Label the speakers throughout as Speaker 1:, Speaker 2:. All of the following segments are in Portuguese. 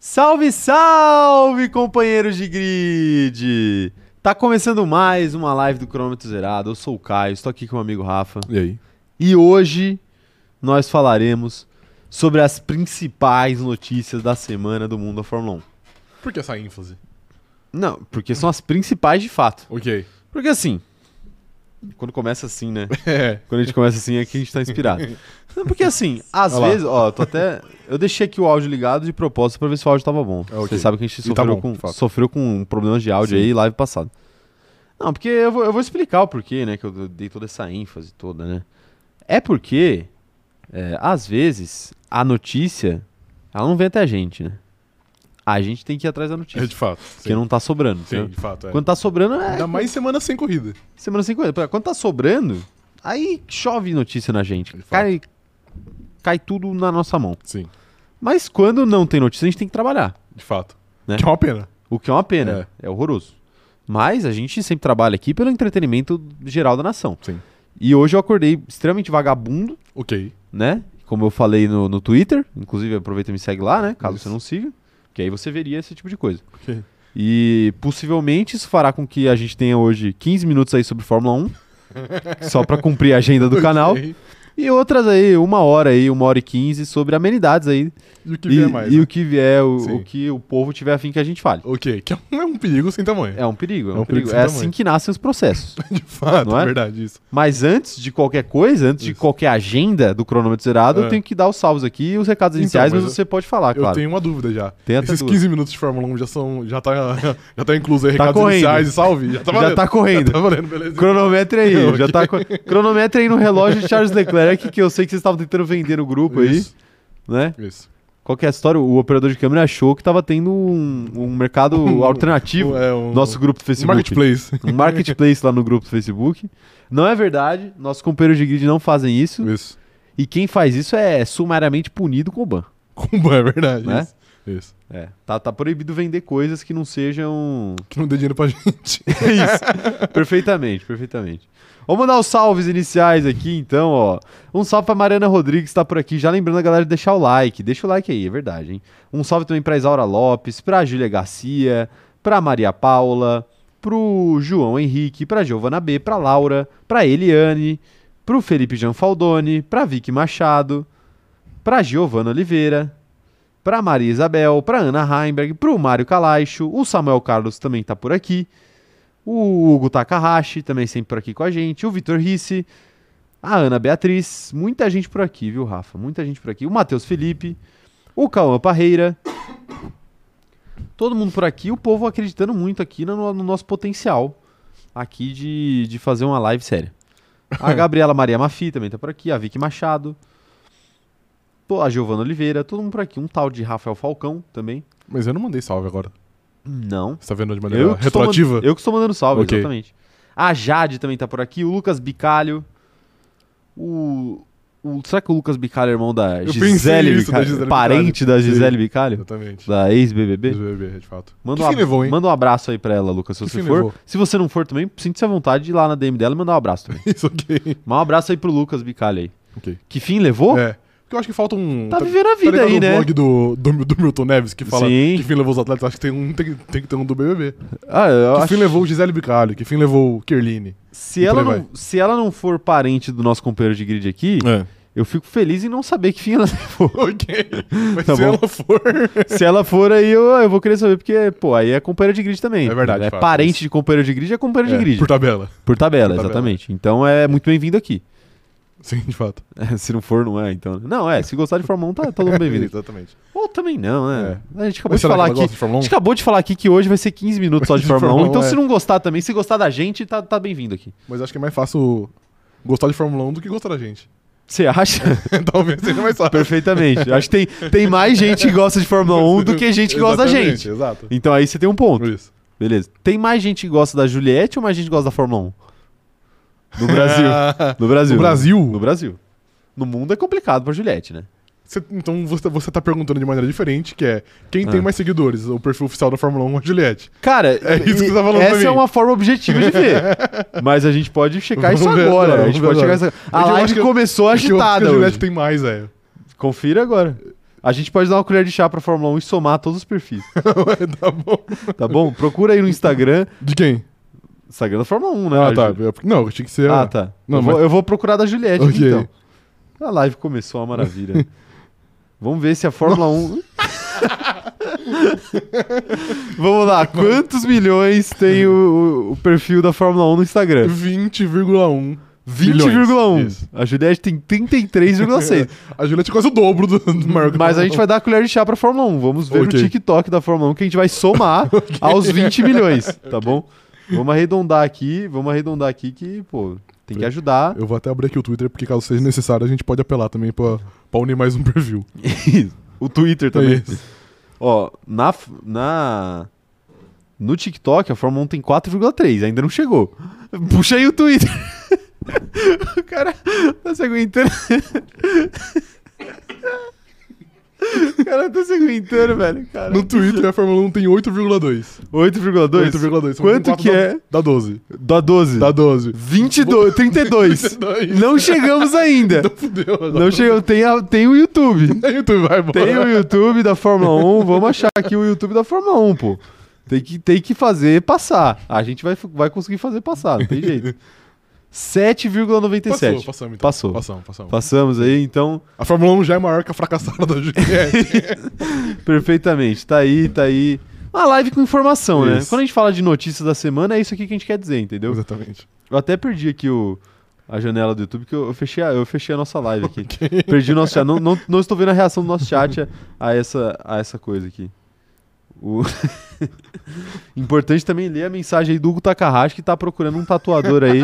Speaker 1: Salve, salve, companheiros de grid! Tá começando mais uma live do Cronômetro Zerado. Eu sou o Caio, estou aqui com o amigo Rafa.
Speaker 2: E aí?
Speaker 1: E hoje nós falaremos sobre as principais notícias da semana do mundo da Fórmula 1.
Speaker 2: Por que essa ênfase?
Speaker 1: Não, porque são as principais de fato.
Speaker 2: Ok.
Speaker 1: Porque assim, quando começa assim, né?
Speaker 2: É.
Speaker 1: Quando a gente começa assim é que a gente tá inspirado. Não, porque assim, às
Speaker 2: Olha lá.
Speaker 1: vezes, ó, tô até. Eu deixei aqui o áudio ligado de propósito pra ver se o áudio tava bom.
Speaker 2: Ah, ok.
Speaker 1: Você sabe que a gente
Speaker 2: E
Speaker 1: sofreu,
Speaker 2: tá bom,
Speaker 1: com,
Speaker 2: fato.
Speaker 1: sofreu com problemas de áudio
Speaker 2: Sim.
Speaker 1: aí live passado. Não, porque eu vou, eu vou explicar o porquê, né? Que eu dei toda essa ênfase toda, né? É porque, é, às vezes, a notícia, ela não vem até a gente, né? A gente tem que ir atrás da
Speaker 2: É
Speaker 1: notícia.
Speaker 2: de fato.
Speaker 1: Porque não tá sobrando.
Speaker 2: Sim,
Speaker 1: entendeu?
Speaker 2: de fato. É.
Speaker 1: Quando tá sobrando, é
Speaker 2: Ainda mais semana sem corrida.
Speaker 1: Semana 50. Quando tá sobrando, aí chove notícia na gente.
Speaker 2: De fato.
Speaker 1: Cai, cai tudo na nossa mão.
Speaker 2: Sim,
Speaker 1: Mas quando não tem notícia, a gente tem que trabalhar.
Speaker 2: de fato.
Speaker 1: Né?
Speaker 2: Que é uma pena.
Speaker 1: O que é uma pena. É, horroroso. Mas a gente sempre trabalha aqui pelo entretenimento geral da nação.
Speaker 2: Sim.
Speaker 1: E hoje eu acordei extremamente vagabundo,
Speaker 2: Ok.
Speaker 1: né? Como eu falei no, no Twitter. Inclusive, aproveita e me segue lá, né? Caso
Speaker 2: Isso.
Speaker 1: você não siga. Que aí você veria esse tipo de coisa.
Speaker 2: Ok.
Speaker 1: E possivelmente isso fará com que a gente tenha hoje 15 minutos aí sobre Fórmula 1. só pra cumprir a agenda É do canal.
Speaker 2: Ok.
Speaker 1: E outras aí, uma hora aí, uma hora e quinze, sobre amenidades aí.
Speaker 2: E o que
Speaker 1: e
Speaker 2: vier mais?
Speaker 1: e
Speaker 2: né?
Speaker 1: o que vier, o,
Speaker 2: Sim.
Speaker 1: o que o povo tiver afim que a gente fale.
Speaker 2: Ok. Que é um, é um perigo sem tamanho.
Speaker 1: É um perigo, é um,
Speaker 2: É um perigo
Speaker 1: perigo.
Speaker 2: sem
Speaker 1: É
Speaker 2: tamanho.
Speaker 1: assim que nascem os processos.
Speaker 2: De fato,
Speaker 1: Não é?
Speaker 2: é verdade isso.
Speaker 1: Mas antes de qualquer coisa, antes de
Speaker 2: Isso.
Speaker 1: qualquer agenda do cronômetro zerado, eu
Speaker 2: É.
Speaker 1: tenho que dar os salvos aqui e os recados
Speaker 2: Então,
Speaker 1: iniciais,
Speaker 2: mas
Speaker 1: mas
Speaker 2: eu-
Speaker 1: você pode falar,
Speaker 2: Eu
Speaker 1: Tá claro.
Speaker 2: tenho uma dúvida já.
Speaker 1: Tem até
Speaker 2: Esses
Speaker 1: duas.
Speaker 2: 15 minutos de Fórmula 1 já são. Já tá, já tá incluso aí
Speaker 1: Tá
Speaker 2: recados
Speaker 1: correndo.
Speaker 2: iniciais e salve. Já tá valendo.
Speaker 1: Já tá correndo.
Speaker 2: Tá valendo, beleza.
Speaker 1: Cronômetro aí,
Speaker 2: Ok.
Speaker 1: já tá. co- Cronômetro aí no relógio de Charles Leclerc, que eu sei que vocês estavam tentando vender no grupo
Speaker 2: Isso.
Speaker 1: aí, né?
Speaker 2: Isso.
Speaker 1: Qual que é a história? O operador de câmera achou que tava tendo um, um mercado
Speaker 2: Um-
Speaker 1: alternativo.
Speaker 2: É um,
Speaker 1: Nosso grupo do
Speaker 2: um
Speaker 1: Facebook.
Speaker 2: marketplace.
Speaker 1: um marketplace lá no grupo do Facebook. Não é verdade, nossos companheiros de grid não fazem isso.
Speaker 2: Isso.
Speaker 1: E quem faz isso é sumariamente punido com o ban.
Speaker 2: Como é verdade.
Speaker 1: Né?
Speaker 2: Isso. Isso.
Speaker 1: É, tá, tá proibido vender coisas que não sejam.
Speaker 2: Que não dê dinheiro pra gente.
Speaker 1: É isso. perfeitamente, perfeitamente. Vamos mandar os salves iniciais aqui, então, ó. Um salve pra Mariana Rodrigues, tá por aqui. Já lembrando a galera de deixar o like. Deixa o like aí, é verdade, hein? Um salve também pra Isaura Lopes, pra Júlia Garcia, pra Maria Paula, pro João Henrique, pra Giovana B, pra Laura, pra Eliane, pro Felipe Gianfaldoni, pra Vicky Machado, pra Giovana Oliveira, pra Maria Isabel, pra Ana Heimberg, pro Mário Calaixo, o Samuel Carlos também tá por aqui. O Hugo Takahashi também sempre por aqui com a gente. O Vitor Risse. A Ana Beatriz. Muita gente por aqui, viu, Rafa? Muita gente por aqui. O Matheus Felipe. O Cauã Parreira. Todo mundo por aqui. O povo acreditando muito aqui no, no nosso potencial. Aqui de, de fazer uma live séria. A Gabriela Maria Mafi também tá por aqui. A Vicky Machado. pô, A Giovana Oliveira. Todo mundo por aqui. Um tal de Rafael Falcão também.
Speaker 2: Mas eu não mandei salve agora.
Speaker 1: Não.
Speaker 2: Você tá vendo de maneira
Speaker 1: Eu que estou
Speaker 2: retroativa?
Speaker 1: mand- Eu que estou mandando salve,
Speaker 2: Ok.
Speaker 1: exatamente. A Jade também tá por aqui, o Lucas Bicalho. O. o- será que o Lucas Bicalho é irmão da
Speaker 2: Eu
Speaker 1: Gisele
Speaker 2: pensei
Speaker 1: Bicalho?
Speaker 2: nisso, da Gisele
Speaker 1: parente
Speaker 2: Bicalho.
Speaker 1: da Gisele
Speaker 2: Sim.
Speaker 1: Bicalho?
Speaker 2: Exatamente.
Speaker 1: Da ex-BBB?
Speaker 2: BBB, de fato.
Speaker 1: Manda,
Speaker 2: que
Speaker 1: um
Speaker 2: fim
Speaker 1: ab-
Speaker 2: levou, hein?
Speaker 1: manda um abraço aí pra ela, Lucas, se
Speaker 2: Que
Speaker 1: você
Speaker 2: fim
Speaker 1: for.
Speaker 2: levou?
Speaker 1: Se você não for também, sinta-se à vontade de ir lá na DM dela e mandar um abraço também.
Speaker 2: Isso, ok.
Speaker 1: Mas um abraço aí pro Lucas Bicalho aí.
Speaker 2: Ok.
Speaker 1: Que fim levou?
Speaker 2: É. Porque eu acho que falta um.
Speaker 1: Tá vivendo a vida
Speaker 2: ligado
Speaker 1: aí,
Speaker 2: o
Speaker 1: né?
Speaker 2: blog do, do, do Milton Neves que fala
Speaker 1: Sim.
Speaker 2: que fim levou os atletas. Acho que tem, um, tem, que- tem que ter um do BBB.
Speaker 1: Ah, eu
Speaker 2: que
Speaker 1: acho-
Speaker 2: fim levou o Gisele Bicalho, que fim levou o Kerline.
Speaker 1: se, ela
Speaker 2: por aí
Speaker 1: não, se ela não for parente do nosso companheiro de grid aqui,
Speaker 2: É.
Speaker 1: eu fico feliz em não saber que fim ela levou.
Speaker 2: Ok. Mas
Speaker 1: Tá
Speaker 2: se
Speaker 1: bom.
Speaker 2: ela for.
Speaker 1: Se ela for aí, eu, eu vou querer saber, porque, pô, aí é companheiro de grid também.
Speaker 2: É verdade,
Speaker 1: É
Speaker 2: fato,
Speaker 1: parente
Speaker 2: isso.
Speaker 1: de companheiro de grid, é companheiro
Speaker 2: É,
Speaker 1: de grid.
Speaker 2: por
Speaker 1: Por,
Speaker 2: tabela.
Speaker 1: tabela,
Speaker 2: por tabela.
Speaker 1: exatamente. Então é muito bem-vindo aqui.
Speaker 2: Sim, de fato.
Speaker 1: se não for, não é, então. Não, é, se gostar de Fórmula 1, tá todo mundo bem-vindo.
Speaker 2: É, Exatamente.
Speaker 1: Ou também não, né? A gente acabou
Speaker 2: É.
Speaker 1: de
Speaker 2: Mas será
Speaker 1: falar
Speaker 2: que ela
Speaker 1: aqui.
Speaker 2: gosta de Fórmula
Speaker 1: A
Speaker 2: 1?
Speaker 1: gente acabou de falar aqui que hoje vai ser 15 minutos só de
Speaker 2: De
Speaker 1: Fórmula 1.
Speaker 2: Fórmula 1,
Speaker 1: Então,
Speaker 2: é.
Speaker 1: se não gostar também, se gostar da gente, tá, tá bem-vindo aqui.
Speaker 2: Mas acho que é mais fácil gostar de Fórmula 1 do que gostar da gente.
Speaker 1: Você acha?
Speaker 2: Talvez seja mais fácil.
Speaker 1: Perfeitamente. Acho que tem, tem mais gente que gosta de Fórmula 1 do que gente que gosta da
Speaker 2: Exatamente,
Speaker 1: gente.
Speaker 2: Exato.
Speaker 1: Então aí você tem um ponto.
Speaker 2: Isso.
Speaker 1: Beleza. Tem mais gente que gosta da Juliette ou mais gente que gosta da Fórmula 1? No Brasil. No É. Brasil.
Speaker 2: É. No Brasil?
Speaker 1: No Brasil. No mundo é complicado pra Juliette, né?
Speaker 2: Cê- então você, você tá perguntando de maneira diferente, que é quem
Speaker 1: Ah.
Speaker 2: tem mais seguidores, o perfil oficial da Fórmula 1 ou a Juliette?
Speaker 1: Cara,
Speaker 2: É isso que você tá falando pra
Speaker 1: essa
Speaker 2: mim.
Speaker 1: é uma forma objetiva de ver. Mas a gente pode checar
Speaker 2: Vamos
Speaker 1: isso
Speaker 2: ver
Speaker 1: agora.
Speaker 2: agora,
Speaker 1: a gente
Speaker 2: vamos
Speaker 1: pode
Speaker 2: ver
Speaker 1: checar isso agora. A
Speaker 2: É que eu
Speaker 1: live
Speaker 2: acho que-
Speaker 1: começou
Speaker 2: Porque eu acho que
Speaker 1: agitada
Speaker 2: a
Speaker 1: hoje.
Speaker 2: Juliette tem mais, é.
Speaker 1: Confira agora. A gente pode dar uma colher de chá pra Fórmula 1 e somar todos os perfis,
Speaker 2: tá bom.
Speaker 1: tá bom? Procura aí no Instagram.
Speaker 2: De quem?
Speaker 1: Instagram da Fórmula 1, né?
Speaker 2: Ah, tá.
Speaker 1: Arthur?
Speaker 2: É porque- Não, tinha que ser.
Speaker 1: Ah, tá.
Speaker 2: Não,
Speaker 1: eu, vou,
Speaker 2: mas-
Speaker 1: eu vou procurar da Juliette,
Speaker 2: Ok.
Speaker 1: então. A live começou, uma maravilha. Vamos ver se a Fórmula 1... Vamos lá, quantos milhões tem o, o- o perfil da Fórmula 1 no Instagram?
Speaker 2: 20,1. Milhões,
Speaker 1: 20,1.
Speaker 2: isso.
Speaker 1: A Juliette tem 33,6.
Speaker 2: um. A Juliette é quase o dobro do, do Marco.
Speaker 1: Mas a gente vai dar a colher de chá pra Fórmula 1. Vamos ver
Speaker 2: Ok.
Speaker 1: o TikTok da Fórmula 1 que a gente vai somar aos 20 milhões, tá bom? Vamos arredondar aqui, vamos arredondar aqui que, pô, tem que ajudar.
Speaker 2: um. Eu vou até abrir aqui o Twitter, porque caso seja necessário, a gente pode apelar também pra, pra unir mais um perfil.
Speaker 1: o Twitter também.
Speaker 2: É isso.
Speaker 1: Ó, na, f- na no TikTok a Fórmula 1 tem 4,3, ainda não chegou. Puxa aí o Twitter. o cara tá se aguentando. o cara tá se aguentando, velho, cara.
Speaker 2: No Twitter, a Fórmula 1 tem 8,2.
Speaker 1: 8,2.
Speaker 2: 8,2. São
Speaker 1: Quanto
Speaker 2: quatro
Speaker 1: que
Speaker 2: da-
Speaker 1: é?
Speaker 2: Dá 12.
Speaker 1: Dá 12.
Speaker 2: Dá 12.
Speaker 1: 22, 32.
Speaker 2: 32.
Speaker 1: Não chegamos ainda.
Speaker 2: Então fudeu agora.
Speaker 1: Não chegou. Tem, a- tem o YouTube.
Speaker 2: Tem YouTube, vai embora.
Speaker 1: Tem o YouTube da Fórmula 1. Vamos achar aqui o YouTube da Fórmula 1, pô. Tem que, tem que fazer passar. A gente vai, vai conseguir fazer passar, não tem jeito. 7,97.
Speaker 2: Passou, passamos então.
Speaker 1: Passou.
Speaker 2: Passamos, passamos.
Speaker 1: Passamos aí, então,
Speaker 2: A Fórmula 1 já é maior que a fracassada da Juliette.
Speaker 1: perfeitamente. Tá aí, tá aí. Uma live com informação, né?
Speaker 2: Isso.
Speaker 1: Quando a gente fala de notícias da semana, é isso aqui que a gente quer dizer, entendeu?
Speaker 2: Exatamente.
Speaker 1: Eu até perdi aqui o, a janela do YouTube, que eu, eu fechei, a, eu fechei a nossa live aqui. Perdi o nosso chat. Não, não, não estou vendo a reação do nosso chat a, a essa, a essa coisa aqui. O- Importante também ler a mensagem aí do Hugo Takahashi, que tá procurando um tatuador aí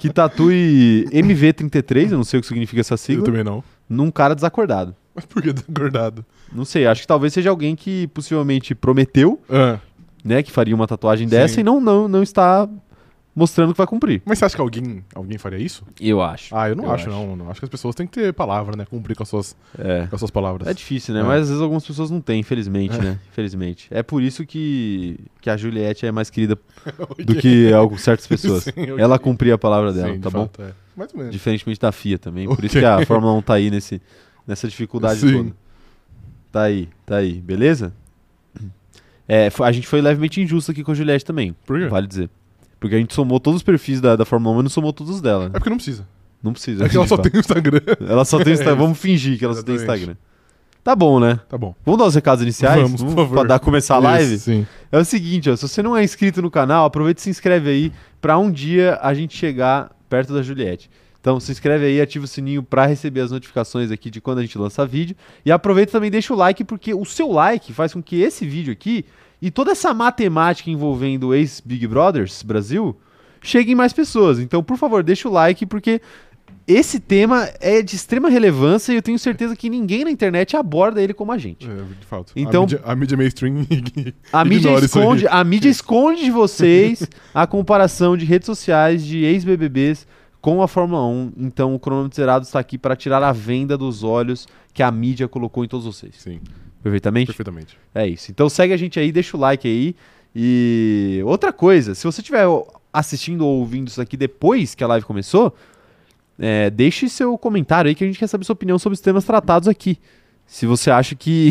Speaker 1: que tatue MV33, eu não sei o que significa essa
Speaker 2: Eu
Speaker 1: sigla,
Speaker 2: também não.
Speaker 1: num cara desacordado.
Speaker 2: Mas por que tá engordado?
Speaker 1: Não sei, acho que talvez seja alguém que possivelmente prometeu,
Speaker 2: Ah,
Speaker 1: né, que faria uma tatuagem dessa
Speaker 2: Sim.
Speaker 1: e não, não, não está mostrando que vai cumprir.
Speaker 2: mas você acha que alguém, alguém faria isso?
Speaker 1: Eu acho.
Speaker 2: Ah, eu não acho, não, mano. Acho que as pessoas têm que ter palavra, né? Cumprir com as suas,
Speaker 1: É.
Speaker 2: com as suas palavras.
Speaker 1: É difícil, né?
Speaker 2: É.
Speaker 1: Mas às vezes algumas pessoas não têm, infelizmente,
Speaker 2: É.
Speaker 1: né? Infelizmente. É por isso que, que a Juliette é mais querida do que algo- certas pessoas.
Speaker 2: Sim, ok.
Speaker 1: Ela cumpria a palavra
Speaker 2: Sim,
Speaker 1: dela,
Speaker 2: de
Speaker 1: tá bom?
Speaker 2: fato, é. Mais ou menos.
Speaker 1: Diferentemente da FIA também. Por
Speaker 2: Ok.
Speaker 1: isso que a Fórmula 1 tá aí nesse, nessa dificuldade
Speaker 2: Sim.
Speaker 1: toda. Tá aí, tá aí. Beleza? É, fo- a gente foi levemente injusto aqui com a Juliette também.
Speaker 2: Por quê?
Speaker 1: Vale dizer. Porque a gente somou todos os perfis da, da Fórmula 1 mas não somou todos os dela.
Speaker 2: É
Speaker 1: né?
Speaker 2: porque não precisa.
Speaker 1: Não precisa.
Speaker 2: É que ela
Speaker 1: de
Speaker 2: só
Speaker 1: fato.
Speaker 2: tem o Instagram.
Speaker 1: Ela só tem Instagram. Vamos fingir que ela só tem
Speaker 2: Exatamente.
Speaker 1: Instagram. Tá bom, né?
Speaker 2: Tá bom.
Speaker 1: Vamos dar os recados iniciais?
Speaker 2: Vamos, por favor.
Speaker 1: Pra dar, começar a live?
Speaker 2: Isso, sim.
Speaker 1: É o seguinte, ó, se você não é inscrito no canal, aproveita e se inscreve aí pra um dia a gente chegar perto da Juliette. Então se inscreve aí, ativa o sininho pra receber as notificações aqui de quando a gente lança vídeo. E aproveita e também deixa o like, porque o seu like faz com que esse vídeo aqui e toda essa matemática envolvendo ex-Big Brothers Brasil chegue em mais pessoas. Então, por favor, deixa o like, porque esse tema é de extrema relevância e eu tenho certeza que ninguém na internet aborda ele como a gente.
Speaker 2: É, de fato.
Speaker 1: Então-
Speaker 2: A mídia, a mídia mainstream.
Speaker 1: A mídia,
Speaker 2: Ignora isso aí.
Speaker 1: esconde, a mídia esconde de vocês a comparação de redes sociais de ex-BBBs com a Fórmula 1. Então o cronômetro zerado está aqui para tirar a venda dos olhos que a mídia colocou em todos vocês.
Speaker 2: sim,
Speaker 1: Perfeitamente?
Speaker 2: perfeitamente.
Speaker 1: É isso. Então segue a gente aí, deixa o like aí. E outra coisa, se você estiver assistindo ou ouvindo isso aqui depois que a live começou, é, deixe seu comentário aí que a gente quer saber sua opinião sobre os temas tratados aqui. Se você acha que.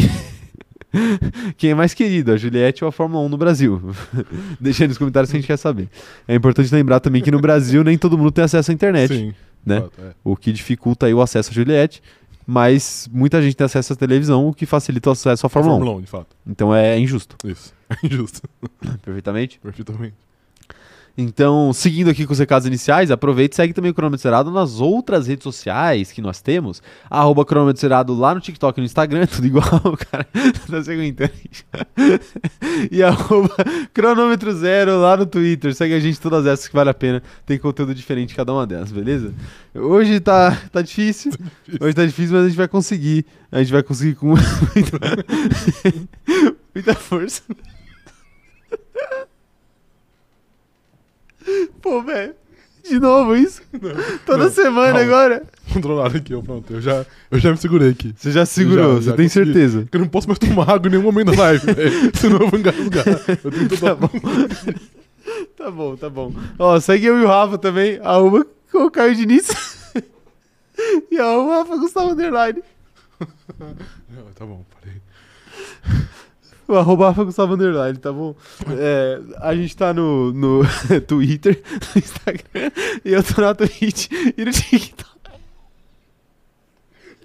Speaker 1: Quem é mais querido, a Juliette ou a Fórmula 1 no Brasil? Deixa aí nos comentários que a gente quer saber. É importante lembrar também que no Brasil nem todo mundo tem acesso à internet
Speaker 2: sim,
Speaker 1: né?
Speaker 2: de fato, é.
Speaker 1: o que dificulta aí o acesso à Juliette, mas muita gente tem acesso à televisão, o que facilita o acesso à Fórmula 1.
Speaker 2: Fórmula 1, de fato.
Speaker 1: Então é injusto,
Speaker 2: Isso. É injusto.
Speaker 1: perfeitamente.
Speaker 2: Perfeitamente.
Speaker 1: Então, seguindo aqui com os recados iniciais, aproveita e segue também o Cronômetro Zerado nas outras redes sociais que nós temos. Arroba Cronômetro Zerado lá no TikTok e no Instagram, tudo igual, cara. Tá se aguentando. E arroba Cronômetro Zero lá no Twitter. Segue a gente todas essas que vale a pena. Tem conteúdo diferente em cada uma delas, beleza? Hoje tá, tá difícil. Hoje tá difícil, mas a gente vai conseguir. A gente vai conseguir com muita, muita força. Pô, velho. De novo isso? Toda
Speaker 2: não,
Speaker 1: semana
Speaker 2: calma.
Speaker 1: agora?
Speaker 2: Controlado aqui, eu pronto. Eu já, eu já me segurei aqui.
Speaker 1: Você já segurou,
Speaker 2: Já,
Speaker 1: você
Speaker 2: já
Speaker 1: tem
Speaker 2: consegui.
Speaker 1: certeza.
Speaker 2: Porque eu não posso mais tomar água em nenhum momento da live, velho. Senão eu vou engasgar. Eu tenho que
Speaker 1: Tá bom. tá bom, tá bom. Ó, segue eu e o Rafa também. A uma com o Caio Diniz. e a uma Rafa Gustavo Underline.
Speaker 2: Ah, tá bom, parei.
Speaker 1: O arroba Rafa Gustavo Underline, tá bom? É, a gente tá no, no Twitter, no Instagram, e eu tô na Twitch e no TikTok.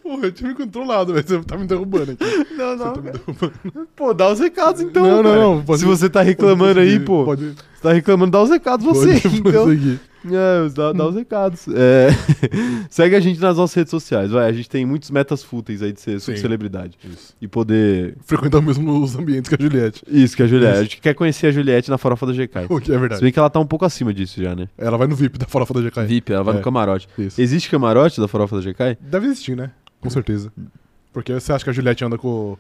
Speaker 2: Porra, eu tive me controlado, velho. Você tá me derrubando aqui. Você
Speaker 1: Não, não.
Speaker 2: tá me
Speaker 1: Então, cara.
Speaker 2: derrubando.
Speaker 1: Pô, dá os recados então.
Speaker 2: Não, não,
Speaker 1: cara.
Speaker 2: não, pode-
Speaker 1: Se você tá reclamando aí, pô.
Speaker 2: Pode,
Speaker 1: Você tá reclamando, dá os recados
Speaker 2: pode
Speaker 1: você. então.
Speaker 2: prosseguir.
Speaker 1: É, dá, dá os recados. É, segue a gente nas nossas redes sociais, vai. A gente tem muitos metas fúteis aí de ser
Speaker 2: Sim.
Speaker 1: celebridade.
Speaker 2: Isso.
Speaker 1: E poder.
Speaker 2: Frequentar mesmo os ambientes que a Juliette.
Speaker 1: Isso, que a Juliette.
Speaker 2: Isso.
Speaker 1: A gente quer conhecer a Juliette na farofa da GK.
Speaker 2: O que é
Speaker 1: Se
Speaker 2: verdade.
Speaker 1: bem que ela tá um pouco acima disso já, né?
Speaker 2: Ela vai no VIP da farofa da GK.
Speaker 1: VIP, ela vai
Speaker 2: É.
Speaker 1: no camarote.
Speaker 2: Isso.
Speaker 1: Existe camarote da farofa da GK?
Speaker 2: Deve existir, né? Com certeza. Porque você acha que a Juliette anda com,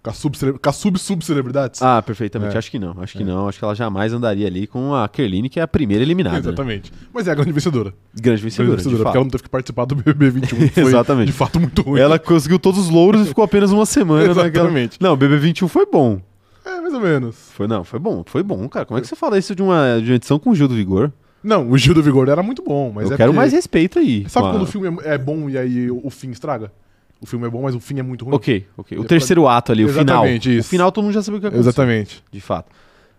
Speaker 2: com as subcele- com as sub-sub-celebridades?
Speaker 1: Ah, perfeitamente.
Speaker 2: É.
Speaker 1: Acho que não. Acho que
Speaker 2: É.
Speaker 1: não. Acho que ela jamais andaria ali com a Kerline, que é a primeira eliminada. né?
Speaker 2: Exatamente. Mas é a grande vencedora.
Speaker 1: Grande vencedora,
Speaker 2: grande vencedora,
Speaker 1: de
Speaker 2: porque
Speaker 1: fato.
Speaker 2: ela não teve que participar do BBB 21. que Foi,
Speaker 1: Exatamente.
Speaker 2: De fato, muito ruim.
Speaker 1: Ela conseguiu todos os louros e ficou apenas uma semana naquela.
Speaker 2: Exatamente.
Speaker 1: Não, o BB21 foi bom.
Speaker 2: É, mais ou menos.
Speaker 1: Foi, não, foi bom, foi bom, cara. Como é que você fala isso de uma, de uma edição com o Gil do Vigor?
Speaker 2: Não, o Gil do Vigor era muito bom, mas
Speaker 1: Eu
Speaker 2: é
Speaker 1: quero
Speaker 2: porque-
Speaker 1: mais respeito aí.
Speaker 2: Sabe
Speaker 1: com a-
Speaker 2: quando o filme é é bom e aí o o fim estraga? O filme é bom, mas o fim é muito ruim.
Speaker 1: Ok, ok. O
Speaker 2: É,
Speaker 1: terceiro ato ali, o final.
Speaker 2: Exatamente,
Speaker 1: O
Speaker 2: isso.
Speaker 1: final todo mundo já sabia o que aconteceu.
Speaker 2: Exatamente.
Speaker 1: De fato.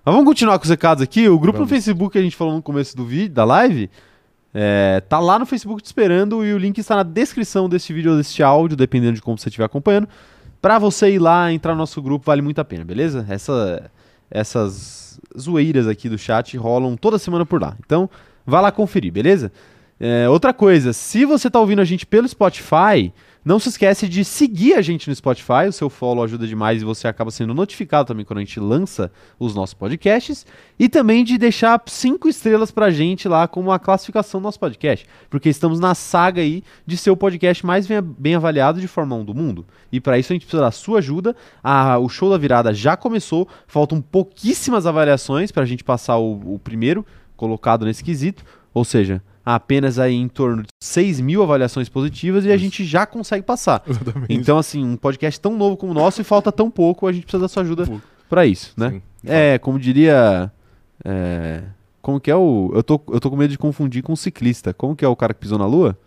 Speaker 1: Mas vamos continuar com os recados aqui. O grupo
Speaker 2: Vamos.
Speaker 1: no Facebook que a gente falou no começo do vídeo, da live, é, tá lá no Facebook te esperando e o link está na descrição deste vídeo ou deste áudio, dependendo de como você estiver acompanhando. Pra você ir lá, entrar no nosso grupo, vale muito a pena, beleza? Essa- essas zoeiras aqui do chat rolam toda semana por lá. Então, vá lá conferir, beleza? É, outra coisa, se você tá ouvindo a gente pelo Spotify, não se esquece de seguir a gente no Spotify, o seu follow ajuda demais e você acaba sendo notificado também quando a gente lança os nossos podcasts. E também de deixar cinco estrelas pra gente lá como a classificação do nosso podcast. Porque estamos na saga aí de ser o podcast mais bem, bem avaliado de Fórmula 1 do mundo. E pra isso a gente precisa da sua ajuda. A- o show da virada já começou, faltam pouquíssimas avaliações pra gente passar o, o primeiro colocado nesse quesito. Ou seja, apenas aí em torno de 6 mil avaliações positivas e a gente já consegue passar.
Speaker 2: Exatamente.
Speaker 1: Então, assim, um podcast tão novo como o nosso e falta tão pouco, a gente precisa da sua ajuda
Speaker 2: Pouco.
Speaker 1: pra isso, né?
Speaker 2: Sim.
Speaker 1: É, como diria. é, como que é o. Eu tô, eu tô com medo de confundir com um ciclista. Como que é o cara que pisou na lua?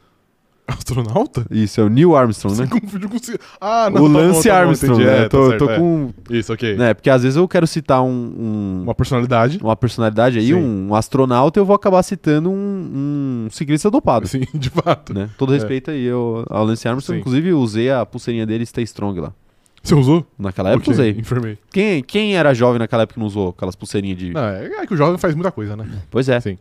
Speaker 2: Astronauta?
Speaker 1: Isso, é o Neil Armstrong,
Speaker 2: Você
Speaker 1: né?
Speaker 2: confundiu com... ci- Ah, não,
Speaker 1: o
Speaker 2: tá bom,
Speaker 1: Lance
Speaker 2: tá bom,
Speaker 1: Armstrong,
Speaker 2: entendi.
Speaker 1: né?
Speaker 2: É,
Speaker 1: Eu
Speaker 2: tá
Speaker 1: tô,
Speaker 2: certo,
Speaker 1: tô
Speaker 2: é.
Speaker 1: com.
Speaker 2: Isso, ok.
Speaker 1: Né? Porque às vezes eu quero citar um, um-
Speaker 2: Uma personalidade.
Speaker 1: uma personalidade aí,
Speaker 2: Sim.
Speaker 1: um astronauta, eu vou acabar citando um, um ciclista dopado.
Speaker 2: Assim, de fato.
Speaker 1: Né? Todo
Speaker 2: É.
Speaker 1: respeito aí ao, ao Lance Armstrong.
Speaker 2: Sim.
Speaker 1: Inclusive, eu usei a pulseirinha dele Stay Strong lá.
Speaker 2: Você usou?
Speaker 1: Naquela época,
Speaker 2: Ok,
Speaker 1: eu usei.
Speaker 2: Enfermei.
Speaker 1: Quem, quem era jovem naquela época que não usou aquelas pulseirinhas de.
Speaker 2: Não, é, é que o jovem faz muita coisa, né?
Speaker 1: Pois é.
Speaker 2: Sim.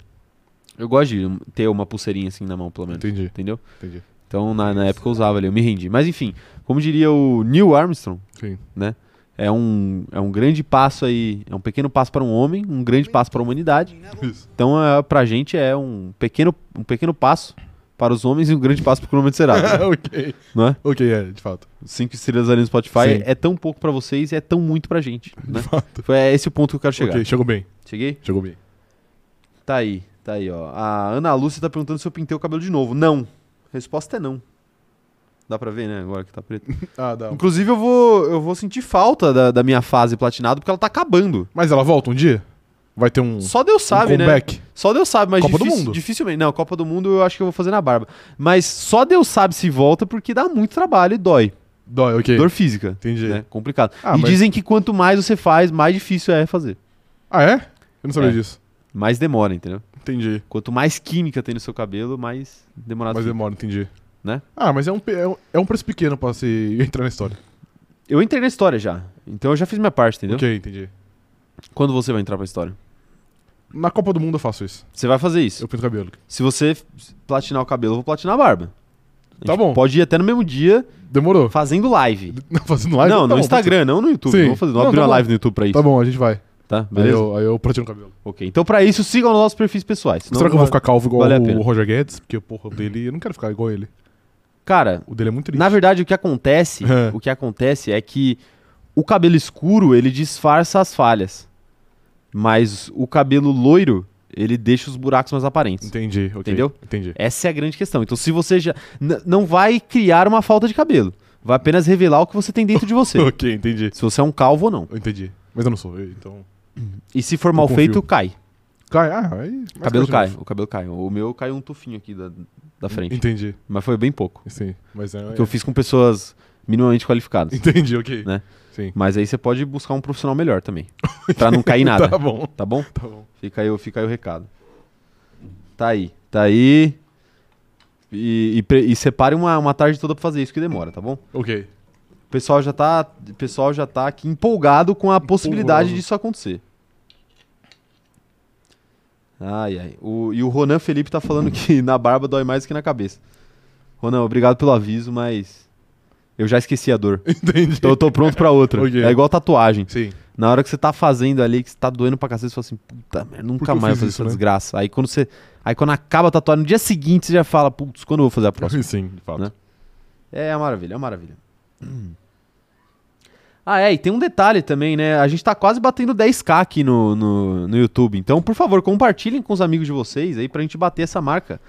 Speaker 1: Eu gosto de ter uma pulseirinha assim na mão, pelo menos.
Speaker 2: Entendi,
Speaker 1: Entendeu?
Speaker 2: entendi.
Speaker 1: Então, na, na época eu usava ali, eu me rendi. Mas enfim, como diria o Neil Armstrong,
Speaker 2: Sim.
Speaker 1: é um, é um grande passo aí, é um pequeno passo para um homem, um grande passo para a humanidade.
Speaker 2: Isso.
Speaker 1: Então, é, pra gente é um pequeno, um pequeno passo para os homens e um grande passo para o cronômetro será,
Speaker 2: Ah, ok.
Speaker 1: não é?
Speaker 2: Ok, é, de fato.
Speaker 1: Cinco estrelas ali no Spotify
Speaker 2: Sim.
Speaker 1: é tão pouco para vocês e é tão muito pra gente, né?
Speaker 2: De fato.
Speaker 1: Foi esse o ponto que eu quero chegar.
Speaker 2: Ok, chegou bem.
Speaker 1: Cheguei?
Speaker 2: Chegou bem.
Speaker 1: Tá aí, tá aí, ó. A Ana Lúcia tá perguntando se eu pintei o cabelo de novo. Não. Resposta é não. Dá pra ver, né? Agora que tá preto.
Speaker 2: Ah, dá.
Speaker 1: Inclusive, eu vou, eu vou sentir falta da, da minha fase platinado, porque ela tá acabando.
Speaker 2: Mas ela volta um dia? Vai ter um,
Speaker 1: Só Deus sabe,
Speaker 2: um
Speaker 1: né?
Speaker 2: comeback?
Speaker 1: Só Deus sabe, mas
Speaker 2: Copa do
Speaker 1: difícil-
Speaker 2: Mundo.
Speaker 1: dificilmente. Não, Copa do Mundo eu acho que eu vou fazer na barba. Mas só Deus sabe se volta, porque dá muito trabalho e dói.
Speaker 2: Dói, ok.
Speaker 1: Dor física.
Speaker 2: Entendi.
Speaker 1: Né? Complicado.
Speaker 2: Ah,
Speaker 1: e
Speaker 2: mas-
Speaker 1: dizem que quanto mais você faz, mais difícil é fazer.
Speaker 2: Ah, é? Eu não sabia
Speaker 1: É.
Speaker 2: disso.
Speaker 1: Mais demora, entendeu?
Speaker 2: Entendi.
Speaker 1: Quanto mais química tem no seu cabelo, mais demorado
Speaker 2: Mas é-
Speaker 1: fica.
Speaker 2: demora, entendi.
Speaker 1: Né?
Speaker 2: Ah, mas é um, pe- é um, é um preço pequeno pra se entrar na história.
Speaker 1: Eu entrei na história já. Então eu já fiz minha parte, entendeu?
Speaker 2: Ok, entendi.
Speaker 1: Quando você vai entrar pra história?
Speaker 2: Na Copa do Mundo eu faço isso.
Speaker 1: Você vai fazer isso.
Speaker 2: Eu pinto cabelo.
Speaker 1: Se você f- platinar o cabelo, eu vou platinar a barba. A
Speaker 2: Tá
Speaker 1: gente
Speaker 2: bom.
Speaker 1: Pode ir até no mesmo dia
Speaker 2: Demorou.
Speaker 1: fazendo live.
Speaker 2: Não, fazendo live?
Speaker 1: não,
Speaker 2: tá
Speaker 1: no
Speaker 2: bom,
Speaker 1: Instagram, não no YouTube.
Speaker 2: Sim.
Speaker 1: Não vou fazer, não,
Speaker 2: Não,
Speaker 1: abrir
Speaker 2: tá
Speaker 1: uma
Speaker 2: bom.
Speaker 1: live no YouTube pra
Speaker 2: pode-
Speaker 1: isso.
Speaker 2: Tá bom, a gente vai.
Speaker 1: Tá,
Speaker 2: Aí
Speaker 1: beleza?
Speaker 2: eu, aí eu platino o cabelo.
Speaker 1: Ok. Então pra isso, sigam os nossos perfis pessoais. Senão
Speaker 2: Será que eu vou
Speaker 1: não vai-
Speaker 2: ficar calvo igual
Speaker 1: vale a pena.
Speaker 2: o Roger Guedes? Porque, porra, o dele... Eu não quero ficar igual ele.
Speaker 1: Cara,
Speaker 2: O dele é muito triste.
Speaker 1: na verdade o que acontece,
Speaker 2: É.
Speaker 1: o que acontece é que o cabelo escuro, ele disfarça as falhas. Mas o cabelo loiro, ele deixa os buracos mais aparentes.
Speaker 2: Entendi, ok.
Speaker 1: Entendeu?
Speaker 2: Entendi.
Speaker 1: Essa é a grande questão. Então, se você já. n- Não vai criar uma falta de cabelo. Vai apenas revelar o que você tem dentro de você.
Speaker 2: Ok, entendi.
Speaker 1: se você é um calvo ou não.
Speaker 2: Eu entendi. Mas eu não sou, eu- então...
Speaker 1: E se for mal
Speaker 2: confio.
Speaker 1: feito, cai.
Speaker 2: Cai, ah, aí...
Speaker 1: O cabelo cai. O cabelo cai. O meu caiu um tufinho aqui da, da frente.
Speaker 2: Entendi,
Speaker 1: Mas foi bem pouco.
Speaker 2: sim. Mas é...
Speaker 1: Porque eu fiz com pessoas minimamente qualificados.
Speaker 2: Entendi, ok.
Speaker 1: Né?
Speaker 2: Sim.
Speaker 1: Mas aí você pode buscar um profissional melhor também. Pra não cair nada.
Speaker 2: Tá bom,
Speaker 1: Tá bom?
Speaker 2: tá bom.
Speaker 1: Fica aí, o- fica aí o recado. Tá aí, tá aí. E, e pre- e separe uma, uma tarde toda pra fazer isso que demora, tá bom?
Speaker 2: Ok.
Speaker 1: O pessoal já tá, o pessoal já tá aqui empolgado com a possibilidade disso acontecer. Ai, ai. O- e o Ronan Felipe tá falando que na barba dói mais que na cabeça. Ronan, obrigado pelo aviso, mas eu já esqueci a dor.
Speaker 2: Entendi.
Speaker 1: Então eu tô pronto pra outra.
Speaker 2: Ok.
Speaker 1: É igual tatuagem.
Speaker 2: Sim.
Speaker 1: Na hora que você tá fazendo ali, que você tá doendo pra cacete, você fala assim, puta merda,
Speaker 2: que
Speaker 1: nunca
Speaker 2: eu
Speaker 1: mais
Speaker 2: fiz
Speaker 1: vou fazer
Speaker 2: isso,
Speaker 1: essa
Speaker 2: né?
Speaker 1: desgraça. Aí quando você. Aí quando acaba a tatuagem, no dia seguinte você já fala, putz, quando eu vou fazer a próxima?
Speaker 2: Sim, de fato.
Speaker 1: Né? É, é uma maravilha, é uma maravilha. Hum. Ah, é, e tem um detalhe também, né? A gente tá quase batendo 10k aqui no, no, no YouTube. Então, por favor, compartilhem com os amigos de vocês aí pra gente bater essa marca.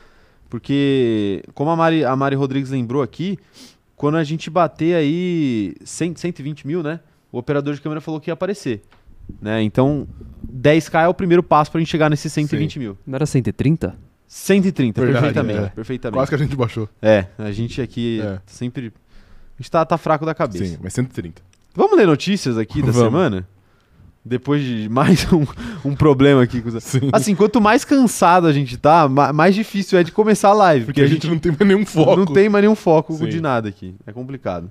Speaker 1: Porque, como a Mari, a Mari Rodrigues lembrou aqui, quando a gente bater aí 100, 120 mil, né? O operador de câmera falou que ia aparecer. Né? Então, 10k é o primeiro passo pra gente chegar nesses 120 mil.
Speaker 3: Não era 130?
Speaker 1: 130,
Speaker 2: Verdade,
Speaker 1: perfeitamente.
Speaker 2: é.
Speaker 1: perfeitamente.
Speaker 2: Quase que a gente baixou.
Speaker 1: É, a gente aqui
Speaker 2: É.
Speaker 1: sempre. A gente tá, tá fraco da cabeça.
Speaker 2: Sim, mas 130.
Speaker 1: Vamos ler notícias aqui da
Speaker 2: Vamos.
Speaker 1: semana? Depois de mais um, um problema aqui. com os-
Speaker 2: Sim.
Speaker 1: Assim, quanto mais cansado a gente tá, ma- mais difícil é de começar a live.
Speaker 2: Porque a gente não tem mais nenhum foco.
Speaker 1: não tem mais nenhum foco
Speaker 2: Sim.
Speaker 1: de nada aqui. É complicado.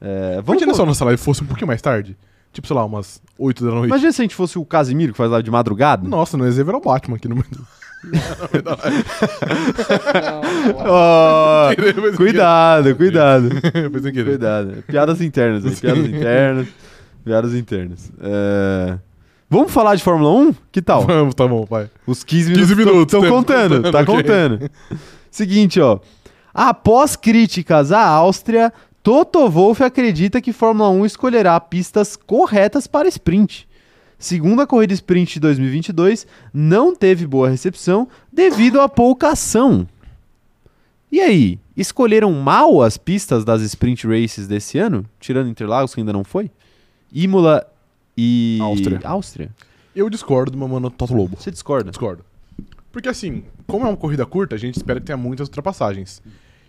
Speaker 1: É, vamos
Speaker 2: Imagina se a nossa live fosse um pouquinho mais tarde. Tipo, sei lá, umas 8 da noite.
Speaker 1: Imagina se a gente fosse o Casimiro que faz live de madrugada.
Speaker 2: Nossa, nós ia virar o Batman aqui no meio do...
Speaker 1: Ó,
Speaker 2: Mas-
Speaker 1: cuidado, cuidado.
Speaker 2: Foi sem querer.
Speaker 1: Cuidado. Piadas internas aí, piadas internas. Piadas internas. É, Vamos falar de Fórmula 1? Que tal?
Speaker 2: Vamos, tá bom, pai.
Speaker 1: Os 15 minutos
Speaker 2: 15 minutos.
Speaker 1: estão
Speaker 2: tempo,
Speaker 1: contando, tá
Speaker 2: ok.
Speaker 1: contando. Seguinte, ó. Após críticas à Áustria, Toto Wolff acredita que Fórmula 1 escolherá pistas corretas para sprint. Segunda corrida sprint de 2022 não teve boa recepção devido à pouca ação. E aí, escolheram mal as pistas das sprint races desse ano? Tirando Interlagos, que ainda não foi? Imola e...
Speaker 2: Áustria.
Speaker 1: Áustria?
Speaker 2: Eu discordo, meu mano, Toto Lobo.
Speaker 1: Você discorda?
Speaker 2: Discordo. Porque assim, como é uma corrida curta, a gente espera que tenha muitas ultrapassagens.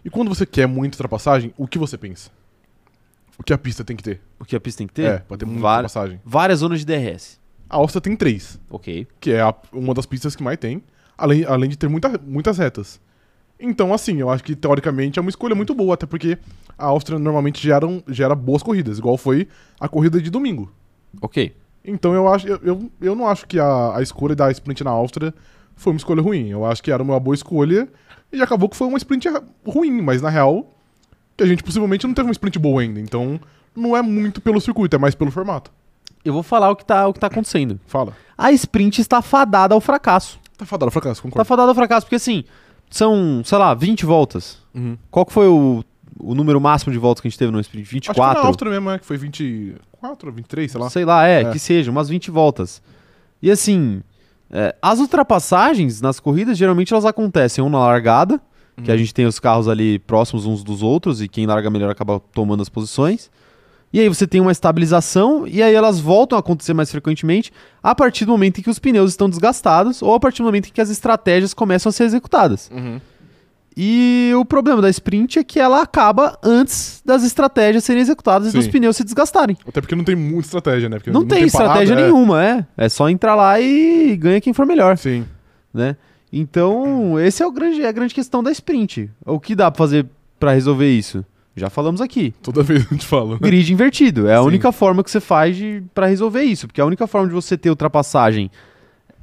Speaker 2: E quando você quer muita ultrapassagem, o que você pensa? O que a pista tem que ter?
Speaker 1: O que a pista tem que ter?
Speaker 2: É, pra ter muita
Speaker 1: Várias-
Speaker 2: ultrapassagem.
Speaker 1: Várias zonas de DRS.
Speaker 2: A Áustria tem três,
Speaker 1: Ok.
Speaker 2: que é a- uma das pistas que mais tem, além, além de ter muita- muitas retas. Então, assim, eu acho que teoricamente é uma escolha muito boa, até porque a Áustria normalmente gera, um- gera boas corridas, igual foi a corrida de domingo.
Speaker 1: Ok.
Speaker 2: Então eu acho, eu, eu, eu não acho que a, a escolha da sprint na Áustria foi uma escolha ruim. Eu acho que era uma boa escolha e acabou que foi uma sprint erra- ruim, mas na real, que a gente possivelmente não teve uma sprint boa ainda. Então não é muito pelo circuito, é mais pelo formato.
Speaker 1: Eu vou falar o que tá, o que tá acontecendo.
Speaker 2: Fala.
Speaker 1: A sprint está fadada ao fracasso.
Speaker 2: Tá fadado, fracasso,
Speaker 1: Tá
Speaker 2: concordo.
Speaker 1: fadada ao fracasso, porque assim, são, sei lá, 20 voltas.
Speaker 2: Uhum.
Speaker 1: Qual que foi o, o número máximo de voltas que a gente teve no sprint?
Speaker 2: Acho que foi
Speaker 1: 24?
Speaker 2: na Áustria mesmo, é, que foi 24, 23, sei lá.
Speaker 1: Sei lá, é,
Speaker 2: É.
Speaker 1: que seja, umas 20 voltas. E assim, é, as ultrapassagens nas corridas, geralmente elas acontecem ou na largada, que
Speaker 2: Uhum.
Speaker 1: a gente tem os carros ali próximos uns dos outros e quem larga melhor acaba tomando as posições. E aí você tem uma estabilização e aí elas voltam a acontecer mais frequentemente a partir do momento em que os pneus estão desgastados ou a partir do momento em que as estratégias começam a ser executadas.
Speaker 2: Uhum.
Speaker 1: E o problema da sprint é que ela acaba antes das estratégias serem executadas
Speaker 2: Sim.
Speaker 1: e dos pneus se desgastarem.
Speaker 2: Até porque não tem muita estratégia, né? Porque
Speaker 1: Não, tem, estratégia
Speaker 2: parada, é.
Speaker 1: nenhuma, é. É só entrar lá e ganha quem for melhor,
Speaker 2: Sim.
Speaker 1: né? Então, esse é o grande, é a grande questão da sprint. O que dá pra fazer pra resolver isso? Já falamos aqui.
Speaker 2: Toda vez a gente fala. né?
Speaker 1: Grid invertido é a
Speaker 2: Sim.
Speaker 1: única forma que você faz de para resolver isso, porque a única forma de você ter ultrapassagem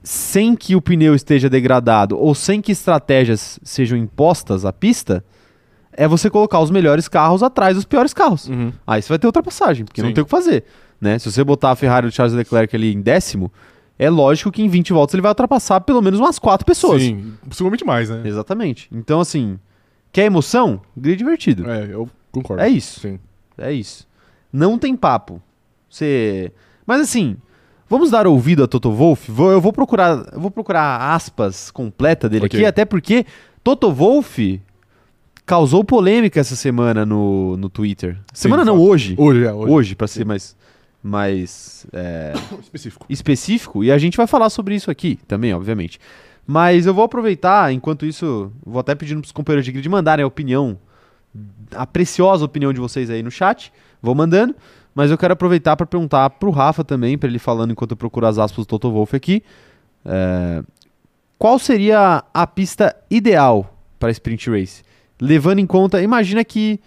Speaker 1: sem que o pneu esteja degradado ou sem que estratégias sejam impostas à pista é você colocar os melhores carros atrás dos piores carros.
Speaker 2: Uhum.
Speaker 1: Aí você vai ter ultrapassagem, porque não
Speaker 2: Sim.
Speaker 1: tem o que fazer. Né? Se você botar a Ferrari do Charles Leclerc ali em décimo, é lógico que em 20 voltas ele vai ultrapassar pelo menos umas quatro pessoas.
Speaker 2: Sim, possivelmente mais, né?
Speaker 1: Exatamente. Então, assim, quer emoção? Grid divertido.
Speaker 2: É, eu concordo.
Speaker 1: É, isso.
Speaker 2: Sim.
Speaker 1: É isso. Não tem papo. Você. Mas assim, vamos dar ouvido a Toto Wolff? Vou- eu vou procurar, eu vou procurar a aspas completa dele
Speaker 2: Ok.
Speaker 1: aqui, até porque Toto Wolff causou polêmica essa semana no, no Twitter. Semana não,
Speaker 2: fato.
Speaker 1: hoje.
Speaker 2: Hoje, é, hoje.
Speaker 1: hoje, pra ser mais, mais é,
Speaker 2: Específico.
Speaker 1: específico, e a gente vai falar sobre isso aqui também, obviamente. Mas eu vou aproveitar, enquanto isso, vou até pedindo pros companheiros de grid mandarem a opinião a preciosa opinião de vocês aí no chat. Vou mandando. Mas eu quero aproveitar para perguntar pro Rafa também, para ele falando enquanto eu procuro as aspas do Toto Wolff aqui. É, qual seria a pista ideal para sprint race? Levando em conta, imagina que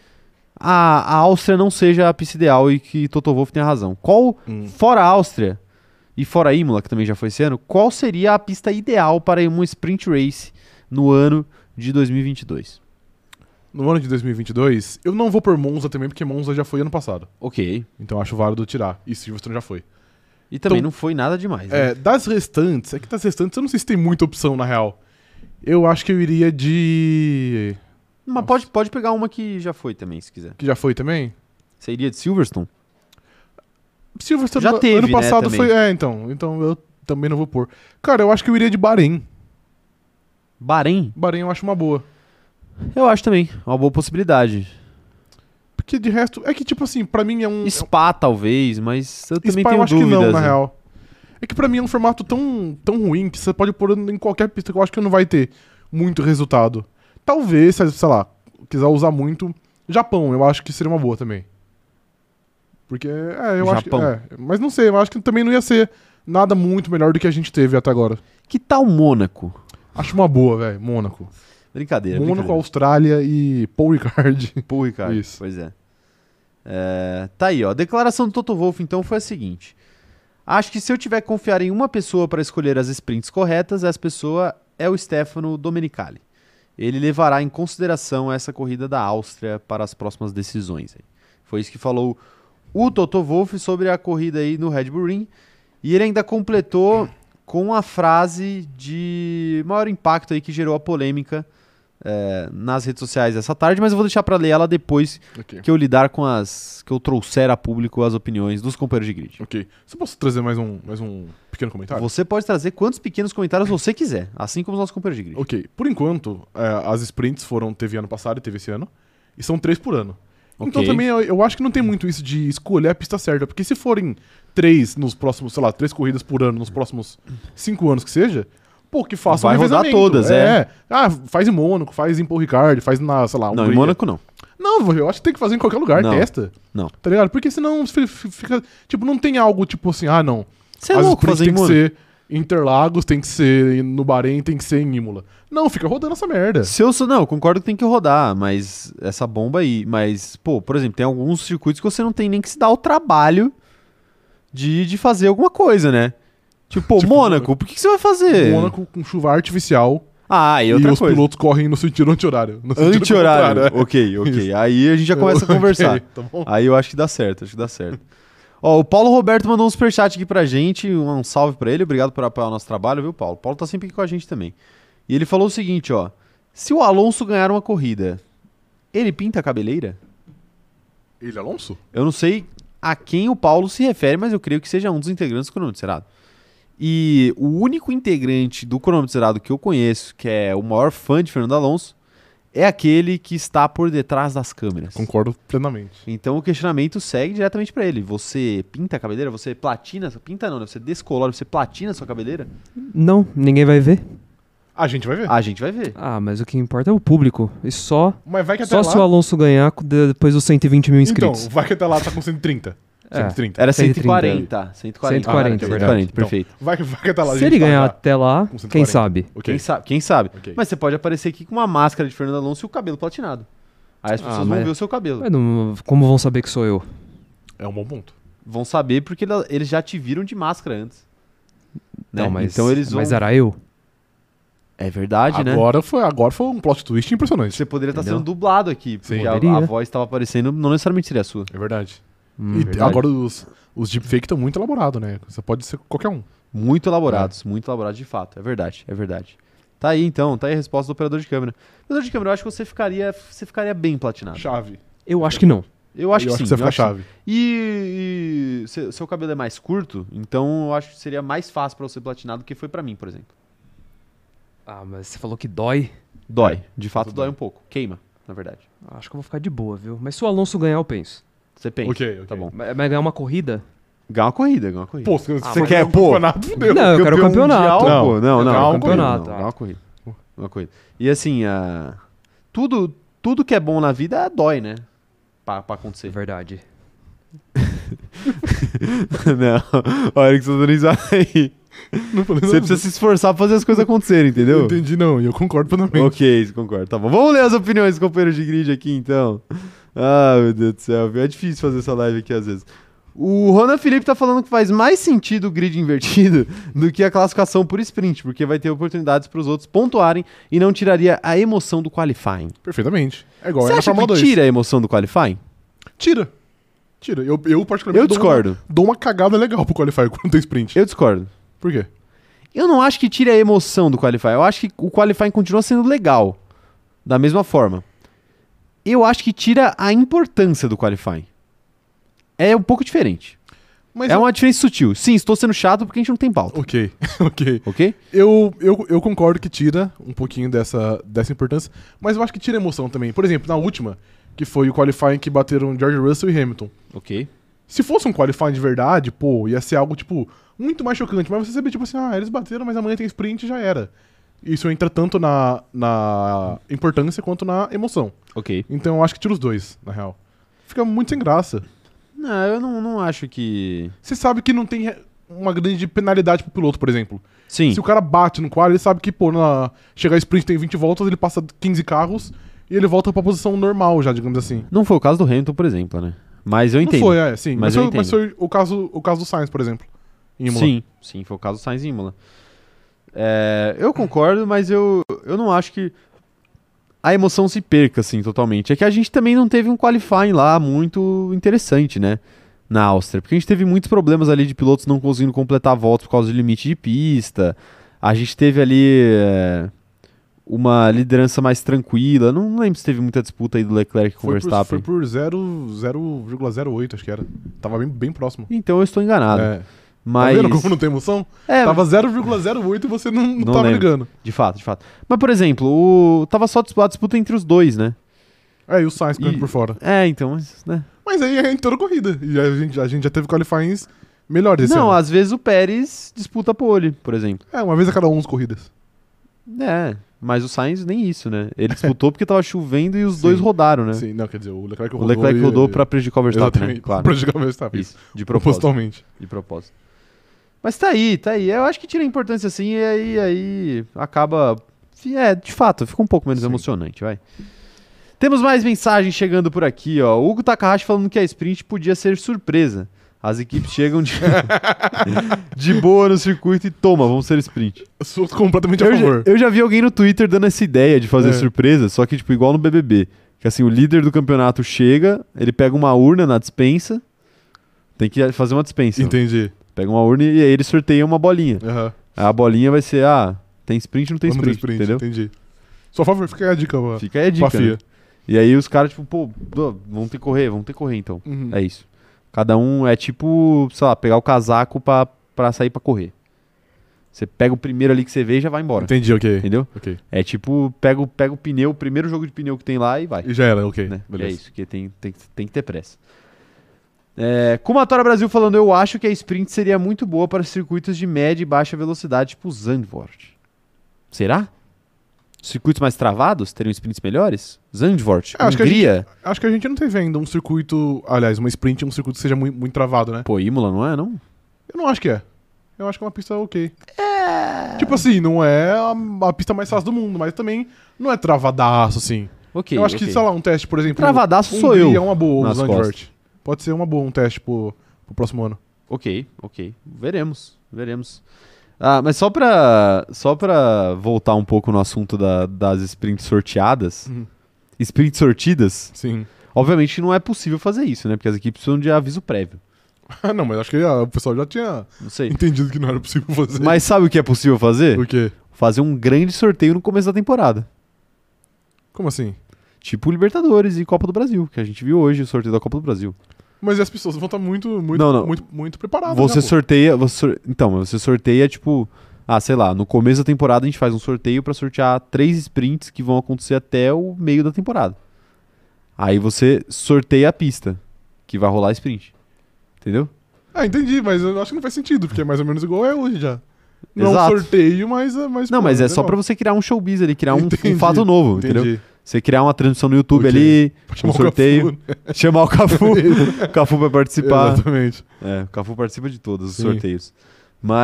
Speaker 1: a, a Áustria não seja a pista ideal e que Toto Wolff tenha razão. Qual,
Speaker 2: Hum.
Speaker 1: fora a Áustria e fora a Imola, que também já foi esse ano, qual seria a pista ideal para uma sprint race no ano de 2022?
Speaker 2: No ano de 2022, eu não vou por Monza também, porque Monza já foi ano passado.
Speaker 1: Ok.
Speaker 2: Então eu acho válido tirar. E Silverstone já foi.
Speaker 1: E também
Speaker 2: Então-
Speaker 1: não foi nada demais, né?
Speaker 2: É, das restantes, é que das restantes eu não sei se tem muita opção, na real. Eu acho que eu iria de.
Speaker 1: Mas pode, pode pegar uma que já foi também, se quiser.
Speaker 2: Que já foi também?
Speaker 1: Seria de Silverstone?
Speaker 2: Silverstone
Speaker 1: Já
Speaker 2: ano-
Speaker 1: teve,
Speaker 2: ano
Speaker 1: né,
Speaker 2: passado
Speaker 1: também.
Speaker 2: foi. É, então. Então eu também não vou pôr. Cara, eu acho que eu iria de Bahrein.
Speaker 1: Bahrein?
Speaker 2: Bahrein eu acho uma boa.
Speaker 1: Eu acho também. Uma boa possibilidade.
Speaker 2: Porque de resto, é que tipo assim, pra mim é um.
Speaker 1: Spa, talvez, mas eu também
Speaker 2: Spa eu
Speaker 1: tenho
Speaker 2: acho
Speaker 1: dúvidas.
Speaker 2: que não, na
Speaker 1: né?
Speaker 2: real. É que pra mim é um formato tão, tão ruim que você pode pôr em qualquer pista que eu acho que não vai ter muito resultado. Talvez, se, sei lá, quiser usar muito. Japão, eu acho que seria uma boa também. Porque, é, eu acho que.
Speaker 1: Japão.
Speaker 2: É, mas não sei, eu acho que também não ia ser nada muito melhor do que a gente teve até agora.
Speaker 1: Que tal Mônaco?
Speaker 2: Acho uma boa, velho. Mônaco.
Speaker 1: É, Brincadeira.
Speaker 2: Mônaco,
Speaker 1: brincadeira.
Speaker 2: Austrália e Paul Ricard.
Speaker 1: Pô, Ricardo.
Speaker 2: Isso.
Speaker 1: Pois é. É, Tá aí, ó. A declaração do Toto Wolff, então, foi a seguinte. Acho que se eu tiver que confiar em uma pessoa para escolher as sprints corretas, essa pessoa é o Stefano Domenicali. Ele levará em consideração essa corrida da Áustria para as próximas decisões. aí. Foi isso que falou o Toto Wolff sobre a corrida aí no Red Bull Ring. E ele ainda completou com a frase de maior impacto aí que gerou a polêmica é, nas redes sociais essa tarde, mas eu vou deixar para ler ela depois
Speaker 2: Ok.
Speaker 1: que eu lidar com as. que eu trouxer a público as opiniões dos companheiros de grid.
Speaker 2: Ok. Você posso trazer mais um, mais um pequeno comentário?
Speaker 1: Você pode trazer quantos pequenos comentários você quiser, assim como os nossos companheiros de grid.
Speaker 2: Ok, por enquanto, é, as sprints foram, teve ano passado e teve esse ano, e são três por ano. Então
Speaker 1: Ok.
Speaker 2: também eu, eu acho que não tem muito isso de escolher a pista certa, porque se forem três nos próximos, sei lá, três corridas por ano nos próximos cinco anos que seja, pô, que faça um
Speaker 1: Vai rodar
Speaker 2: revezamento.
Speaker 1: todas, é.
Speaker 2: Ah, faz em Mônaco, faz em Paul Ricard, faz na, sei lá,
Speaker 1: não, em
Speaker 2: Hungria.
Speaker 1: Mônaco não.
Speaker 2: Não, eu acho que tem que fazer em qualquer lugar,
Speaker 1: Não.
Speaker 2: testa.
Speaker 1: Não.
Speaker 2: Tá ligado? Porque senão fi- fi- fica, tipo, não tem algo tipo assim, ah, não,
Speaker 1: Você é
Speaker 2: as
Speaker 1: louco
Speaker 2: sprints
Speaker 1: fazer em
Speaker 2: tem que
Speaker 1: Mônaco.
Speaker 2: ser em Interlagos, tem que ser no Bahrein, tem que ser em Imola. Não, fica rodando essa merda.
Speaker 1: Se eu sou. Não, eu concordo que tem que rodar, mas essa bomba aí. Mas, pô, por exemplo, tem alguns circuitos que você não tem nem que se dar o trabalho de, de fazer alguma coisa, né? Tipo, pô,
Speaker 2: Tipo,
Speaker 1: Mônaco, por que, que você vai fazer?
Speaker 2: Mônaco com chuva artificial
Speaker 1: Ah,
Speaker 2: e,
Speaker 1: e outra
Speaker 2: os
Speaker 1: coisa.
Speaker 2: pilotos correm no sentido anti-horário. no sentido
Speaker 1: Anti-horário.
Speaker 2: contrário, é.
Speaker 1: Ok, ok. Aí a gente já começa a
Speaker 2: Ok,
Speaker 1: conversar.
Speaker 2: tá bom?
Speaker 1: Aí eu acho que dá certo, acho que dá certo. Ó, o Paulo Roberto mandou um superchat aqui pra gente, um um salve pra ele, obrigado por apoiar o nosso trabalho, viu, Paulo? O Paulo tá sempre aqui com a gente também. E ele falou o seguinte, ó. Se o Alonso ganhar uma corrida, ele pinta a cabeleira?
Speaker 2: Ele, Alonso?
Speaker 1: Eu não sei a quem o Paulo se refere, mas eu creio que seja um dos integrantes do cronômetro zerado. E o único integrante do cronômetro zerado que eu conheço, que é o maior fã de Fernando Alonso, é aquele que está por detrás das câmeras.
Speaker 2: Concordo plenamente.
Speaker 1: Então o questionamento segue diretamente pra ele. Você pinta a cabeleira? Você platina? Pinta não, né? Você descolora, você platina a sua cabeleira?
Speaker 3: Não, ninguém vai ver.
Speaker 2: A gente vai ver.
Speaker 1: A gente vai ver.
Speaker 3: Ah, mas o que importa é o público. E só,
Speaker 2: Mas vai que até
Speaker 3: só
Speaker 2: lá...
Speaker 3: se o Alonso ganhar co- de- depois dos 120 mil
Speaker 2: Então,
Speaker 3: inscritos.
Speaker 2: vai que até lá tá com 130.
Speaker 3: É.
Speaker 2: 130.
Speaker 1: Era 140.
Speaker 3: 130.
Speaker 1: 140. 140,
Speaker 3: 140,
Speaker 2: é verdade.
Speaker 1: perfeito.
Speaker 2: Vai, que- vai que até lá a
Speaker 3: se
Speaker 2: gente
Speaker 3: ele
Speaker 2: tá
Speaker 3: ganhar
Speaker 2: já.
Speaker 3: até lá,
Speaker 2: com 140.
Speaker 3: quem sabe?
Speaker 2: Ok.
Speaker 1: Quem sabe? Quem sabe?
Speaker 2: Ok.
Speaker 1: Mas você pode aparecer aqui com uma máscara de Fernando Alonso e o cabelo platinado. Aí as
Speaker 3: Ah,
Speaker 1: pessoas vão
Speaker 3: mas-
Speaker 1: ver o seu cabelo.
Speaker 3: Mas não- como vão saber que sou eu?
Speaker 2: É um bom ponto.
Speaker 1: Vão saber porque ele- eles já te viram de máscara antes. Né?
Speaker 3: Não, mas,
Speaker 1: então eles vão.
Speaker 3: mas era eu.
Speaker 1: É verdade, né?
Speaker 2: Agora foi, agora foi um plot twist impressionante.
Speaker 1: Você poderia estar
Speaker 3: Entendeu?
Speaker 1: sendo dublado aqui, porque
Speaker 2: Sim.
Speaker 1: a, a
Speaker 3: Poderia.
Speaker 1: voz estava aparecendo, não necessariamente seria a sua.
Speaker 2: É verdade.
Speaker 3: Hum,
Speaker 2: e
Speaker 3: verdade.
Speaker 2: agora os, os deepfakes estão muito elaborados, né? Você pode ser qualquer um.
Speaker 1: Muito elaborados, muito elaborados de fato. É verdade, é verdade. Tá aí então, tá aí a resposta do operador de câmera. Operador de câmera, eu acho que você ficaria, você ficaria bem platinado.
Speaker 2: Chave.
Speaker 3: Eu acho que não.
Speaker 1: Eu acho
Speaker 2: eu
Speaker 1: que
Speaker 2: acho
Speaker 1: sim.
Speaker 2: que você
Speaker 1: eu
Speaker 2: fica
Speaker 1: acho que sim.
Speaker 2: chave.
Speaker 1: E, e seu, seu cabelo é mais curto, então eu acho que seria mais fácil pra você platinar do que foi pra mim, por exemplo.
Speaker 3: Ah, mas você falou que dói.
Speaker 1: Dói, de fato
Speaker 2: É, tudo
Speaker 1: dói
Speaker 2: bem.
Speaker 1: um pouco. Queima, na verdade.
Speaker 3: Acho que eu vou ficar de boa, viu? Mas se o Alonso ganhar, eu penso.
Speaker 1: Você pensa.
Speaker 2: Ok, ok.
Speaker 1: Tá bom.
Speaker 3: Mas mas ganhar uma corrida?
Speaker 1: Ganha uma corrida, ganha uma corrida.
Speaker 2: Pô, você,
Speaker 3: Ah,
Speaker 2: você
Speaker 3: mas
Speaker 2: quer,
Speaker 1: o
Speaker 2: pô?
Speaker 1: é um campeonato
Speaker 2: fudeu.
Speaker 3: não, eu quero o campeonato.
Speaker 1: Mundial,
Speaker 2: Não,
Speaker 1: pô. Não, não,
Speaker 2: ganhar
Speaker 1: é
Speaker 2: uma
Speaker 1: um campeonato.
Speaker 3: corrida.
Speaker 1: Não, é uma corrida. Uma corrida. E assim, a... tudo, tudo que é bom na vida dói, né? Pra, pra
Speaker 3: É
Speaker 1: acontecer.
Speaker 3: verdade.
Speaker 1: não, olha que você tá dando risada aí.
Speaker 2: Não falei
Speaker 1: Você precisa se esforçar pra fazer as coisas acontecerem, entendeu?
Speaker 2: Entendi, não. E eu concordo plenamente.
Speaker 1: Ok, isso concordo. Tá bom. Vamos ler as opiniões dos companheiros de grid aqui, então. Ah, meu Deus do céu. viu? É difícil fazer essa live aqui às vezes. O Ronan Felipe tá falando que faz mais sentido o grid invertido do que a classificação por sprint, porque vai ter oportunidades pros outros pontuarem e não tiraria a emoção do qualifying.
Speaker 2: Perfeitamente. É igual
Speaker 1: Você
Speaker 2: é na
Speaker 1: acha
Speaker 2: Fórmula
Speaker 1: que
Speaker 2: 2.
Speaker 1: tira a emoção do qualifying?
Speaker 2: Tira. Tira. Eu, eu particularmente,
Speaker 1: Eu
Speaker 2: dou
Speaker 1: discordo.
Speaker 2: uma- dou uma cagada legal pro Qualify quando tem sprint.
Speaker 1: Eu discordo.
Speaker 2: Por quê?
Speaker 1: Eu não acho que tire a emoção do qualify. Eu acho que o qualifying continua sendo legal. Da mesma forma. Eu acho que tira a importância do qualifying. É um pouco diferente.
Speaker 2: Mas
Speaker 1: é
Speaker 2: eu-
Speaker 1: uma diferença sutil. Sim, estou sendo chato porque a gente não tem pauta.
Speaker 2: Ok, ok.
Speaker 1: Ok?
Speaker 2: Eu, eu, eu concordo que tira um pouquinho dessa, dessa importância, mas eu acho que tira emoção também. Por exemplo, na última, que foi o qualifying que bateram George Russell e Hamilton.
Speaker 1: Ok.
Speaker 2: Se fosse um qualifying de verdade, pô, ia ser algo, tipo, muito mais chocante. Mas você saber, tipo assim, ah, eles bateram, mas amanhã tem sprint e já era. Isso entra tanto na, na importância quanto na emoção.
Speaker 1: Ok.
Speaker 2: Então eu acho que tira os dois, na real. Fica muito sem graça.
Speaker 1: Não, eu não, não acho que.
Speaker 2: Você sabe que não tem re- uma grande penalidade pro piloto, por exemplo.
Speaker 1: Sim.
Speaker 2: Se o cara bate no quali, ele sabe que, pô, na... chegar a sprint tem 20 voltas, ele passa 15 carros e ele volta pra posição normal já, digamos assim.
Speaker 1: Não foi o caso do Hamilton, por exemplo, né? Mas eu
Speaker 2: Não
Speaker 1: entendo.
Speaker 2: foi, é, sim.
Speaker 1: Mas
Speaker 2: Mas,
Speaker 1: eu
Speaker 2: foi, mas foi o caso, o caso do Sainz, por exemplo. em Imola.
Speaker 1: Sim, sim, foi o caso do Sainz e Imola. É, eu concordo, mas eu, eu não acho que a emoção se perca, assim, totalmente. É que a gente também não teve um qualifying lá muito interessante, né? Na Áustria, porque a gente teve muitos problemas ali de pilotos não conseguindo completar votos por causa do limite de pista. A gente teve ali é, uma liderança mais tranquila. Não lembro se teve muita disputa aí do Leclerc com o
Speaker 2: Foi por,
Speaker 1: Verstappen.
Speaker 2: foi por 0 0,08, acho que era. Tava bem, bem próximo.
Speaker 1: Então eu estou enganado.
Speaker 2: É.
Speaker 1: Mas.
Speaker 2: Tá vendo como não tem emoção?
Speaker 1: É,
Speaker 2: Tava 0,08 e você não, não,
Speaker 1: Não
Speaker 2: tava
Speaker 1: lembro.
Speaker 2: ligando.
Speaker 1: De fato, de fato. Mas, por exemplo, o... tava só dis- a disputa entre os dois, né?
Speaker 2: É, e o Sainz ficando
Speaker 1: E-
Speaker 2: por fora.
Speaker 1: É, então, mas, né?
Speaker 2: Mas aí é em toda corrida. E a gente, a gente já teve qualificações melhores esse é um-
Speaker 1: Não,
Speaker 2: ano.
Speaker 1: às vezes o Pérez disputa pole, por exemplo.
Speaker 2: É, uma vez a cada 11 corridas.
Speaker 1: É, mas o Sainz nem isso, né? Ele disputou porque tava chovendo e os
Speaker 2: Sim,
Speaker 1: dois rodaram, né?
Speaker 2: Sim, não, quer dizer, o Leclerc
Speaker 1: O
Speaker 2: rodou.
Speaker 1: Leclerc
Speaker 2: e-
Speaker 1: rodou pra prejudicar o Verstappen,
Speaker 2: Exatamente,
Speaker 1: né? Claro.
Speaker 2: prejudicar o Verstappen.
Speaker 1: Isso, de propósito.
Speaker 2: Propositalmente.
Speaker 1: De propósito. Mas tá aí, tá aí. Eu acho que tira a importância assim e aí, aí acaba. fi- É, de fato, fica um pouco menos
Speaker 2: Sim.
Speaker 1: emocionante, vai. Temos mais mensagens chegando por aqui, ó. Hugo Takahashi falando que a sprint podia ser surpresa. As equipes chegam de, de boa no circuito e toma, vamos ser sprint.
Speaker 2: Eu Sou completamente a
Speaker 1: Eu já,
Speaker 2: favor.
Speaker 1: eu já vi alguém no Twitter dando essa ideia de fazer
Speaker 2: É.
Speaker 1: surpresa, só que, tipo, igual no BBB. Que assim, o líder do campeonato chega, ele pega uma urna na dispensa. Tem que fazer uma dispensa.
Speaker 2: Entendi.
Speaker 1: Pega uma urna e aí ele sorteia uma bolinha.
Speaker 2: Aham.
Speaker 1: Aí A bolinha vai ser, ah, tem sprint ou não tem
Speaker 2: Vamos ter
Speaker 1: sprint, entendeu?
Speaker 2: Entendi. Só a favor, fica aí a dica, mano.
Speaker 1: Fica aí a dica, né? E aí os caras, tipo, pô, dô, vão ter que correr, vão ter que correr então.
Speaker 2: Uhum.
Speaker 1: É isso. Cada um é tipo, sei lá, pegar o casaco pra, pra sair pra correr. Você pega o primeiro ali que você vê e já vai embora,
Speaker 2: Entendi, ok.
Speaker 1: entendeu?
Speaker 2: Ok.
Speaker 1: É tipo, pega, o- pega o pneu, o primeiro jogo de pneu que tem lá e vai.
Speaker 2: E já era, ok.
Speaker 1: né? E É
Speaker 2: Beleza.
Speaker 1: isso, que tem, tem, que- tem que ter pressa. É, Kumatora Brasil falando, eu acho que a sprint seria muito boa para circuitos de média e baixa velocidade, tipo Zandvoort. Será? Circuitos mais travados teriam sprints melhores? Zandvoort,
Speaker 2: É, acho que a
Speaker 1: Hungria?
Speaker 2: Acho que a gente não teve ainda um circuito. Aliás, uma sprint, um circuito que seja muito, muito travado, né?
Speaker 1: Pô, Imola não é, não?
Speaker 2: Eu não acho que é. Eu acho que é uma pista ok. É. Tipo assim, não é a, a pista mais fácil do mundo, mas também não é travadaço, assim.
Speaker 1: Ok,
Speaker 2: eu acho
Speaker 1: ok.
Speaker 2: que, sei lá, um teste, por exemplo.
Speaker 1: Travadaço sou
Speaker 2: Hungria
Speaker 1: eu.
Speaker 2: é uma boa, o
Speaker 1: nas
Speaker 2: Zandvoort. Pode ser uma boa um teste pro, pro próximo ano.
Speaker 1: Ok, ok. Veremos, veremos. Ah, mas só pra, só pra voltar um pouco no assunto da- das sprints sorteadas,
Speaker 2: Uhum.
Speaker 1: sprints sortidas,
Speaker 2: Sim.
Speaker 1: Obviamente não é possível fazer isso, né? Porque as equipes precisam de aviso prévio.
Speaker 2: Ah, não, mas acho que ah, o pessoal já tinha
Speaker 1: Não sei.
Speaker 2: entendido que não era possível fazer.
Speaker 1: Mas sabe o que é possível fazer?
Speaker 2: O quê?
Speaker 1: Fazer um grande sorteio no começo da temporada.
Speaker 2: Como assim?
Speaker 1: Tipo Libertadores e Copa do Brasil, que a gente viu hoje o sorteio da Copa do Brasil.
Speaker 2: Mas as pessoas vão estar muito, muito,
Speaker 1: Não, não.
Speaker 2: muito, muito preparadas.
Speaker 1: Você
Speaker 2: né, pô?
Speaker 1: sorteia. Você sor- Então, mas você sorteia, tipo. Ah, sei lá, no começo da temporada a gente faz um sorteio pra sortear três sprints que vão acontecer até o meio da temporada. Aí você sorteia a pista, que vai rolar sprint. Entendeu?
Speaker 2: Ah, entendi, mas eu acho que não faz sentido, porque é mais ou menos igual é hoje já. Não é um
Speaker 1: Exato.
Speaker 2: sorteio, mas. é- mas
Speaker 1: Não,
Speaker 2: pô,
Speaker 1: mas é só
Speaker 2: legal.
Speaker 1: pra você criar um showbiz ali, criar um, um
Speaker 2: Entendi,
Speaker 1: fato novo, entendeu?
Speaker 2: Entendi.
Speaker 1: Você criar uma transmissão no YouTube
Speaker 2: Ok.
Speaker 1: ali,
Speaker 2: Pra
Speaker 1: um
Speaker 2: chamar o Cafu,
Speaker 1: sorteio,
Speaker 2: né?
Speaker 1: chamar o Cafu, o Cafu vai participar.
Speaker 2: Exatamente.
Speaker 1: É, o Cafu participa de todos os
Speaker 2: Sim.
Speaker 1: sorteios.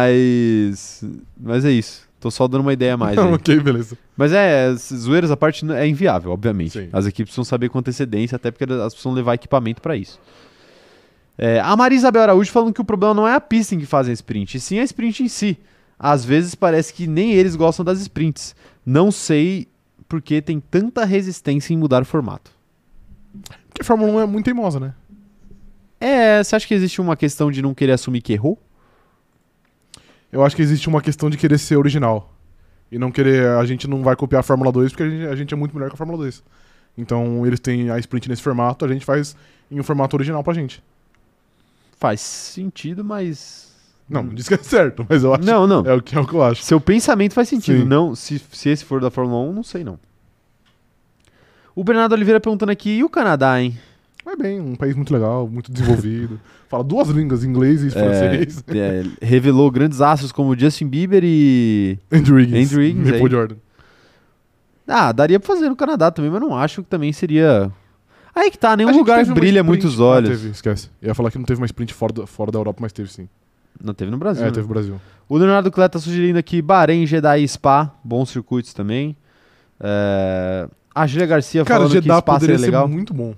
Speaker 1: Mas. Mas é isso. Tô só dando uma ideia a mais.
Speaker 2: Não,
Speaker 1: aí.
Speaker 2: ok, beleza.
Speaker 1: Mas é, as zoeiras, a parte é inviável, obviamente.
Speaker 2: Sim.
Speaker 1: As equipes precisam saber com antecedência, até porque elas precisam levar equipamento pra isso. É, a Maria Isabel Araújo falando que o problema não é a pista em que fazem a sprint, e sim a sprint em si. Às vezes parece que nem eles gostam das sprints. Não sei por que tem tanta resistência em mudar o formato.
Speaker 2: Porque a Fórmula 1 é muito teimosa, né?
Speaker 1: É, você acha que existe uma questão de não querer assumir que errou?
Speaker 2: Eu acho que existe uma questão de querer ser original. E não querer. A gente não vai copiar a Fórmula 2 porque a gente, a gente é muito melhor que a Fórmula 2. Então eles têm a sprint nesse formato, a gente faz em um formato original pra gente.
Speaker 1: Faz sentido, mas.
Speaker 2: Não, não diz que é certo, mas eu acho
Speaker 1: Uhum. Não, não.
Speaker 2: é o que é o que eu acho.
Speaker 1: Seu pensamento faz sentido.
Speaker 2: Sim.
Speaker 1: Não, se, se esse for da Fórmula 1, não sei não. O Bernardo Oliveira perguntando aqui, e o Canadá, hein?
Speaker 2: Mas bem, um país muito legal, muito desenvolvido. Fala duas línguas, inglês e francês.
Speaker 1: É, revelou grandes astros como Justin Bieber e.
Speaker 2: Andrew Higgins.
Speaker 1: Andrew Higgins,
Speaker 2: Depois
Speaker 1: aí.
Speaker 2: Jordan.
Speaker 1: Ah, daria pra fazer no Canadá também, mas não acho que também seria. Aí que tá,
Speaker 2: A
Speaker 1: nenhum
Speaker 2: gente
Speaker 1: lugar
Speaker 2: teve uma
Speaker 1: brilha
Speaker 2: sprint-
Speaker 1: muitos
Speaker 2: Ah,
Speaker 1: olhos.
Speaker 2: teve, esquece. Eu ia falar que não teve uma sprint fora da, fora da Europa, mas teve sim.
Speaker 1: Não teve no Brasil.
Speaker 2: é,
Speaker 1: né?
Speaker 2: teve o Brasil.
Speaker 1: O Leonardo Clé tá sugerindo aqui Bahrein, Jeddah e Spa, bons circuitos também. É, A Júlia Garcia
Speaker 2: Cara,
Speaker 1: falando que
Speaker 2: Jeddah
Speaker 1: Spa seria
Speaker 2: poderia
Speaker 1: legal.
Speaker 2: ser muito bom.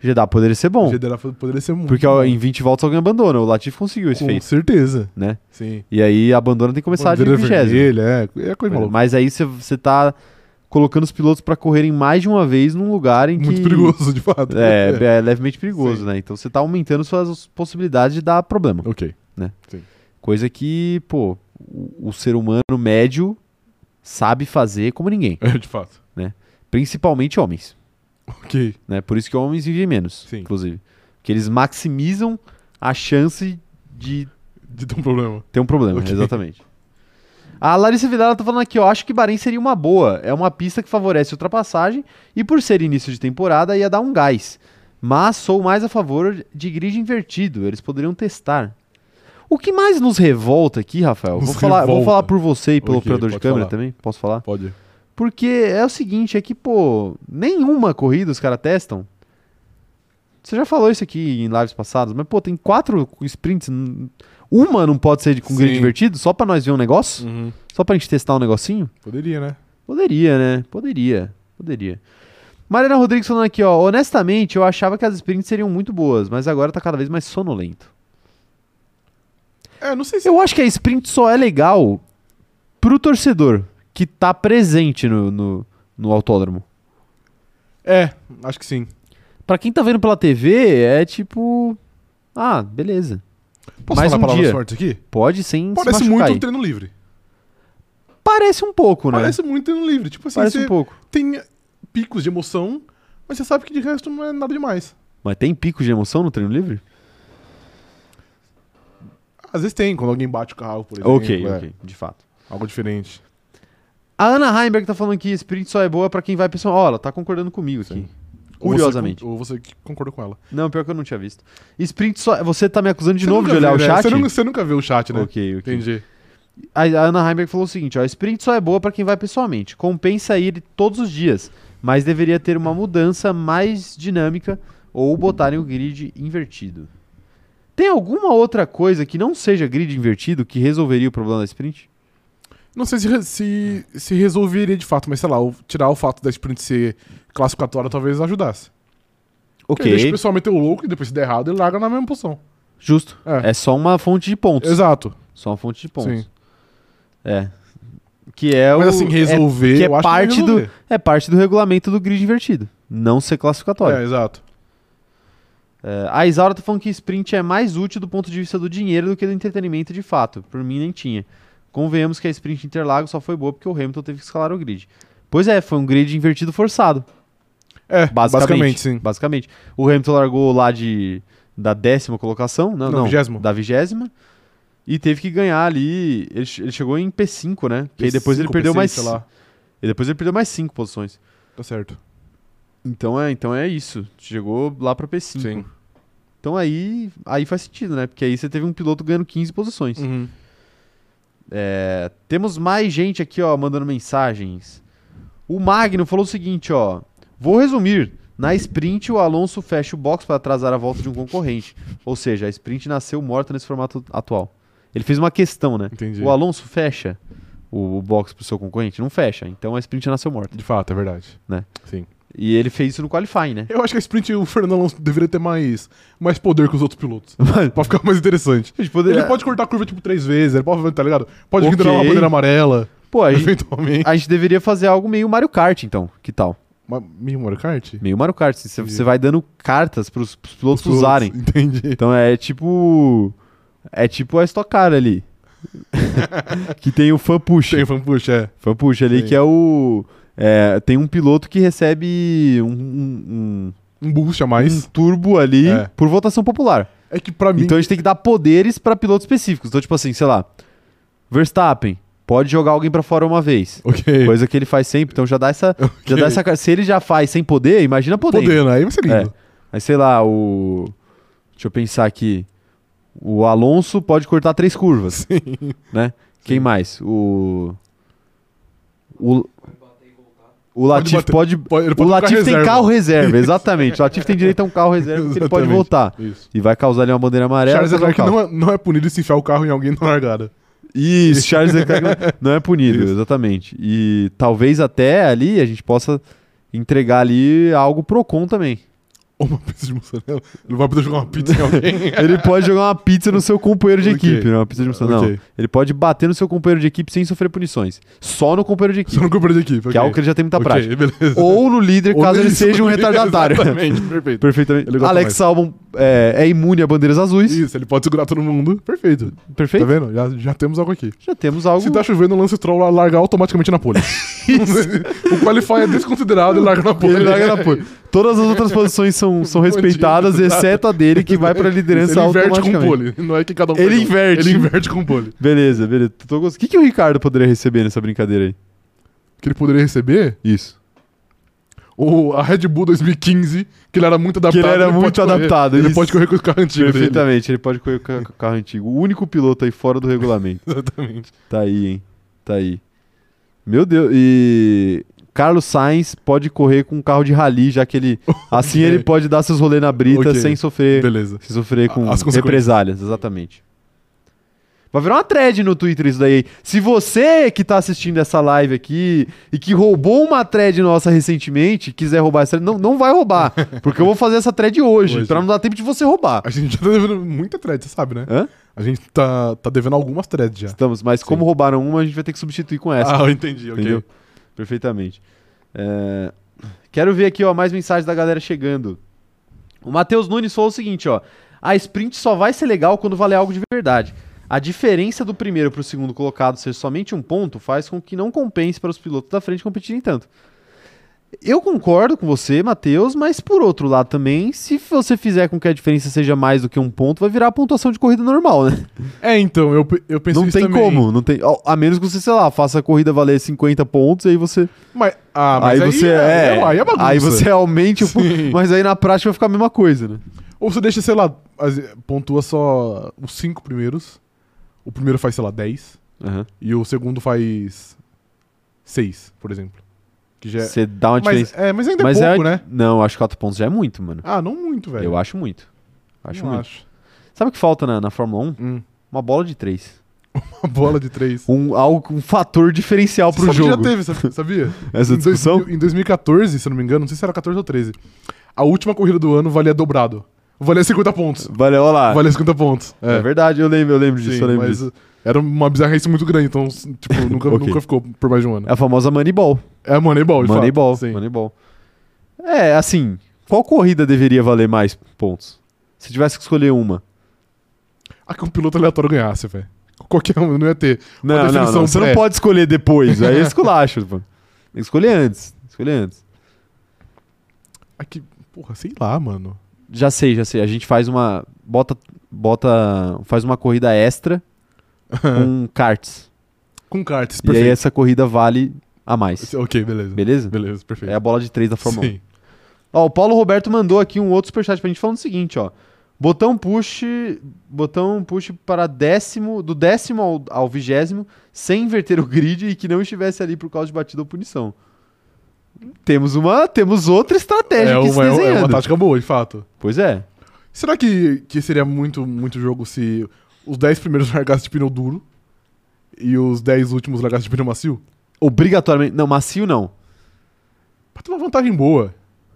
Speaker 1: Jeddah poderia ser bom,
Speaker 2: Jeddah poderia ser muito
Speaker 1: porque é
Speaker 2: bom.
Speaker 1: ó, em 20 voltas alguém abandona. O Latif conseguiu esse
Speaker 2: Com
Speaker 1: feito,
Speaker 2: certeza.
Speaker 1: né?
Speaker 2: Sim.
Speaker 1: E aí abandona tem que começar de
Speaker 2: Bandeira
Speaker 1: 20.
Speaker 2: vermelha, é, é coisa maluca.
Speaker 1: Mas aí você- você tá colocando os pilotos pra correrem mais de uma vez num lugar em que.
Speaker 2: Muito perigoso, de fato.
Speaker 1: É, é levemente perigoso,
Speaker 2: Sim.
Speaker 1: né? Então você tá aumentando suas possibilidades de dar problema.
Speaker 2: Ok.
Speaker 1: Coisa que, pô, o, o ser humano médio sabe fazer como ninguém.
Speaker 2: É, de fato.
Speaker 1: Principalmente homens.
Speaker 2: Ok.
Speaker 1: Né? Por isso que homens vivem menos,
Speaker 2: Sim.
Speaker 1: inclusive. Porque eles maximizam a chance de
Speaker 2: De ter um problema.
Speaker 1: Tem um problema,
Speaker 2: Ok.
Speaker 1: exatamente. A Larissa Vidal tá falando aqui, ó, acho que Bahrein seria uma boa. É uma pista que favorece ultrapassagem e por ser início de temporada ia dar um gás. Mas sou mais a favor de grid invertido, eles poderiam testar. O que mais nos revolta aqui, Rafael?
Speaker 2: Nos
Speaker 1: Vou falar, vou
Speaker 2: revolta.
Speaker 1: falar por você e pelo
Speaker 2: Ok,
Speaker 1: operador de
Speaker 2: pode
Speaker 1: câmera
Speaker 2: falar.
Speaker 1: também, posso falar?
Speaker 2: Pode.
Speaker 1: Porque é o seguinte, é que, pô, nenhuma corrida os caras testam. Você já falou isso aqui em lives passadas, mas, pô, tem quatro sprints. n- Uma não pode ser de- com grid
Speaker 2: Sim.
Speaker 1: divertido, só pra nós ver um negócio? Só pra gente testar um negocinho?
Speaker 2: Poderia, né?
Speaker 1: Poderia, né? Poderia, poderia. Mariana Rodrigues falando aqui, ó. Honestamente, eu achava que as sprints seriam muito boas, mas agora tá cada vez mais sonolento.
Speaker 2: É, não sei se...
Speaker 1: Eu acho que a sprint só é legal pro torcedor que tá presente no, no, no autódromo.
Speaker 2: É, acho que sim.
Speaker 1: Pra quem tá vendo pela TV, é tipo. Ah, beleza.
Speaker 2: Posso
Speaker 1: Mais
Speaker 2: falar
Speaker 1: um
Speaker 2: palavras
Speaker 1: dia.
Speaker 2: fortes aqui?
Speaker 1: Pode sem se
Speaker 2: Parece
Speaker 1: machucar
Speaker 2: muito
Speaker 1: aí.
Speaker 2: um treino livre.
Speaker 1: Parece um pouco, Tipo, né?
Speaker 2: Parece muito treino livre. Tipo assim,
Speaker 1: Parece
Speaker 2: você
Speaker 1: um pouco.
Speaker 2: tem picos de emoção, mas você sabe que de resto não é nada demais.
Speaker 1: Mas tem pico de emoção no treino livre?
Speaker 2: Às vezes tem, quando alguém bate o carro, por exemplo.
Speaker 1: ok,
Speaker 2: é,
Speaker 1: ok, de fato.
Speaker 2: Algo diferente.
Speaker 1: A Ana Heimberg tá falando que sprint só é boa pra quem vai pessoal. Ó, ela tá concordando comigo aqui.
Speaker 2: Sim. Ou você
Speaker 1: Curiosamente.
Speaker 2: con- Ou você, que concordou com ela.
Speaker 1: Não, pior que eu não tinha visto. Sprint só. Você tá me acusando de
Speaker 2: Você
Speaker 1: novo de
Speaker 2: nunca
Speaker 1: olhar
Speaker 2: vê,
Speaker 1: o
Speaker 2: né?
Speaker 1: chat?
Speaker 2: Você nunca, você nunca vê o chat, né?
Speaker 1: Ok, ok.
Speaker 2: Entendi.
Speaker 1: A, a Ana Heimberg falou o seguinte: ó, sprint só é boa pra quem vai pessoalmente. Compensa ir todos os dias, mas deveria ter uma mudança mais dinâmica ou botarem o grid invertido. Tem alguma outra coisa que não seja grid invertido que resolveria o problema da sprint?
Speaker 2: Não sei se, re- se, se resolveria de fato, mas sei lá, o- tirar o fato da sprint ser classificatória talvez ajudasse. Porque Deixa o
Speaker 1: Ok,
Speaker 2: pessoal meter o louco e depois se der errado ele larga na mesma posição.
Speaker 1: justo.
Speaker 2: É.
Speaker 1: É só uma fonte de pontos.
Speaker 2: Exato.
Speaker 1: Só uma fonte de pontos.
Speaker 2: Sim.
Speaker 1: É. Que é o.
Speaker 2: mas assim,
Speaker 1: é,
Speaker 2: resolver,
Speaker 1: que é
Speaker 2: eu acho
Speaker 1: parte
Speaker 2: que
Speaker 1: do- é parte do regulamento do grid invertido. Não ser classificatório.
Speaker 2: É, exato.
Speaker 1: É, a Isaura tá falando que sprint é mais útil do ponto de vista do dinheiro do que do entretenimento de fato. Por mim, nem tinha. Convenhamos que a sprint Interlagos só foi boa porque o Hamilton teve que escalar o grid. Pois é, foi um grid invertido forçado.
Speaker 2: É,
Speaker 1: Basicamente,
Speaker 2: basicamente, sim.
Speaker 1: Basicamente. O Hamilton largou lá de da décima colocação, né? não,
Speaker 2: Não,
Speaker 1: não,
Speaker 2: vigésimo.
Speaker 1: da vigésima, e teve que ganhar ali. Ele, che- ele chegou em P5, né? Que aí depois ele
Speaker 2: Cinco,
Speaker 1: perdeu
Speaker 2: P6,
Speaker 1: mais,
Speaker 2: sei lá.
Speaker 1: e depois ele perdeu mais cinco posições.
Speaker 2: Tá certo.
Speaker 1: Então é, então é isso. Chegou lá pra P5.
Speaker 2: Sim.
Speaker 1: Então aí, aí faz sentido, né? Porque aí você teve um piloto ganhando 15 posições.
Speaker 2: Uhum.
Speaker 1: É, temos mais gente aqui, ó, mandando mensagens. O Magno falou o seguinte, ó. Vou resumir. Na sprint, o Alonso fecha o box para atrasar a volta de um concorrente. Ou seja, a sprint nasceu morta nesse formato atual. Ele fez uma questão, né?
Speaker 2: Entendi.
Speaker 1: O Alonso fecha o, o box pro seu concorrente? Não fecha. Então a sprint nasceu morta.
Speaker 2: De fato, é verdade.
Speaker 1: Né?
Speaker 2: Sim.
Speaker 1: E ele fez isso no qualifying, né?
Speaker 2: Eu acho que a sprint o Fernando Alonso deveria ter mais, mais poder que os outros pilotos. pra ficar mais interessante.
Speaker 1: A gente poderia-
Speaker 2: Ele pode cortar a curva, tipo, três vezes, ele pode, tá ligado? Pode
Speaker 1: Ok.
Speaker 2: ignorar uma bandeira amarela,
Speaker 1: Pô, a gente,
Speaker 2: eventualmente.
Speaker 1: a gente deveria fazer algo meio Mario Kart, então. Que tal?
Speaker 2: Mas, meio Mario Kart?
Speaker 1: Meio Mario Kart. Você
Speaker 2: Entendi.
Speaker 1: você vai dando cartas pros, pros pilotos
Speaker 2: Os
Speaker 1: usarem.
Speaker 2: outros, Entendi.
Speaker 1: Então é tipo. É tipo a Stock Car ali. que tem o fan push.
Speaker 2: Tem fan push, é.
Speaker 1: Fan push ali,
Speaker 2: Sim.
Speaker 1: que é o. é, tem um piloto que recebe um, um-
Speaker 2: Um boost
Speaker 1: um-
Speaker 2: a
Speaker 1: um
Speaker 2: mais.
Speaker 1: turbo ali
Speaker 2: É.
Speaker 1: por votação popular.
Speaker 2: É que pra mim.
Speaker 1: Então a gente tem que dar poderes pra pilotos específicos. Então, tipo assim, sei lá, Verstappen pode jogar alguém pra fora uma vez.
Speaker 2: ok.
Speaker 1: Coisa que ele faz sempre, então já dá essa. Já dá essa. ca- Se ele já faz sem poder, imagina poder.
Speaker 2: Podendo, aí vai ser lindo.
Speaker 1: Mas sei lá, o. Deixa eu pensar aqui. O Alonso pode cortar três curvas. Né? Quem mais? O. O. O
Speaker 2: Pode
Speaker 1: Latif
Speaker 2: bater-
Speaker 1: pode.
Speaker 2: Pode- ele
Speaker 1: O
Speaker 2: pode colocar
Speaker 1: Latif tem
Speaker 2: reserva.
Speaker 1: carro reserva, exatamente. O Latif tem direito a um carro reserva que ele pode
Speaker 2: Exatamente.
Speaker 1: voltar.
Speaker 2: Isso.
Speaker 1: E vai causar ali uma bandeira amarela.
Speaker 2: Charles
Speaker 1: vai
Speaker 2: Leclerc
Speaker 1: colocar o
Speaker 2: não é, não é punido se enfiar o carro em alguém na largada.
Speaker 1: isso, Charles Leclerc não- não é punido,
Speaker 2: Isso.
Speaker 1: exatamente. E talvez até ali a gente possa entregar ali algo pro Ocon também.
Speaker 2: Ou uma pizza de mussarela. Ele vai poder jogar uma pizza em alguém.
Speaker 1: Ele pode jogar uma pizza no seu companheiro de
Speaker 2: Ok.
Speaker 1: equipe, né? Uma pizza de mussarela.
Speaker 2: Ok.
Speaker 1: Não, ele pode bater no seu companheiro de equipe sem sofrer punições. Só no companheiro de
Speaker 2: Só
Speaker 1: equipe,
Speaker 2: não compra de equipe.
Speaker 1: que é algo que ele já tem muita prática.
Speaker 2: beleza.
Speaker 1: Ou no líder,
Speaker 2: Ou
Speaker 1: caso ele
Speaker 2: nisso,
Speaker 1: seja um retardatário.
Speaker 2: Exatamente, perfeito.
Speaker 1: Perfeitamente.
Speaker 2: Ele gosta
Speaker 1: Alex
Speaker 2: mais.
Speaker 1: Albon é, é imune a bandeiras azuis.
Speaker 2: Isso, ele pode segurar todo mundo. Perfeito.
Speaker 1: Perfeito?
Speaker 2: Tá vendo? Já, já temos algo aqui.
Speaker 1: Já temos algo.
Speaker 2: Se tá chovendo, o Lance Troll lá larga automaticamente na pole. o Qualify é desconsiderado e larga na pole.
Speaker 1: Ele larga na pole. Todas as outras posições são, são
Speaker 2: Bandido,
Speaker 1: respeitadas,
Speaker 2: exato.
Speaker 1: exceto a dele, que vai pra liderança
Speaker 2: Ele inverte com
Speaker 1: automaticamente.
Speaker 2: pole. Não é que cada um
Speaker 1: Ele
Speaker 2: pega um.
Speaker 1: inverte.
Speaker 2: Ele inverte com pole.
Speaker 1: Beleza, beleza. Tô gost- O que, que o Ricardo poderia receber nessa brincadeira aí?
Speaker 2: Que ele poderia receber
Speaker 1: Isso.
Speaker 2: o, a Red Bull 2015, que ele era muito adaptado.
Speaker 1: Que ele era
Speaker 2: pode
Speaker 1: muito
Speaker 2: correr.
Speaker 1: adaptado,
Speaker 2: Ele
Speaker 1: isso.
Speaker 2: pode correr com os carros antigos dele.
Speaker 1: Perfeitamente, ele pode correr com o ca- carro antigo. O único piloto aí fora do regulamento.
Speaker 2: Exatamente.
Speaker 1: Tá aí, hein? Tá aí. Meu Deus, e. Carlos Sainz pode correr com um carro de rally, já que ele. Assim ele pode dar seus rolês na brita
Speaker 2: Ok.
Speaker 1: sem sofrer.
Speaker 2: Beleza. Ah,
Speaker 1: Se sofrer com
Speaker 2: As consequências.
Speaker 1: represálias, exatamente. Vai virar uma thread no Twitter isso daí. Se você que tá assistindo essa live aqui e que roubou uma thread nossa recentemente, quiser roubar essa thread, não, não vai roubar. Porque eu vou fazer essa thread hoje,
Speaker 2: Hoje.
Speaker 1: pra não dar tempo de você roubar.
Speaker 2: A gente já tá devendo muita thread, você sabe, né?
Speaker 1: Hã?
Speaker 2: A gente tá, tá devendo algumas threads já.
Speaker 1: Estamos, mas como roubaram uma, a gente vai ter que substituir com essa.
Speaker 2: Ah, eu entendi, ok.
Speaker 1: entendeu? Perfeitamente. É, Quero ver aqui, ó, mais mensagens da galera chegando. O Matheus Nunes falou o seguinte, ó. A sprint só vai ser legal quando valer algo de verdade. A diferença do primeiro pro segundo colocado ser somente um ponto faz com que não compense para os pilotos da frente competirem tanto. Eu concordo com você, Matheus, mas por outro lado também, se você fizer com que a diferença seja mais do que um ponto, vai virar a pontuação de corrida normal, né?
Speaker 2: É, então, eu, pe- eu pensei
Speaker 1: não
Speaker 2: isso
Speaker 1: tem
Speaker 2: também.
Speaker 1: como, não tem. A menos que você, sei lá, faça a corrida valer 50 pontos e aí você
Speaker 2: Mas, ah,
Speaker 1: aí,
Speaker 2: mas
Speaker 1: você é,
Speaker 2: aí é bagunça.
Speaker 1: aí você aumente o ponto,
Speaker 2: Sim.
Speaker 1: mas aí na prática vai ficar a mesma coisa, né?
Speaker 2: Ou você deixa, sei lá, as- pontua só os cinco primeiros. O primeiro faz, sei lá, 10. E o segundo faz 6, por exemplo. Que já é...
Speaker 1: Você dá uma
Speaker 2: Mas,
Speaker 1: diferença.
Speaker 2: é, mas ainda
Speaker 1: Mas
Speaker 2: é
Speaker 1: é,
Speaker 2: pouco, né?
Speaker 1: não, acho que 4 pontos já é muito, mano.
Speaker 2: Ah, não muito, velho.
Speaker 1: Eu acho muito. Acho
Speaker 2: Não
Speaker 1: muito. Sabe o que falta na, na Fórmula 1?
Speaker 2: Hum.
Speaker 1: Uma bola de 3.
Speaker 2: Uma bola de três.
Speaker 1: Um, algo, um fator diferencial pro
Speaker 2: Sabe que
Speaker 1: jogo.
Speaker 2: Já teve, sabe- sabia?
Speaker 1: Essa
Speaker 2: Em dois
Speaker 1: discussão?
Speaker 2: mil- Em 2014, se eu não me engano, não sei se era 14 ou 13. A última corrida do ano valia dobrado. Valia 50 pontos.
Speaker 1: Valeu, olha lá.
Speaker 2: Valia 50 pontos.
Speaker 1: Ah. É. verdade, eu lembro, eu lembro disso,
Speaker 2: Sim,
Speaker 1: eu lembro
Speaker 2: mas
Speaker 1: disso.
Speaker 2: era uma bizarrice muito grande, então, tipo, nunca,
Speaker 1: Ok.
Speaker 2: nunca ficou por mais de um ano.
Speaker 1: É a famosa Moneyball.
Speaker 2: É a Moneyball, de fato.
Speaker 1: Moneyball,
Speaker 2: Sim.
Speaker 1: Moneyball. É, assim, qual corrida deveria valer mais pontos? Se tivesse que escolher uma.
Speaker 2: Ah, que um piloto aleatório ganhasse, velho. Qualquer um, não ia ter. Uma
Speaker 1: Não, não,
Speaker 2: definição
Speaker 1: não. Você não
Speaker 2: pré.
Speaker 1: pode escolher depois. Aí é esculacho. pô. Tem que escolher antes. tem que Escolher antes.
Speaker 2: Ah, que, porra, sei lá, mano.
Speaker 1: Já sei, já sei. A gente faz uma. Bota. Bota. Faz uma corrida extra com karts.
Speaker 2: Com cartas,
Speaker 1: E aí
Speaker 2: perfeito.
Speaker 1: essa corrida vale a mais.
Speaker 2: Ok, beleza.
Speaker 1: Beleza?
Speaker 2: Beleza, perfeito.
Speaker 1: É a bola de três da Fórmula 1.
Speaker 2: Sim.
Speaker 1: Ó, o Paulo Roberto mandou aqui um outro superchat pra gente falando o seguinte, ó. Botão push, botão push para décimo, do décimo ao, ao vigésimo, sem inverter o grid e que não estivesse ali por causa de batida ou punição. Temos uma, temos outra estratégia
Speaker 2: é,
Speaker 1: que se
Speaker 2: uma, é uma- é
Speaker 1: desenhando.
Speaker 2: uma tática boa, de fato.
Speaker 1: Pois é.
Speaker 2: Será que, que seria muito, muito jogo se os 10 primeiros largassem de pneu duro e os 10 últimos largassem de pneu macio?
Speaker 1: Obrigatoriamente. Não, macio não.
Speaker 2: Pra ter uma vantagem boa.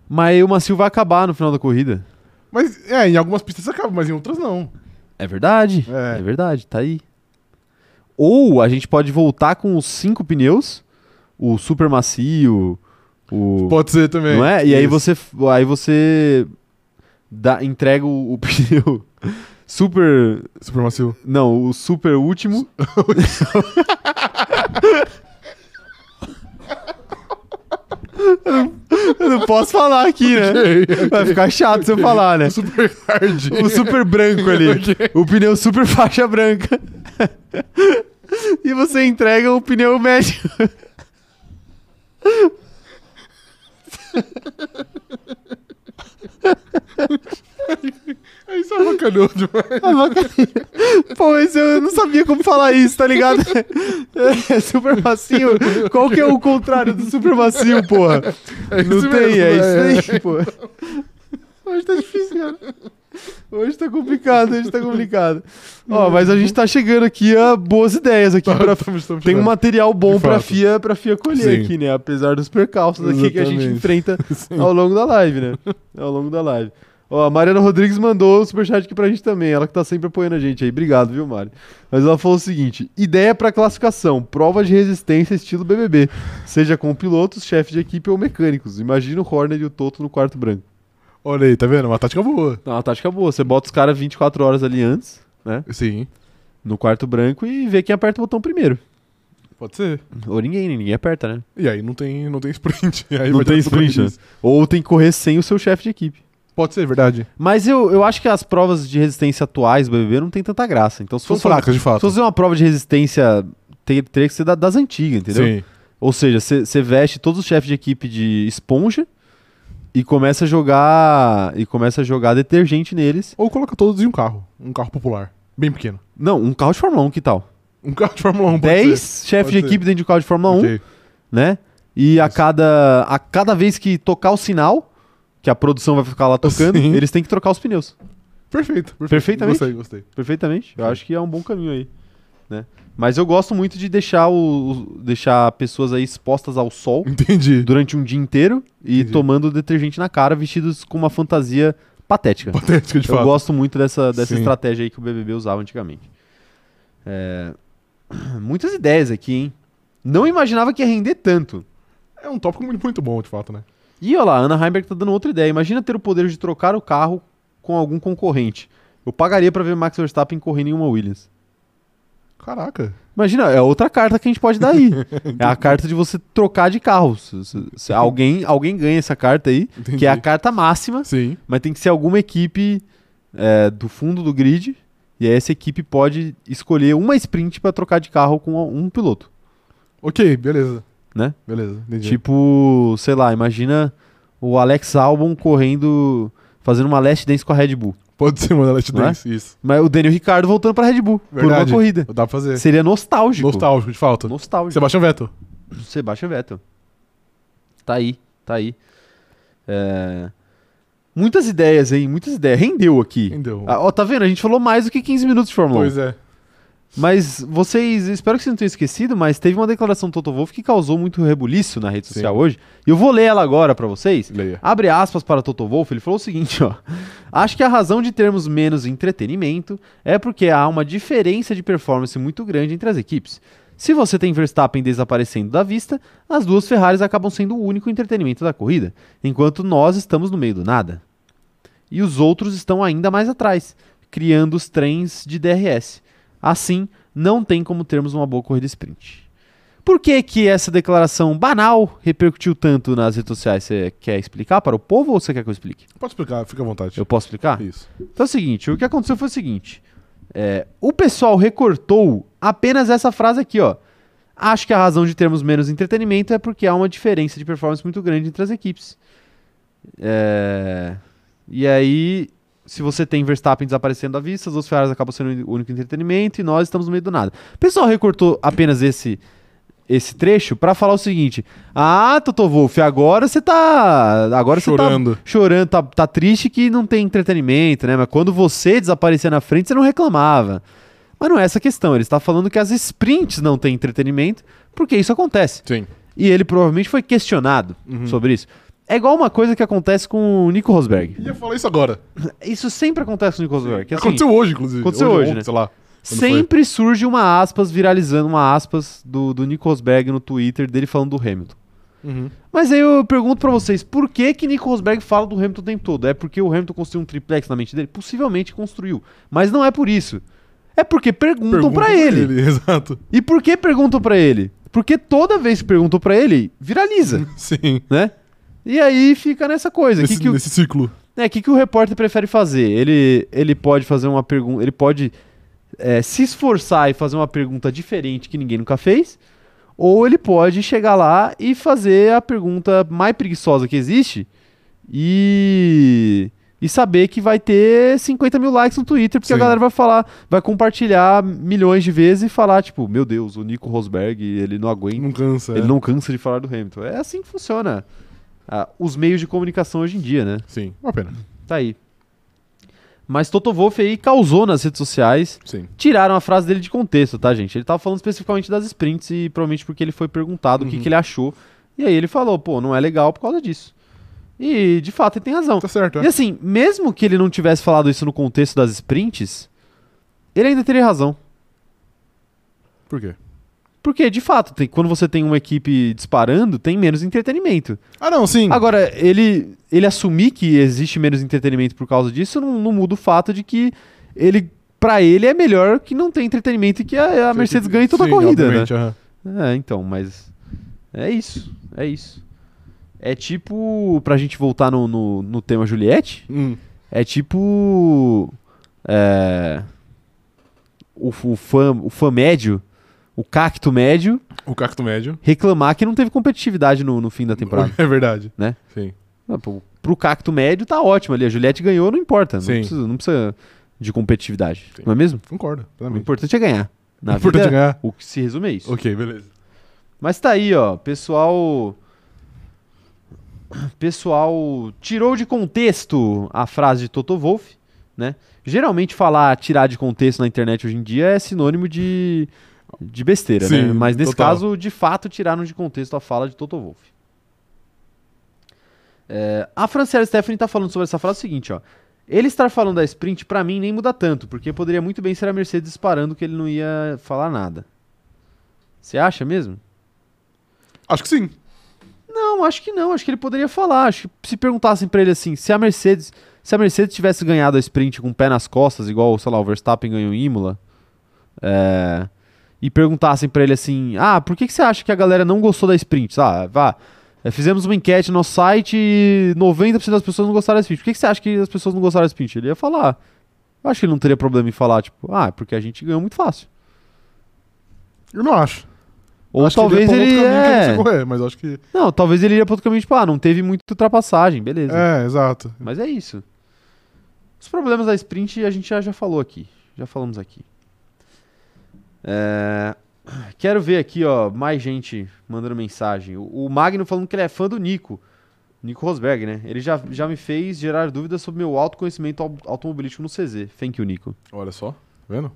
Speaker 1: Mas aí o macio vai acabar no final da corrida.
Speaker 2: Mas, é, em algumas pistas acaba, mas em outras não.
Speaker 1: É verdade. É,
Speaker 2: É.
Speaker 1: verdade, tá aí. Ou a gente pode voltar com os cinco pneus, o super macio, o.
Speaker 2: Pode ser também.
Speaker 1: não é? E aí
Speaker 2: Isso.
Speaker 1: você, aí você dá, entrega o, o pneu super.
Speaker 2: Super macio.
Speaker 1: Não, o super último. eu, não, eu não posso falar aqui, né? Vai ficar chato se eu falar, né?
Speaker 2: Super hard.
Speaker 1: O super branco ali. O pneu super faixa branca. e você entrega o pneu médio.
Speaker 2: É isso é bacanudo demais.
Speaker 1: Pô, esse eu não sabia como falar isso, tá ligado? É super macio. Qual que é o contrário do super macio, porra?
Speaker 2: É
Speaker 1: não
Speaker 2: isso
Speaker 1: tem,
Speaker 2: mesmo,
Speaker 1: é
Speaker 2: né?
Speaker 1: isso aí, porra. Hoje tá difícil, cara. Hoje tá complicado, hoje tá complicado. Ó, mas a gente tá chegando aqui a boas ideias aqui pra
Speaker 2: Estamos- estamos
Speaker 1: Tem um
Speaker 2: chegando.
Speaker 1: material bom
Speaker 2: De
Speaker 1: pra
Speaker 2: fato.
Speaker 1: FIA, pra FIA colher
Speaker 2: Sim.
Speaker 1: aqui, né? Apesar dos percalços aqui que a gente
Speaker 2: Exatamente.
Speaker 1: enfrenta ao longo da live, né? Ao longo da live. Ó, a Mariana Rodrigues mandou o superchat aqui pra gente também. Ela que tá sempre apoiando a gente aí. Obrigado, viu, Mari? Mas ela falou o seguinte: ideia pra classificação, prova de resistência estilo BBB, seja com pilotos, chefe de equipe ou mecânicos. Imagina o Horner e o Toto no quarto branco.
Speaker 2: Olha aí, tá vendo? Uma tática boa.
Speaker 1: Não, uma tática é boa. Você bota os caras 24 horas ali antes, né?
Speaker 2: Sim,
Speaker 1: No quarto branco e vê quem aperta o botão primeiro.
Speaker 2: pode ser.
Speaker 1: Ou ninguém, né? ninguém aperta, né?
Speaker 2: E aí não tem, não tem sprint. E aí
Speaker 1: não
Speaker 2: vai ter
Speaker 1: tem
Speaker 2: super
Speaker 1: sprint, né?
Speaker 2: difícil.
Speaker 1: Ou tem que correr sem o seu chefe de equipe.
Speaker 2: Pode ser, verdade.
Speaker 1: Mas eu, eu acho que as provas de resistência atuais do BBB não tem tanta graça. Então, se
Speaker 2: São
Speaker 1: fosse, uma, se
Speaker 2: fracas, de fato.
Speaker 1: fosse uma prova de resistência, ter- teria que ser da- das antigas, entendeu?
Speaker 2: Sim.
Speaker 1: Ou seja, você veste todos os chefes de equipe de esponja e começa a jogar e começa a jogar detergente neles.
Speaker 2: Ou coloca todos em um carro. Um carro popular. Bem pequeno.
Speaker 1: Não, um carro de Fórmula 1, que tal?
Speaker 2: Um carro de Fórmula 1. pode ser.
Speaker 1: 10 chefes de
Speaker 2: pode ser.
Speaker 1: equipe dentro de um carro de Fórmula 1,
Speaker 2: Ok.
Speaker 1: né? E a cada, a cada vez que tocar o sinal, que a produção vai ficar lá tocando,
Speaker 2: Sim.
Speaker 1: eles têm que trocar os pneus.
Speaker 2: Perfeito, perfeito.
Speaker 1: Perfeitamente.
Speaker 2: Gostei, gostei.
Speaker 1: Perfeitamente. Eu acho que é um bom caminho aí. Né? Mas eu gosto muito de deixar, o, deixar pessoas aí expostas ao sol
Speaker 2: Entendi.
Speaker 1: durante um dia inteiro e
Speaker 2: Uhum. Entendi.
Speaker 1: tomando detergente na cara, vestidos com uma fantasia patética.
Speaker 2: Patética, de
Speaker 1: eu
Speaker 2: fato.
Speaker 1: gosto muito dessa, dessa
Speaker 2: Sim.
Speaker 1: estratégia aí que o BBB usava antigamente. É, Muitas ideias aqui, hein? Não imaginava que ia render tanto.
Speaker 2: É um tópico muito, muito bom, de fato, né?
Speaker 1: E olha lá, a Ana Heimberg tá dando outra ideia. Imagina ter o poder de trocar o carro com algum concorrente. Eu pagaria pra ver Max Verstappen correndo em uma Williams.
Speaker 2: Caraca.
Speaker 1: Imagina, é outra carta que a gente pode dar aí. é a carta de você trocar de carro. Se, se- se alguém, alguém ganha essa carta aí,
Speaker 2: Entendi.
Speaker 1: que é a carta máxima,
Speaker 2: Sim.
Speaker 1: mas tem que ser alguma equipe é, do fundo do grid. E aí essa equipe pode escolher uma sprint pra trocar de carro com um piloto.
Speaker 2: Ok, beleza.
Speaker 1: Né?
Speaker 2: Beleza, entendi.
Speaker 1: Tipo, sei lá, imagina o Alex Albon correndo, fazendo uma last dance com a Red Bull.
Speaker 2: Pode ser uma Last
Speaker 1: Não é?
Speaker 2: Dance, isso.
Speaker 1: Mas o Daniel Ricardo voltando pra Red Bull por
Speaker 2: Verdade.
Speaker 1: uma corrida.
Speaker 2: Dá pra fazer.
Speaker 1: Seria nostálgico.
Speaker 2: Nostálgico, de fato.
Speaker 1: Nostálgico.
Speaker 2: Sebastião Vettel.
Speaker 1: Sebastian Vettel. Tá aí, tá aí. É, Muitas ideias, hein? Muitas ideias. Rendeu aqui.
Speaker 2: Entendeu?
Speaker 1: Ah, ó, tá vendo? A gente falou mais do que 15 minutos de Fórmula 1.
Speaker 2: pois é.
Speaker 1: Mas vocês, espero que vocês não tenham esquecido, mas teve uma declaração do Toto Wolff que causou muito rebuliço na rede social
Speaker 2: Sim.
Speaker 1: hoje. E eu vou ler ela agora pra vocês.
Speaker 2: Leia.
Speaker 1: Abre aspas para Toto Wolff, ele falou o seguinte, ó. Acho que a razão de termos menos entretenimento é porque há uma diferença de performance muito grande entre as equipes. Se você tem Verstappen desaparecendo da vista, as duas Ferraris acabam sendo o único entretenimento da corrida, enquanto nós estamos no meio do nada. E os outros estão ainda mais atrás, criando os trens de DRS. Assim, não tem como termos uma boa corrida sprint. Por que, que essa declaração banal repercutiu tanto nas redes sociais? Você quer explicar para o povo ou você quer que eu explique?
Speaker 2: Pode explicar, fica à vontade.
Speaker 1: Eu posso explicar?
Speaker 2: Isso.
Speaker 1: Então é o seguinte, o que aconteceu foi o seguinte. é, o pessoal recortou apenas essa frase aqui, ó. Acho que a razão de termos menos entretenimento é porque há uma diferença de performance muito grande entre as equipes. É, e aí, se você tem Verstappen desaparecendo à vista, as duas Ferraris acabam sendo o único entretenimento e nós estamos no meio do nada. O pessoal recortou apenas esse esse trecho pra falar o seguinte: Ah, Toto Wolff, agora você tá. Agora você tá
Speaker 2: Chorando.
Speaker 1: chorando, tá, tá triste que não tem entretenimento, né? Mas quando você desaparecia na frente, você não reclamava. Mas não é essa a questão. Ele está falando que as sprints não têm entretenimento, porque isso acontece.
Speaker 2: Sim.
Speaker 1: E ele provavelmente foi questionado
Speaker 2: Uhum.
Speaker 1: sobre isso. É igual uma coisa que acontece com o Nico Rosberg.
Speaker 2: Ia falar isso agora.
Speaker 1: Isso sempre acontece com o Nico Rosberg. que assim,
Speaker 2: aconteceu hoje, inclusive.
Speaker 1: aconteceu
Speaker 2: ou
Speaker 1: hoje,
Speaker 2: ontem,
Speaker 1: né?
Speaker 2: Sei lá. Quando foi?
Speaker 1: Sempre surge uma aspas viralizando, uma aspas do, do Nico Rosberg no Twitter dele falando do Hamilton.
Speaker 2: Uhum.
Speaker 1: Mas aí eu pergunto pra vocês, por que que Nico Rosberg fala do Hamilton o tempo todo? É porque o Hamilton construiu um triplex na mente dele? Possivelmente construiu, mas não é por isso. É porque perguntam
Speaker 2: Pergunta
Speaker 1: pra ele.
Speaker 2: Exato.
Speaker 1: E por que perguntam pra ele? Porque toda vez que perguntam pra ele, viraliza,
Speaker 2: Sim.
Speaker 1: né? E aí fica nessa coisa.
Speaker 2: Nesse,
Speaker 1: que que o-
Speaker 2: nesse ciclo.
Speaker 1: né, que, que o repórter prefere fazer? Ele, ele pode fazer uma pergunta. Ele pode é, se esforçar e fazer uma pergunta diferente que ninguém nunca fez. Ou ele pode chegar lá e fazer a pergunta mais preguiçosa que existe e. E saber que vai ter 50 mil likes no Twitter, porque a
Speaker 2: Sim.
Speaker 1: galera vai falar, vai compartilhar milhões de vezes e falar, tipo, meu Deus, o Nico Rosberg, ele não aguenta.
Speaker 2: Não cansa.
Speaker 1: Ele
Speaker 2: é.
Speaker 1: não cansa de falar do Hamilton. É assim que funciona ah, os meios de comunicação hoje em dia, né?
Speaker 2: Sim. Uma pena.
Speaker 1: Tá aí. Mas Toto Wolff aí causou nas redes sociais.
Speaker 2: Sim.
Speaker 1: Tiraram a frase dele de contexto, tá, gente? Ele tava falando especificamente das sprints e provavelmente porque ele foi perguntado o que,
Speaker 2: Uhum.
Speaker 1: que ele achou. E aí ele falou, pô, não é legal por causa disso. E de fato ele tem razão.
Speaker 2: Tá certo,
Speaker 1: E
Speaker 2: é.
Speaker 1: assim, mesmo que ele não tivesse falado isso no contexto das sprints, ele ainda teria razão.
Speaker 2: Por quê?
Speaker 1: Porque, de fato, tem- quando você tem uma equipe disparando, tem menos entretenimento.
Speaker 2: Ah, não, sim.
Speaker 1: Agora, ele, ele assumir que existe menos entretenimento por causa disso não, não muda o fato de que ele, pra ele, é melhor que não tem entretenimento e que a, a Mercedes ganhe toda
Speaker 2: Sim,
Speaker 1: a corrida,
Speaker 2: obviamente, aham.
Speaker 1: né? É, então, mas. É isso. É isso. É tipo. Pra gente voltar no, no, no tema Juliette,
Speaker 2: Hum.
Speaker 1: é tipo. É. O, o, fã, o fã médio, o cacto médio,
Speaker 2: O cacto médio.
Speaker 1: reclamar que não teve competitividade no, no fim da temporada.
Speaker 2: É verdade.
Speaker 1: Né?
Speaker 2: Sim.
Speaker 1: Ah, Pro, pro cacto médio tá ótimo ali. A Juliette ganhou, não importa. Não
Speaker 2: Sim.
Speaker 1: precisa, não precisa de competitividade.
Speaker 2: Sim.
Speaker 1: Não é mesmo?
Speaker 2: Concordo.
Speaker 1: O
Speaker 2: Plenamente.
Speaker 1: importante é ganhar. Na
Speaker 2: O importante
Speaker 1: vida,
Speaker 2: é ganhar.
Speaker 1: o que se resume é isso.
Speaker 2: Ok, beleza.
Speaker 1: Mas tá aí, ó. Pessoal. Pessoal tirou de contexto a frase de Toto Wolff, né? Geralmente falar tirar de contexto na internet hoje em dia é sinônimo de, de besteira, né?
Speaker 2: Sim,
Speaker 1: Mas nesse
Speaker 2: total.
Speaker 1: caso, de fato, tiraram de contexto a fala de Toto Wolff. É, a Franciela Stephanie tá falando sobre essa frase o seguinte, ó. Ele estar falando da sprint, pra mim, nem muda tanto, porque poderia muito bem ser a Mercedes disparando que ele não ia falar nada. Você acha mesmo?
Speaker 2: Acho que sim.
Speaker 1: Não, acho que não. Acho que ele poderia falar. Acho que se perguntassem pra ele assim, se a Mercedes, se a Mercedes tivesse ganhado a sprint com o pé nas costas, igual, sei lá, o Verstappen ganhou em Imola, é, e perguntassem pra ele assim, ah, por que, que você acha que a galera não gostou da sprint? Ah, vá. é, fizemos uma enquete no nosso site e 90% das pessoas não gostaram da sprint. Por que, que você acha que as pessoas não gostaram da sprint? Ele ia falar. Eu acho que ele não teria problema em falar, tipo, ah, é porque a gente ganhou muito fácil.
Speaker 2: Eu não acho.
Speaker 1: Ou
Speaker 2: acho
Speaker 1: talvez
Speaker 2: que
Speaker 1: ele.
Speaker 2: ia pra um outro caminho que eu não sei
Speaker 1: É...
Speaker 2: qual é, mas acho que.
Speaker 1: Não, talvez ele iria pra outro caminho, tipo, ah, não teve muita ultrapassagem, beleza.
Speaker 2: É, exato.
Speaker 1: Mas é isso. Os problemas da sprint a gente já, já falou aqui. Já falamos aqui. É, Quero ver aqui, ó, mais gente mandando mensagem. O, o Magno falando que ele é fã do Nico. Nico Rosberg, né? Ele já, já me fez gerar dúvidas sobre meu autoconhecimento au- automobilístico no CZ. Thank you, Nico.
Speaker 2: Olha só. Tá vendo?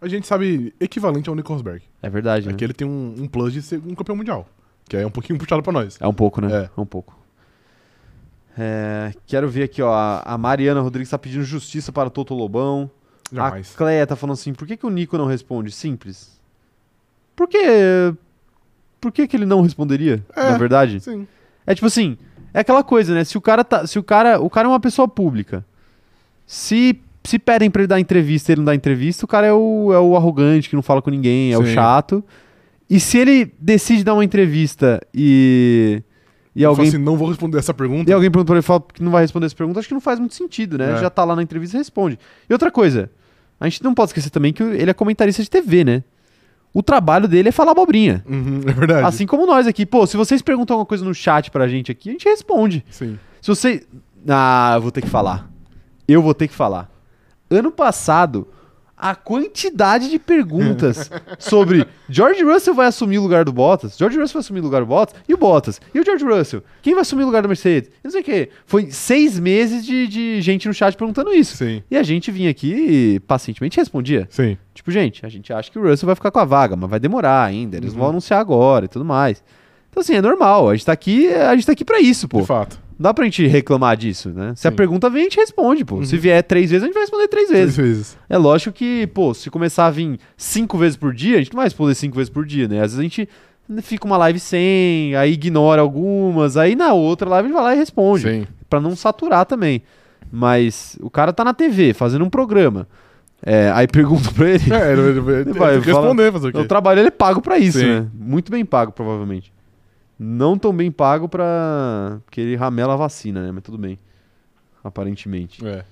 Speaker 2: A gente sabe equivalente ao Nico Rosberg.
Speaker 1: É verdade, né?
Speaker 2: É que ele tem um, um plus de ser um campeão mundial. Que é um pouquinho puxado pra nós.
Speaker 1: É um pouco, né?
Speaker 2: É.
Speaker 1: um pouco. É, Quero ver aqui, ó. a- A Mariana Rodrigues tá pedindo justiça para o Toto Lobão. A
Speaker 2: Jamais.
Speaker 1: Cleia tá falando assim, por que, que o Nico não responde? Simples. Por que... Por que, que ele não responderia,
Speaker 2: É.
Speaker 1: na verdade?
Speaker 2: Sim.
Speaker 1: É tipo assim, é aquela coisa, né? Se o cara tá, se o cara, o cara é uma pessoa pública. Se se pedem pra ele dar entrevista, e ele não dá entrevista, o cara é o, é o arrogante que não fala com ninguém, é o
Speaker 2: Sim.
Speaker 1: chato. E se ele decide dar uma entrevista e e
Speaker 2: Alguém...
Speaker 1: alguém
Speaker 2: assim, não vou responder essa pergunta.
Speaker 1: e alguém pergunta pra ele e fala que não vai responder essa pergunta, acho que não faz muito sentido, né?
Speaker 2: É.
Speaker 1: Já tá lá na entrevista e responde. E outra coisa, a gente não pode esquecer também que ele é comentarista de TV, né? O trabalho dele é falar abobrinha.
Speaker 2: Uhum, é verdade.
Speaker 1: Assim como nós aqui. Pô, se vocês perguntam alguma coisa no chat pra gente aqui, a gente responde.
Speaker 2: Sim.
Speaker 1: Se você. Ah, eu vou ter que falar. Eu vou ter que falar. Ano passado, a quantidade de perguntas sobre George Russell vai assumir o lugar do Bottas, George Russell vai assumir o lugar do Bottas, e o Bottas? E o George Russell? Quem vai assumir o lugar da Mercedes? E Não sei o quê. Foi seis meses de, de gente no chat perguntando isso.
Speaker 2: Sim,
Speaker 1: E a gente vinha aqui e pacientemente respondia.
Speaker 2: sim.
Speaker 1: Tipo, gente, a gente acha que o Russell vai ficar com a vaga, mas vai demorar ainda. Eles vão anunciar agora e tudo mais. Então, assim, é normal. A gente tá aqui, a gente tá aqui pra isso, pô.
Speaker 2: De fato.
Speaker 1: Não dá pra gente reclamar disso, né? Se a
Speaker 2: Sim. Uhum.
Speaker 1: pergunta vem, a gente responde, pô. Se vier três vezes, a gente vai responder três
Speaker 2: Três
Speaker 1: vezes.
Speaker 2: vezes.
Speaker 1: É lógico que, pô, se começar a vir cinco vezes por dia, a gente não vai responder cinco vezes por dia, né? Às vezes a gente fica uma live sem, aí ignora algumas, aí na outra live a Um, gente vai lá e responde.
Speaker 2: Sim.
Speaker 1: Pra não saturar também. Mas o cara tá na TV, fazendo um programa. É, aí pergunto pra ele.
Speaker 2: É, ele vai, ele
Speaker 1: vai,
Speaker 2: vai tem que
Speaker 1: fala-
Speaker 2: responder, fazer o quê?
Speaker 1: O trabalho ele é pago pra isso,
Speaker 2: Sim.
Speaker 1: né? Muito bem pago, provavelmente. Não tão bem pago pra. Porque ele ramela a vacina, né? Mas tudo bem. Aparentemente.
Speaker 2: É.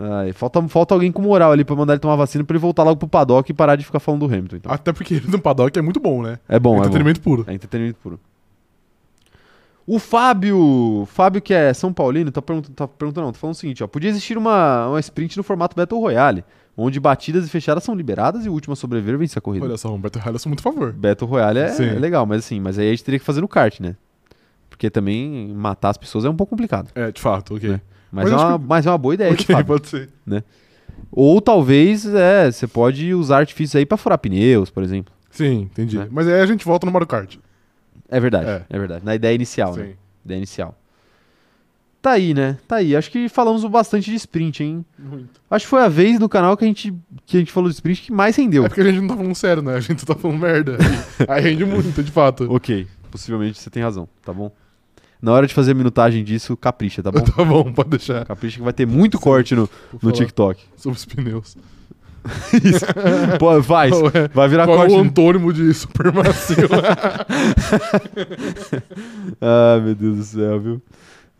Speaker 1: Ai, falta, falta alguém com moral ali pra mandar ele tomar vacina pra ele voltar logo pro paddock e parar de ficar falando do Hamilton. Então.
Speaker 2: Até porque ele no paddock é muito bom, né?
Speaker 1: É bom, é bom.
Speaker 2: Entretenimento puro.
Speaker 1: É entretenimento puro. O Fábio, Fábio que é São Paulino, tá, perguntando, tá perguntando não, tá falando o seguinte, ó, podia existir uma, uma sprint no formato Battle Royale, onde batidas e fechadas são liberadas e o último a sobreviver vence a corrida.
Speaker 2: Olha só, Humberto Ralho, eu sou muito a favor.
Speaker 1: Battle Royale é,
Speaker 2: Sim.
Speaker 1: é legal, mas assim, mas aí a gente teria que fazer no kart, né? Porque também matar as pessoas é um pouco complicado.
Speaker 2: É, de fato, ok.
Speaker 1: É. Mas,
Speaker 2: Mas
Speaker 1: é,
Speaker 2: acho
Speaker 1: uma, mas é uma boa ideia, de
Speaker 2: ok,
Speaker 1: fato.
Speaker 2: pode ser.
Speaker 1: Ou talvez, é, você pode usar artifícios aí pra furar pneus, por exemplo.
Speaker 2: Sim, entendi.
Speaker 1: Né?
Speaker 2: Mas aí a gente volta no Mario Kart.
Speaker 1: É verdade, é,
Speaker 2: É.
Speaker 1: verdade. Na ideia inicial, né?
Speaker 2: Sim.
Speaker 1: Ideia inicial. Tá aí, né? Tá aí. Acho que falamos bastante de sprint, hein?
Speaker 2: Muito.
Speaker 1: Acho que foi a vez no canal que a gente, que a gente falou de sprint que mais rendeu.
Speaker 2: É porque a gente não tá falando sério, né? A gente tá falando merda. aí rende muito, de fato.
Speaker 1: Ok, possivelmente você tem razão, tá bom? Na hora de fazer a minutagem disso, capricha, tá bom?
Speaker 2: Tá bom, pode deixar.
Speaker 1: Capricha que vai ter muito corte no,
Speaker 2: Vou
Speaker 1: no
Speaker 2: falar
Speaker 1: TikTok.
Speaker 2: Sobre os pneus.
Speaker 1: Isso. Pô, faz.
Speaker 2: Qual é,
Speaker 1: Vai virar
Speaker 2: qual é
Speaker 1: Ah, corte. né?
Speaker 2: o antônimo de super macio?
Speaker 1: Ah, meu Deus do céu, viu?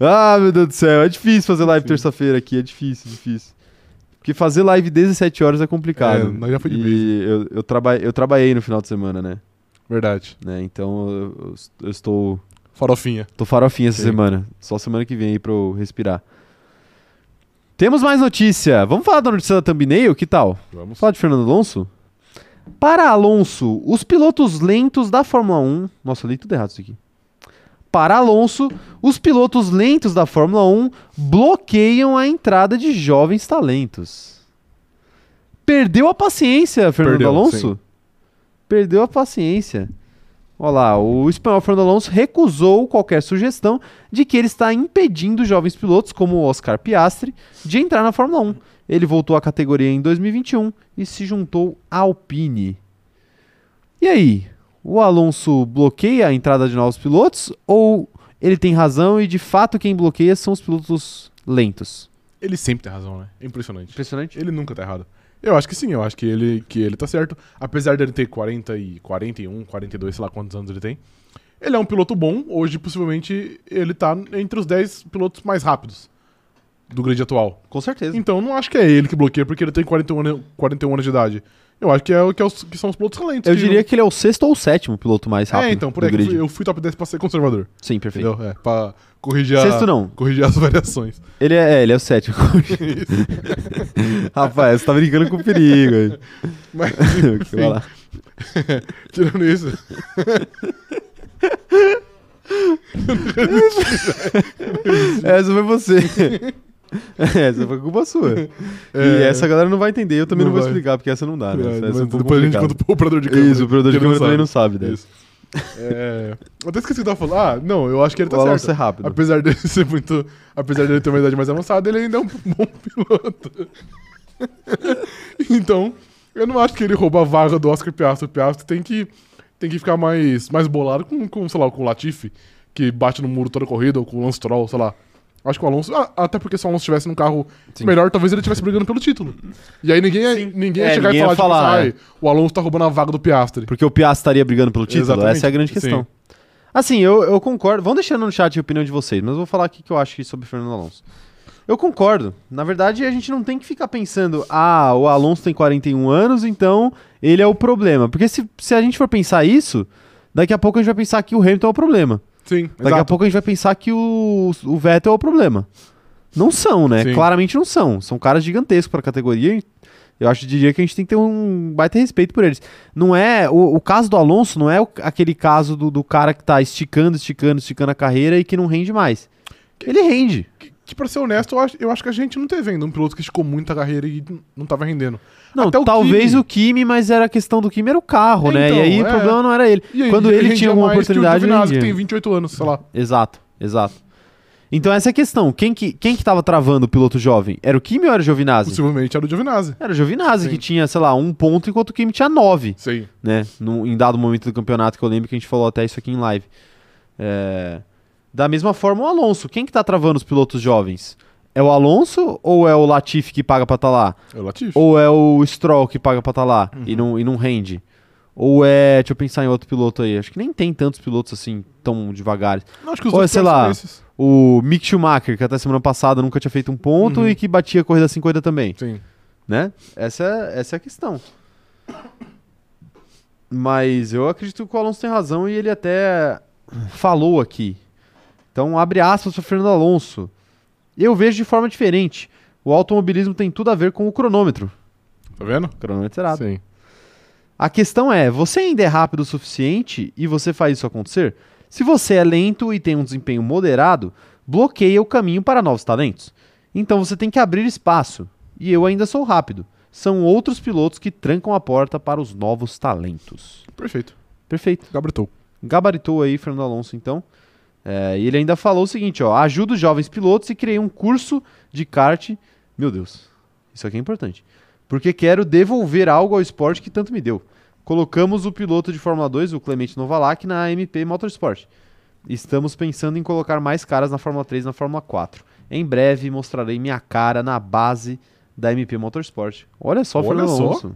Speaker 1: Ah, meu Deus do céu. É difícil fazer live terça-feira aqui. É difícil, difícil. Porque fazer live 17 horas é complicado.
Speaker 2: É, nós já foi de
Speaker 1: e eu, eu, traba eu trabalhei no final de semana, né?
Speaker 2: Verdade.
Speaker 1: né? Então eu, eu estou.
Speaker 2: Farofinha.
Speaker 1: Tô farofinha essa
Speaker 2: Sim.
Speaker 1: semana. Só semana que vem aí pra eu respirar. Temos mais notícia. Vamos falar da notícia da thumbnail? Que tal?
Speaker 2: Vamos.
Speaker 1: Falar de Fernando Alonso? Para Alonso, os pilotos lentos da Fórmula 1. Nossa, eu li tudo errado isso aqui. Para Alonso, os pilotos lentos da Fórmula 1 bloqueiam a entrada de jovens talentos. Perdeu a paciência, Fernando
Speaker 2: Perdeu,
Speaker 1: Alonso? Perdeu a paciência. Olha lá, o espanhol Fernando Alonso recusou qualquer sugestão de que ele está impedindo jovens pilotos como o Oscar Piastri de entrar na Fórmula 1. Ele voltou à categoria em 2021 e se juntou à Alpine. E aí, o Alonso bloqueia a entrada de novos pilotos ou ele tem razão e de fato quem bloqueia são os pilotos lentos?
Speaker 2: Ele sempre tem razão, né? É impressionante.
Speaker 1: Impressionante.
Speaker 2: Ele nunca tá errado. Eu acho que sim, eu acho que ele, que ele tá certo. Apesar dele ter 40 e 41, 42, sei lá quantos anos ele tem. Ele é um piloto bom. Hoje, possivelmente, ele tá entre os 10 pilotos mais rápidos do grid atual.
Speaker 1: Com certeza.
Speaker 2: Então, eu não acho que é ele que bloqueia, porque ele tem 41, ano- 41 anos de idade. Eu acho que, é, o- que, é os, que são os pilotos lentos.
Speaker 1: Eu diria que ele é o sexto ou o sétimo piloto mais rápido
Speaker 2: É, então, por
Speaker 1: do
Speaker 2: aí que eu
Speaker 1: grid.
Speaker 2: fui- eu fui top 10 pra ser conservador.
Speaker 1: Sim, perfeito.
Speaker 2: Entendeu? É, pra corrigir, a-
Speaker 1: Sexto não.
Speaker 2: corrigir as variações.
Speaker 1: Ele é, é, ele é o sétimo. Rapaz, você tá brincando com o perigo. aí.
Speaker 2: Mas,
Speaker 1: Vai lá.
Speaker 2: tirando isso,
Speaker 1: Essa foi você. essa foi culpa sua. E
Speaker 2: É.
Speaker 1: essa galera não vai entender, eu também não,
Speaker 2: Não
Speaker 1: vou
Speaker 2: vai.
Speaker 1: explicar, porque essa não dá, né?
Speaker 2: É,
Speaker 1: Essa-
Speaker 2: mas
Speaker 1: essa é um pouco
Speaker 2: depois a gente
Speaker 1: complicada.
Speaker 2: conta pro operador de câmera.
Speaker 1: Isso, o operador de
Speaker 2: que ele
Speaker 1: câmera também não sabe né? dessa.
Speaker 2: Isso. É, eu até esqueci o que eu tava falando. Ah, não, eu acho que ele tá
Speaker 1: o Alonso
Speaker 2: certo.
Speaker 1: é rápido.
Speaker 2: Apesar dele ser muito. Apesar dele ter uma idade mais avançada, ele ainda é um bom piloto. então, eu não acho que ele rouba a vaga do Oscar Piastri. O Piastri tem que, tem que ficar mais, mais bolado com, com, sei lá, com o Latifi, que bate no muro toda a corrida, ou com o Lance Troll, sei lá. Acho que o Alonso. ah, até porque se o Alonso estivesse num carro
Speaker 1: Sim.
Speaker 2: melhor, talvez ele estivesse brigando pelo título. E aí ninguém, ia- ninguém ia
Speaker 1: É,
Speaker 2: chegar
Speaker 1: ninguém ia
Speaker 2: e falar,
Speaker 1: falar,
Speaker 2: tipo, assim, "Ai, o Alonso tá roubando a vaga do Piastri.
Speaker 1: Porque o Piastri estaria brigando pelo título?
Speaker 2: Exatamente,
Speaker 1: Essa é a grande questão.
Speaker 2: sim.
Speaker 1: Assim, eu, eu concordo. Vão deixando no chat a opinião de vocês, mas eu vou falar aqui o que eu acho sobre o Fernando Alonso. Eu concordo. Na verdade, a gente não tem que ficar pensando, ah, o Alonso tem 41 anos, então ele é o problema. Porque se, se a gente for pensar isso, daqui a pouco a gente vai pensar que o Hamilton é o problema.
Speaker 2: Sim,
Speaker 1: Daqui a pouco a gente vai pensar que o, o Vettel é o problema. Não são, né?
Speaker 2: Sim.
Speaker 1: Claramente não são. São caras gigantescos para a categoria. Eu acho, diria que a gente tem que ter um baita respeito por eles. Não é. O, o caso do Alonso não é o- aquele caso do, do cara que tá esticando, esticando, esticando a carreira e que não rende mais. Ele rende.
Speaker 2: Que, que, pra ser honesto, eu acho, eu acho que a gente não teve ainda um piloto que esticou muita carreira e n- não tava rendendo.
Speaker 1: Não,
Speaker 2: Até o
Speaker 1: talvez
Speaker 2: Kimi.
Speaker 1: o Kimi, mas era a questão do Kimi, era o carro, né? E
Speaker 2: Então,
Speaker 1: aí o
Speaker 2: é.
Speaker 1: problema não era ele.
Speaker 2: E aí,
Speaker 1: Quando ele
Speaker 2: rendia
Speaker 1: tinha alguma
Speaker 2: mais que o
Speaker 1: oportunidade, ele
Speaker 2: Giovinazzi, que
Speaker 1: rendia.
Speaker 2: tem 28 anos, sei lá.
Speaker 1: Exato, exato. Então essa é a questão. Quem que, quem que tava travando o piloto jovem? Era o Kimi ou era o Giovinazzi?
Speaker 2: Possivelmente era o Giovinazzi.
Speaker 1: Era o Giovinazzi
Speaker 2: Sim.
Speaker 1: que tinha, sei lá, um ponto, enquanto o Kimi tinha nove,
Speaker 2: Sei.
Speaker 1: né? Num- em dado momento do campeonato, que eu lembro que a gente falou até isso aqui em live. É, Da mesma forma, o Alonso. Quem que tá travando os pilotos jovens? É o Alonso ou é o Latifi que paga pra estar lá?
Speaker 2: É o Latifi.
Speaker 1: Ou é o Stroll que paga pra estar lá
Speaker 2: Uhum.
Speaker 1: e, não, e não rende? Ou é. Deixa eu pensar em outro piloto aí. Acho que nem tem tantos pilotos assim tão devagar.
Speaker 2: Não, acho que os
Speaker 1: ou
Speaker 2: dois
Speaker 1: sei
Speaker 2: pilotos
Speaker 1: lá.
Speaker 2: são esses.
Speaker 1: O Mick Schumacher, que até semana passada nunca tinha feito um ponto
Speaker 2: Uhum.
Speaker 1: e que batia a corrida 50 também,
Speaker 2: Sim.
Speaker 1: né? Essa é, essa é a questão. Mas eu acredito que o Alonso tem razão e ele até falou aqui. Então, abre aspas para Fernando Alonso. Eu vejo de forma diferente. O automobilismo tem tudo a ver com o cronômetro.
Speaker 2: Tá vendo?
Speaker 1: Cronômetro zerado.
Speaker 2: Sim.
Speaker 1: A questão é, você ainda é rápido o suficiente e você faz isso acontecer? Se você é lento e tem um desempenho moderado, bloqueia o caminho para novos talentos. Então você tem que abrir espaço. E eu ainda sou rápido. São outros pilotos que trancam a porta para os novos talentos.
Speaker 2: Perfeito.
Speaker 1: Perfeito.
Speaker 2: Gabritou.
Speaker 1: Gabaritou aí Fernando Alonso, então. É, e ele ainda falou o seguinte, ó. Ajudo os jovens pilotos e criei um curso de kart. Meu Deus, isso aqui é importante. Porque quero devolver algo ao esporte que tanto me deu. Colocamos o piloto de Fórmula 2, o Clemente Novalak, na MP Motorsport. Estamos pensando em colocar mais caras na Fórmula 3 e na Fórmula 4. Em breve mostrarei minha cara na base da MP Motorsport. Olha só,
Speaker 2: Olha
Speaker 1: Fernando
Speaker 2: só.
Speaker 1: Alonso.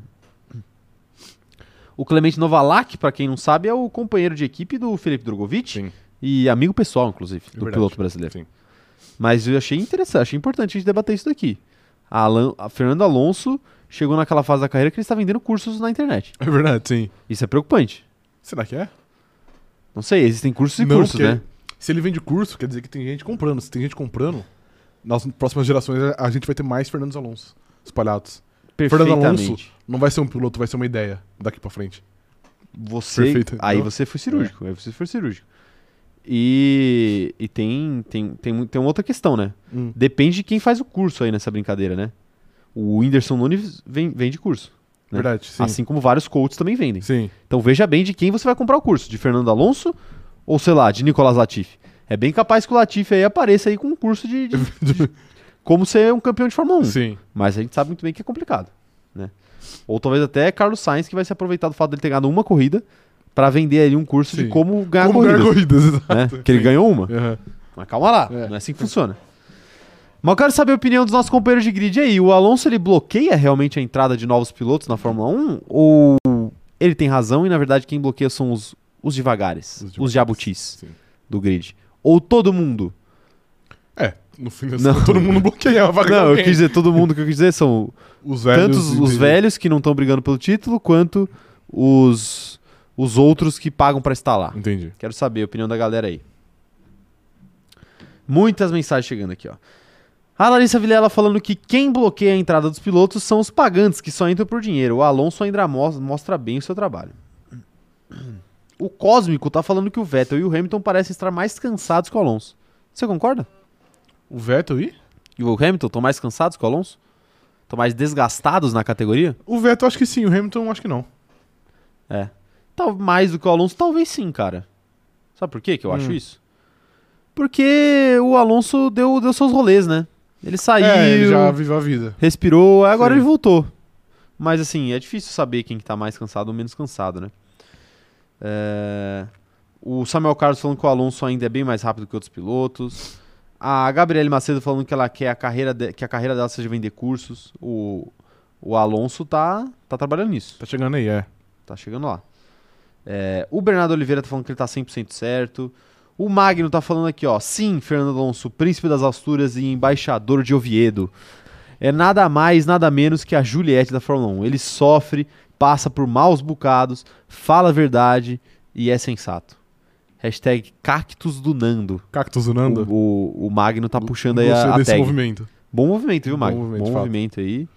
Speaker 1: O Clemente Novalak, pra quem não sabe, é o companheiro de equipe do Felipe Drogovic
Speaker 2: Sim. É
Speaker 1: e amigo pessoal, inclusive, do
Speaker 2: verdade.
Speaker 1: piloto brasileiro.
Speaker 2: Sim.
Speaker 1: Mas eu achei interessante, achei importante a gente debater isso daqui. A Alan- a Fernando Alonso chegou naquela fase da carreira que ele está vendendo cursos na internet.
Speaker 2: É verdade, sim.
Speaker 1: Isso é preocupante.
Speaker 2: Será que é?
Speaker 1: Não sei, existem cursos e
Speaker 2: Não,
Speaker 1: cursos,
Speaker 2: porque
Speaker 1: né?
Speaker 2: Se ele vende curso, quer dizer que tem gente comprando. Se tem gente comprando, nas próximas gerações a gente vai ter mais Fernando Alonso espalhados. Fernando Alonso,
Speaker 1: Perfeitamente.
Speaker 2: Não vai ser um piloto, vai ser uma ideia daqui pra frente.
Speaker 1: Você,
Speaker 2: Perfeito,
Speaker 1: aí
Speaker 2: então.
Speaker 1: você foi cirúrgico, aí você foi cirúrgico. E, e tem, tem, tem, mu- tem uma outra questão, né?
Speaker 2: Hum.
Speaker 1: Depende de quem faz o curso aí nessa brincadeira, né? O Whindersson Nunes vem- vende curso. Né?
Speaker 2: Verdade, sim.
Speaker 1: Assim como vários coaches também vendem.
Speaker 2: Sim.
Speaker 1: Então veja bem de quem você vai comprar o curso, de Fernando Alonso ou sei lá, de Nicolas Latifi. É bem capaz que o Latifi aí apareça aí com um curso de, de como ser um campeão de Fórmula 1.
Speaker 2: sim.
Speaker 1: Mas a gente sabe muito bem que é complicado, né? Ou talvez até Carlos Sainz que vai se aproveitar do fato dele ter ganhado uma corrida pra vender ali um curso de
Speaker 2: Sim.
Speaker 1: como ganhar
Speaker 2: Como
Speaker 1: corridas,
Speaker 2: ganhar corridas, exato.
Speaker 1: né? Que ele ganhou uma.
Speaker 2: Aham.
Speaker 1: Mas calma lá,
Speaker 2: É.
Speaker 1: não é assim que funciona. Mas eu quero saber a opinião dos nossos companheiros de grid aí. O Alonso ele bloqueia realmente a entrada de novos pilotos na Fórmula 1 ou ele tem razão e na verdade quem bloqueia são os, os devagares,
Speaker 2: Os
Speaker 1: os,
Speaker 2: devagares,
Speaker 1: jabutis
Speaker 2: sim.
Speaker 1: do grid? Ou todo mundo?
Speaker 2: É, no fim das
Speaker 1: Não.
Speaker 2: todo mundo bloqueia a vaga de
Speaker 1: Não, eu
Speaker 2: alguém.
Speaker 1: quis dizer todo mundo que eu quis dizer são
Speaker 2: Os velhos.
Speaker 1: tanto os, os
Speaker 2: e-
Speaker 1: velhos que não estão brigando pelo título quanto os, os outros que pagam pra estar lá.
Speaker 2: Entendi.
Speaker 1: Quero saber a opinião da galera aí. Muitas mensagens chegando aqui, ó. A Larissa Vilela falando que quem bloqueia a entrada dos pilotos são os pagantes, que só entram por dinheiro. O Alonso ainda mos- mostra bem o seu trabalho. O Cósmico tá falando que o Vettel e o Hamilton parecem estar mais cansados que o Alonso. Você concorda?
Speaker 2: O Vettel e?
Speaker 1: E o Hamilton estão mais cansados que o Alonso? Estão mais desgastados na categoria?
Speaker 2: O Vettel acho que sim, o Hamilton acho que não.
Speaker 1: Tal, mais do que o Alonso, talvez sim, cara. Sabe por quê que eu acho
Speaker 2: Hum.
Speaker 1: isso? Porque o Alonso deu, deu seus rolês, né? Ele saiu,
Speaker 2: É, ele já viveu a vida.
Speaker 1: respirou, aí agora
Speaker 2: Sim.
Speaker 1: ele voltou. Mas assim, é difícil saber quem que tá mais cansado ou menos cansado, né? É, O Samuel Carlos falando que o Alonso ainda é bem mais rápido que outros pilotos. A Gabriele Macedo falando que ela quer a carreira de- que a carreira dela seja vender cursos. O, o Alonso tá, tá trabalhando nisso.
Speaker 2: Tá chegando aí, é.
Speaker 1: Tá chegando lá. É, o Bernardo Oliveira tá falando que ele tá 100% certo. O Magno tá falando aqui, ó. Sim, Fernando Alonso, príncipe das Astúrias e embaixador de Oviedo. É nada mais, nada menos que a Juliette da Fórmula 1. Ele sofre, passa por maus bocados, fala a verdade e é sensato. Hashtag Cactus do Nando.
Speaker 2: Cactus Unando.
Speaker 1: O, o- o Magno tá puxando aí
Speaker 2: Gostei
Speaker 1: a, a
Speaker 2: desse
Speaker 1: tag.
Speaker 2: movimento.
Speaker 1: Bom movimento, viu,
Speaker 2: Bom
Speaker 1: Magno? Bom
Speaker 2: movimento,
Speaker 1: movimento,
Speaker 2: de fato.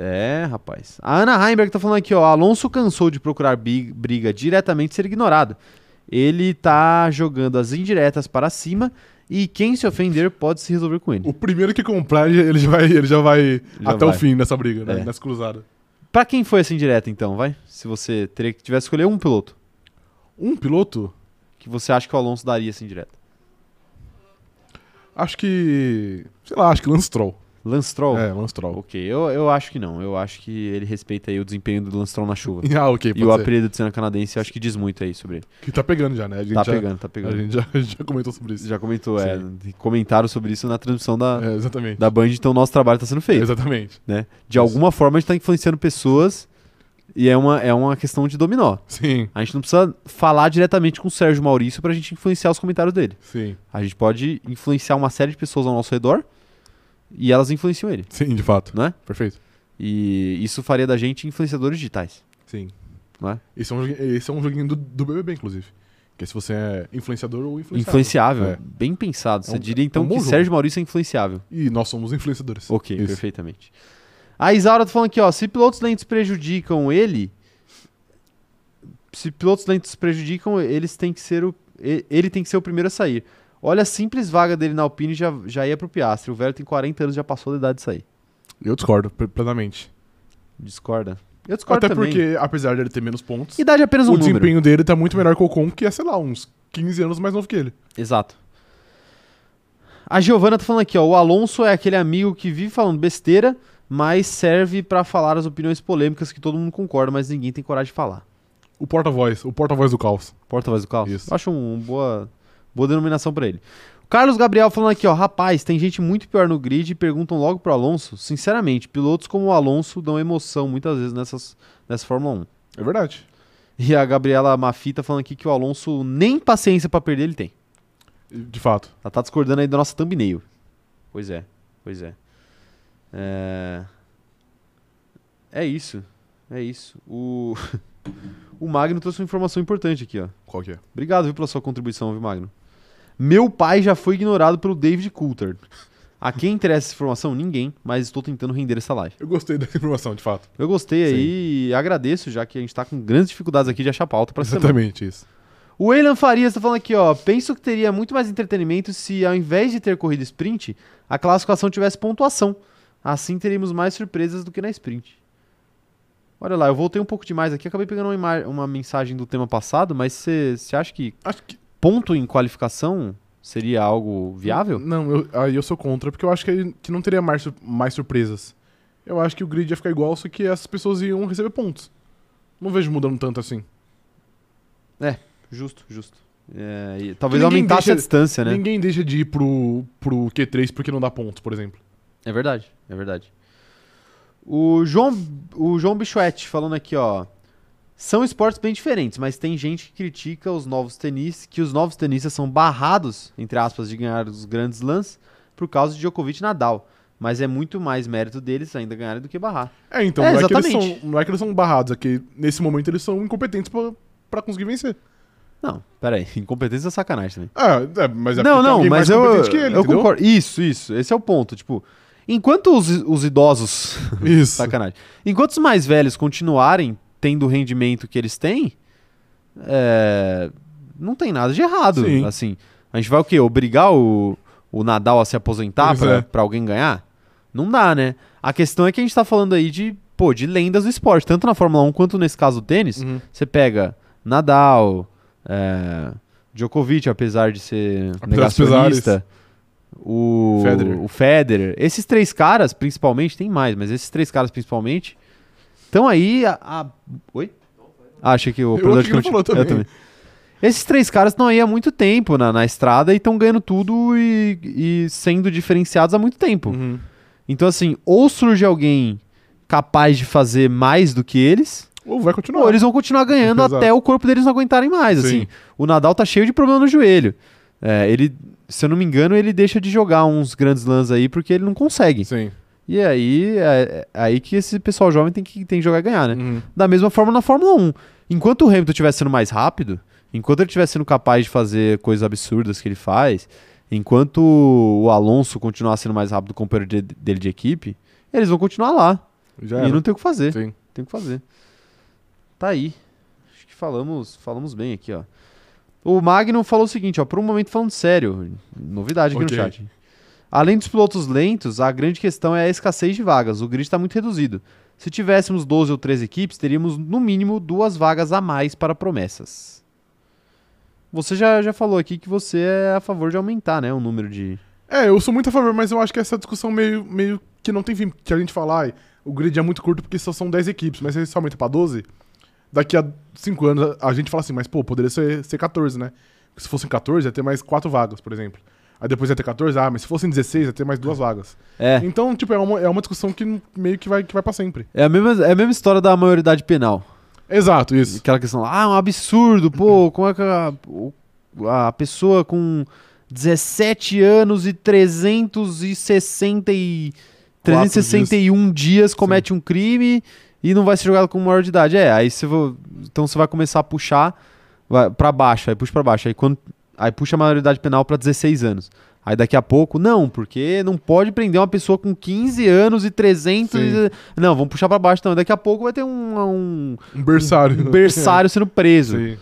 Speaker 1: aí. É, rapaz. A Ana Heimberg tá falando aqui, ó. Alonso cansou de procurar bi- briga diretamente e ser ignorado. Ele tá jogando as indiretas para cima e quem se ofender pode se resolver com ele.
Speaker 2: O primeiro que comprar, ele ele já vai, ele já vai
Speaker 1: Já
Speaker 2: até
Speaker 1: vai.
Speaker 2: o fim nessa briga, né?
Speaker 1: É.
Speaker 2: Nessa cruzada.
Speaker 1: Pra quem foi essa indireta, então, vai? Se você teria que tivesse que escolher um piloto
Speaker 2: Um piloto,
Speaker 1: que você acha que o Alonso daria essa indireta.
Speaker 2: acho que. Sei lá, acho que Lance Troll.
Speaker 1: Lance Stroll?
Speaker 2: É, Lance Troll.
Speaker 1: Ok, eu, eu acho que não. Eu acho que ele respeita aí o desempenho do Lance Stroll na chuva.
Speaker 2: Ah, ok,
Speaker 1: e o
Speaker 2: pode ser.
Speaker 1: apelido do Senna canadense, eu acho que diz muito aí sobre ele.
Speaker 2: Que tá pegando já, né? A gente
Speaker 1: Tá
Speaker 2: já,
Speaker 1: pegando, tá
Speaker 2: A
Speaker 1: pegando.
Speaker 2: gente já, a gente já comentou sobre isso.
Speaker 1: Já comentou, é. Comentaram sobre isso na transmissão da,
Speaker 2: É, exatamente.
Speaker 1: da Band, então nosso trabalho tá sendo feito.
Speaker 2: Exatamente.
Speaker 1: né? De alguma forma a gente tá influenciando pessoas e é uma, é uma questão de dominó.
Speaker 2: Sim,
Speaker 1: A gente não precisa falar diretamente com o Sérgio Maurício pra gente influenciar os comentários dele.
Speaker 2: sim.
Speaker 1: A gente pode influenciar uma série de pessoas ao nosso redor e elas influenciam ele,
Speaker 2: Sim, de fato.
Speaker 1: né?
Speaker 2: Perfeito.
Speaker 1: E isso faria da gente influenciadores digitais.
Speaker 2: Sim.
Speaker 1: Não é?
Speaker 2: Esse é um, jogu- esse é um joguinho do, do BBB, inclusive. Que é se você é influenciador ou influenciado.
Speaker 1: Influenciável,
Speaker 2: É.
Speaker 1: bem pensado. Você
Speaker 2: É um-
Speaker 1: diria
Speaker 2: é um
Speaker 1: então
Speaker 2: bom
Speaker 1: que
Speaker 2: jogo.
Speaker 1: Sérgio Maurício é influenciável.
Speaker 2: E nós somos influenciadores.
Speaker 1: Ok,
Speaker 2: Isso.
Speaker 1: perfeitamente. A Isaura tá falando aqui, ó. Se pilotos lentos prejudicam ele. Se pilotos lentos prejudicam, eles têm que ser o. e- Ele tem que ser o primeiro a sair. Olha a simples vaga dele na Alpine já, já ia pro Piastri. O velho tem 40 anos, já passou da idade de sair.
Speaker 2: Eu discordo pl- plenamente.
Speaker 1: Discorda? Eu discordo
Speaker 2: Até
Speaker 1: também.
Speaker 2: porque, apesar dele ter menos pontos,
Speaker 1: Idade é apenas um
Speaker 2: o
Speaker 1: número.
Speaker 2: desempenho dele tá muito melhor que o Ocon, que é, sei lá, uns 15 anos mais novo que ele.
Speaker 1: Exato. A Giovana tá falando aqui, ó. O Alonso é aquele amigo que vive falando besteira, mas serve pra falar as opiniões polêmicas que todo mundo concorda, mas ninguém tem coragem de falar.
Speaker 2: O porta-voz, o porta-voz do caos.
Speaker 1: Porta-voz do caos?
Speaker 2: Isso.
Speaker 1: Eu Acho uma boa, boa denominação pra ele. O Carlos Gabriel falando aqui, ó. Rapaz, tem gente muito pior no grid e perguntam logo pro Alonso. Sinceramente, pilotos como o Alonso dão emoção muitas vezes nessas, nessa Fórmula 1.
Speaker 2: É verdade.
Speaker 1: E a Gabriela Mafita falando aqui que o Alonso nem paciência pra perder ele tem.
Speaker 2: De fato.
Speaker 1: Ela tá discordando aí da nossa thumbnail. Pois é, pois é. É, É isso, é isso. O... o Magno trouxe uma informação importante aqui, ó.
Speaker 2: Qual que é?
Speaker 1: Obrigado viu, pela sua contribuição, viu, Magno? Meu pai já foi ignorado pelo David Coulter. A quem interessa essa informação? Ninguém, mas estou tentando render essa live.
Speaker 2: Eu gostei dessa informação, de fato.
Speaker 1: Eu gostei aí e agradeço, já que a gente está com grandes dificuldades aqui de achar pauta para semana.
Speaker 2: Exatamente isso.
Speaker 1: O Eilan Farias tá falando aqui, ó. Penso que teria muito mais entretenimento se, ao invés de ter corrida sprint, a classificação tivesse pontuação. Assim teríamos mais surpresas do que na sprint. Olha lá, eu voltei um pouco demais aqui, acabei pegando uma, ima- uma mensagem do tema passado, mas você acha que
Speaker 2: Acho que.
Speaker 1: ponto em qualificação seria algo viável?
Speaker 2: Não, eu- aí eu sou contra, porque eu acho que, aí- que não teria mais, sur- mais surpresas. Eu acho que o grid ia ficar igual, só que essas pessoas iam receber pontos. Não vejo mudando tanto assim.
Speaker 1: Justo, justo. É, e talvez
Speaker 2: ninguém
Speaker 1: aumentasse
Speaker 2: deixa-
Speaker 1: a distância, né?
Speaker 2: Ninguém deixa de ir pro, pro Q3 porque não dá pontos, por exemplo.
Speaker 1: É verdade, é verdade. O João, o João Bichoete falando aqui, ó. São esportes bem diferentes, mas tem gente que critica os novos tenistas, que os novos tenistas são barrados, entre aspas, de ganhar os grandes lãs por causa de Djokovic e Nadal. Mas é muito mais mérito deles ainda ganharem do que barrar.
Speaker 2: É, então,
Speaker 1: É,
Speaker 2: não, é que eles
Speaker 1: exatamente.
Speaker 2: são, não é que eles são barrados, é que nesse momento eles são incompetentes pra, pra conseguir vencer.
Speaker 1: Não, peraí, incompetência é sacanagem também.
Speaker 2: Ah, é, mas é porque
Speaker 1: não,
Speaker 2: tem
Speaker 1: não,
Speaker 2: alguém
Speaker 1: mas
Speaker 2: mais
Speaker 1: eu,
Speaker 2: competente que ele,
Speaker 1: eu
Speaker 2: entendeu?
Speaker 1: concordo. Isso, isso, esse é o ponto. Tipo, enquanto os, os idosos
Speaker 2: Isso.
Speaker 1: Sacanagem. Enquanto os mais velhos continuarem tendo o rendimento que eles têm, é, não tem nada de errado.
Speaker 2: Sim.
Speaker 1: Assim, a gente vai o quê? Obrigar o, o Nadal a se aposentar
Speaker 2: Pois
Speaker 1: pra,
Speaker 2: é.
Speaker 1: pra alguém ganhar? Não dá, né? A questão é que a gente tá falando aí de, pô, de lendas do esporte, tanto na Fórmula 1 quanto nesse caso do tênis.
Speaker 2: Uhum.
Speaker 1: Você pega Nadal, é, Djokovic, apesar de ser
Speaker 2: Apesar dos
Speaker 1: negacionista, o
Speaker 2: Federer.
Speaker 1: Federer. o Federer. Esses três caras, principalmente, tem mais, mas esses três caras, principalmente, estão aí a, a- Oi? Ah, achei que o operador
Speaker 2: achei que ele
Speaker 1: continua-
Speaker 2: falou
Speaker 1: Eu
Speaker 2: também.
Speaker 1: Esses três caras estão aí há muito tempo na, na estrada e estão ganhando tudo e, e sendo diferenciados há muito tempo.
Speaker 2: Uhum.
Speaker 1: Então, assim, ou surge alguém capaz de fazer mais do que eles,
Speaker 2: Ou vai
Speaker 1: não,
Speaker 2: continuar.
Speaker 1: eles vão continuar ganhando
Speaker 2: Exato.
Speaker 1: até o corpo deles não aguentarem mais,
Speaker 2: Sim.
Speaker 1: assim. O Nadal tá cheio de problema no joelho. É, ele, se eu não me engano, ele deixa de jogar uns grandes lãs aí porque ele não consegue.
Speaker 2: Sim.
Speaker 1: E aí é, é aí que esse pessoal jovem tem que, tem que jogar e ganhar, né?
Speaker 2: Uhum.
Speaker 1: Da mesma forma na Fórmula 1. Enquanto o Hamilton estiver sendo mais rápido, enquanto ele estiver sendo capaz de fazer coisas absurdas que ele faz, enquanto o Alonso continuar sendo mais rápido do companheiro de- dele de equipe, eles vão continuar lá.
Speaker 2: Já
Speaker 1: E
Speaker 2: era.
Speaker 1: não tem o que fazer.
Speaker 2: Sim.
Speaker 1: Tem o que fazer. Tá aí. Acho que falamos, falamos bem aqui, ó. O Magno falou o seguinte, ó, por um momento falando sério, novidade aqui
Speaker 2: Ok.
Speaker 1: no chat. Além dos pilotos lentos, a grande questão é a escassez de vagas. O grid está muito reduzido. Se tivéssemos 12 ou 13 equipes, teríamos no mínimo duas vagas a mais para promessas. Você já, já falou aqui que você é a favor de aumentar, né, o número de
Speaker 2: É, eu sou muito a favor, mas eu acho que essa discussão meio, meio que não tem fim. Que a gente fala, ai, o grid é muito curto porque só são 10 equipes, mas se você aumenta pra 12, daqui a 5 anos a a gente fala assim, mas pô, poderia ser, ser 14, né? Porque se fossem 14, ia ter mais 4 vagas, por exemplo. Aí depois ia ter 14, ah, mas se fossem 16, ia ter mais duas vagas.
Speaker 1: É,
Speaker 2: Então, tipo, é uma, é uma discussão que n- meio que vai, que vai pra sempre.
Speaker 1: é a mesma é a mesma história da maioridade penal.
Speaker 2: Exato, isso.
Speaker 1: Aquela questão lá, ah, é um absurdo, pô, como é que a, o- a pessoa com 17 anos e 360 e,
Speaker 2: Quatro
Speaker 1: 361 dias, comete um crime e não vai ser jogado como maior de idade. É, aí você vo- então você vai começar a puxar vai, pra baixo, aí puxa pra baixo, aí quando aí puxa a maioridade penal pra 16 anos. Aí daqui a pouco, não, porque não pode prender uma pessoa com 15 anos e 300.
Speaker 2: Sim.
Speaker 1: e- não, vamos puxar pra baixo, não. Daqui a pouco vai ter um- um
Speaker 2: Um berçário.
Speaker 1: um berçário sendo preso.
Speaker 2: Sim.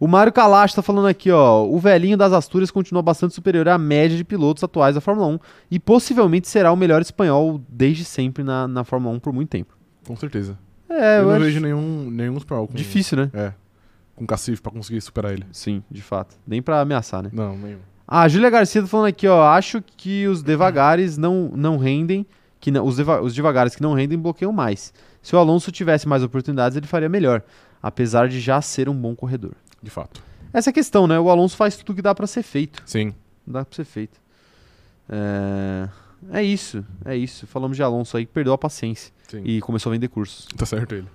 Speaker 1: O Mário Kalash tá falando aqui, ó. O velhinho das Astúrias continua bastante superior à média de pilotos atuais da Fórmula 1 e possivelmente será o melhor espanhol desde sempre na, na Fórmula 1 por muito tempo.
Speaker 2: Com certeza.
Speaker 1: É, eu,
Speaker 2: eu não
Speaker 1: acho
Speaker 2: vejo nenhum, nenhum espanhol com,
Speaker 1: difícil, né?
Speaker 2: com cacife pra conseguir superar ele.
Speaker 1: Sim, de fato. Nem pra ameaçar, né?
Speaker 2: Não, nenhum.
Speaker 1: Ah, a Júlia Garcia tá falando aqui, ó. Acho que os devagares não, não rendem, que não- os, deva- os devagares que não rendem bloqueiam mais. Se o Alonso tivesse mais oportunidades, ele faria melhor, apesar de já ser um bom corredor.
Speaker 2: De fato.
Speaker 1: Essa é a questão, né? O Alonso faz tudo que dá pra ser feito.
Speaker 2: Sim.
Speaker 1: Não dá pra ser feito. É... é isso, é isso. Falamos de Alonso aí que perdeu a paciência
Speaker 2: Sim.
Speaker 1: e começou a vender cursos.
Speaker 2: Tá certo ele.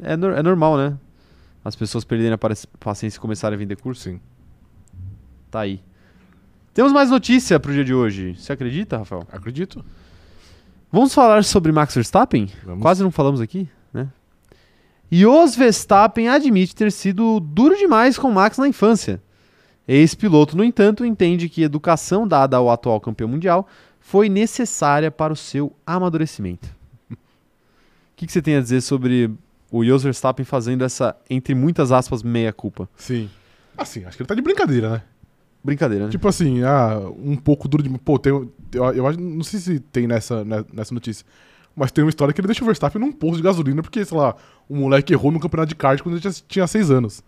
Speaker 1: É, nor- é normal, né? As pessoas perderem a paci- paciência e começarem a vender curso.
Speaker 2: Sim.
Speaker 1: Tá aí. Temos mais notícia pro dia de hoje. Você acredita, Rafael?
Speaker 2: Acredito.
Speaker 1: Vamos falar sobre Max Verstappen?
Speaker 2: Vamos.
Speaker 1: Quase não falamos aqui, né? Jos Verstappen admite ter sido duro demais com Max na infância. Ex-piloto, no entanto, entende que a educação dada ao atual campeão mundial foi necessária para o seu amadurecimento. O que, que você tem a dizer sobre o Jos Verstappen fazendo essa, entre muitas aspas, meia-culpa?
Speaker 2: Sim. Assim, acho que ele tá de brincadeira, né?
Speaker 1: Brincadeira, né?
Speaker 2: Tipo assim, ah, um pouco duro de. Pô, tem. Eu, eu acho. Não sei se tem nessa, ne- nessa notícia. Mas tem uma história que ele deixa o Verstappen num posto de gasolina, porque, sei lá, o moleque errou no campeonato de kart quando ele tinha- tinha seis anos.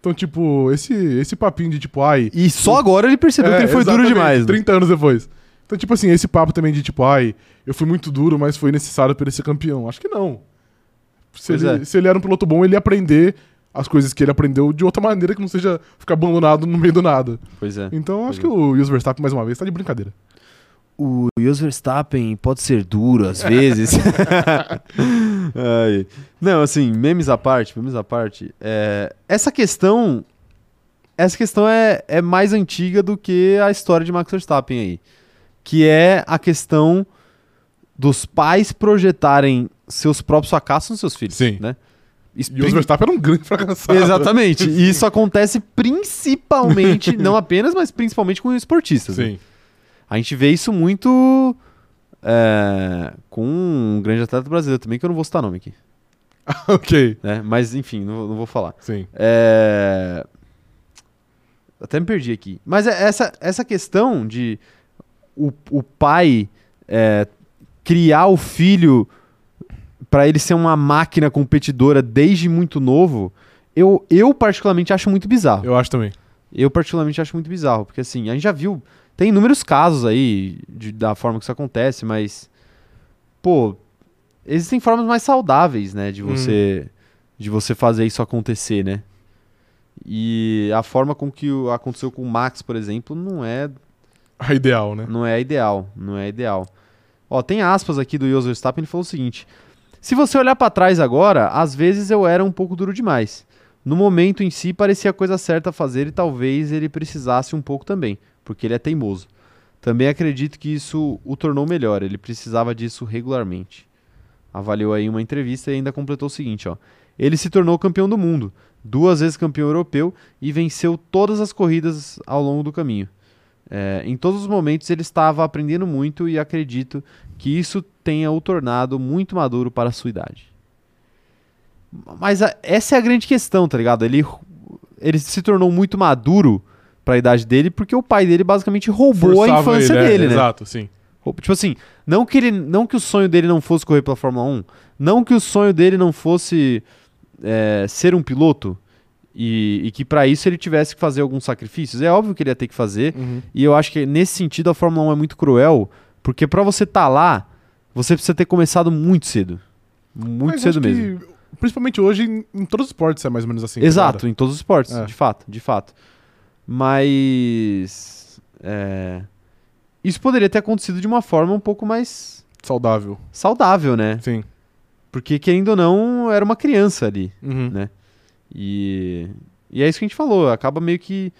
Speaker 2: Então, tipo, esse, esse papinho de tipo, ai.
Speaker 1: E só agora ele percebeu que ele foi duro
Speaker 2: É, exatamente,
Speaker 1: demais. né?
Speaker 2: 30 anos depois. Então, tipo assim, esse papo também de tipo, ai, eu fui muito duro, mas foi necessário para ele ser campeão. Acho que não. Se
Speaker 1: Pois
Speaker 2: ele,
Speaker 1: é.
Speaker 2: se ele era um piloto bom, ele ia aprender as coisas que ele aprendeu de outra maneira que não seja ficar abandonado no meio do nada.
Speaker 1: Pois é.
Speaker 2: Então, acho
Speaker 1: é.
Speaker 2: que o Jos Verstappen, mais uma vez, tá de brincadeira.
Speaker 1: o Jos Verstappen pode ser duro às vezes. Ai. Não, assim, memes à parte, memes à parte. é, essa questão, essa questão é, é mais antiga do que a história de Max Verstappen aí, que é a questão dos pais projetarem seus próprios fracassos nos seus filhos,
Speaker 2: Sim.
Speaker 1: né? Isso-
Speaker 2: E o Jos Verstappen era um grande fracassado.
Speaker 1: Exatamente. E isso acontece principalmente, não apenas, mas principalmente com esportistas. né?
Speaker 2: Sim.
Speaker 1: A gente vê isso muito é, com um grande atleta brasileiro também, que eu não vou citar nome aqui.
Speaker 2: ok.
Speaker 1: Né? Mas enfim, não, vou- não vou falar.
Speaker 2: Sim.
Speaker 1: É, Até me perdi aqui. Mas é- essa, essa questão de o, o pai é, criar o filho para ele ser uma máquina competidora desde muito novo, eu, eu particularmente acho muito bizarro.
Speaker 2: Eu acho também.
Speaker 1: Eu particularmente acho muito bizarro, porque assim, a gente já viu, tem inúmeros casos aí de- da forma que isso acontece, mas pô, existem formas mais saudáveis, né, de
Speaker 2: Hum.
Speaker 1: você de você fazer isso acontecer, né? E a forma com que o- aconteceu com o Max, por exemplo, não é
Speaker 2: A ideal, né?
Speaker 1: não é a ideal, não é a ideal. Ó, tem aspas aqui do Jos Verstappen, ele falou o seguinte: Se você olhar pra trás agora, às vezes eu era um pouco duro demais. No momento em si parecia a coisa certa a fazer e talvez ele precisasse um pouco também, porque ele é teimoso. Também acredito que isso o tornou melhor, ele precisava disso regularmente. Avaliou aí uma entrevista e ainda completou o seguinte, ó: Ele se tornou campeão do mundo, duas vezes campeão europeu e venceu todas as corridas ao longo do caminho. É, em todos os momentos ele estava aprendendo muito e acredito que isso tenha o tornado muito maduro para a sua idade. Mas a- essa é a grande questão, tá ligado? Ele, ele se tornou muito maduro para a idade dele porque o pai dele basicamente roubou a
Speaker 2: Forçava
Speaker 1: infância
Speaker 2: ele, é,
Speaker 1: dele, né?
Speaker 2: Exato, sim.
Speaker 1: Ou, Tipo assim, não que, ele, não que o sonho dele não fosse correr pela Fórmula 1, não que o sonho dele não fosse é, ser um piloto e, e que para isso ele tivesse que fazer alguns sacrifícios. É óbvio que ele ia ter que fazer,
Speaker 3: Uhum.
Speaker 1: e eu acho que nesse sentido a Fórmula 1 é muito cruel, porque pra você tá lá, você precisa ter começado muito cedo. Muito
Speaker 2: Mas
Speaker 1: cedo
Speaker 2: acho que,
Speaker 1: mesmo.
Speaker 2: Principalmente hoje, em, em todos os esportes é mais ou menos assim. tá
Speaker 1: Exato,
Speaker 2: ligado?
Speaker 1: em todos os esportes,
Speaker 2: É.
Speaker 1: de fato, de fato. Mas. é, isso poderia ter acontecido de uma forma um pouco mais
Speaker 2: Saudável.
Speaker 1: saudável, né?
Speaker 2: Sim.
Speaker 1: Porque, querendo ou não, era uma criança ali.
Speaker 2: Uhum.
Speaker 1: Né? E, e é isso que a gente falou, acaba meio que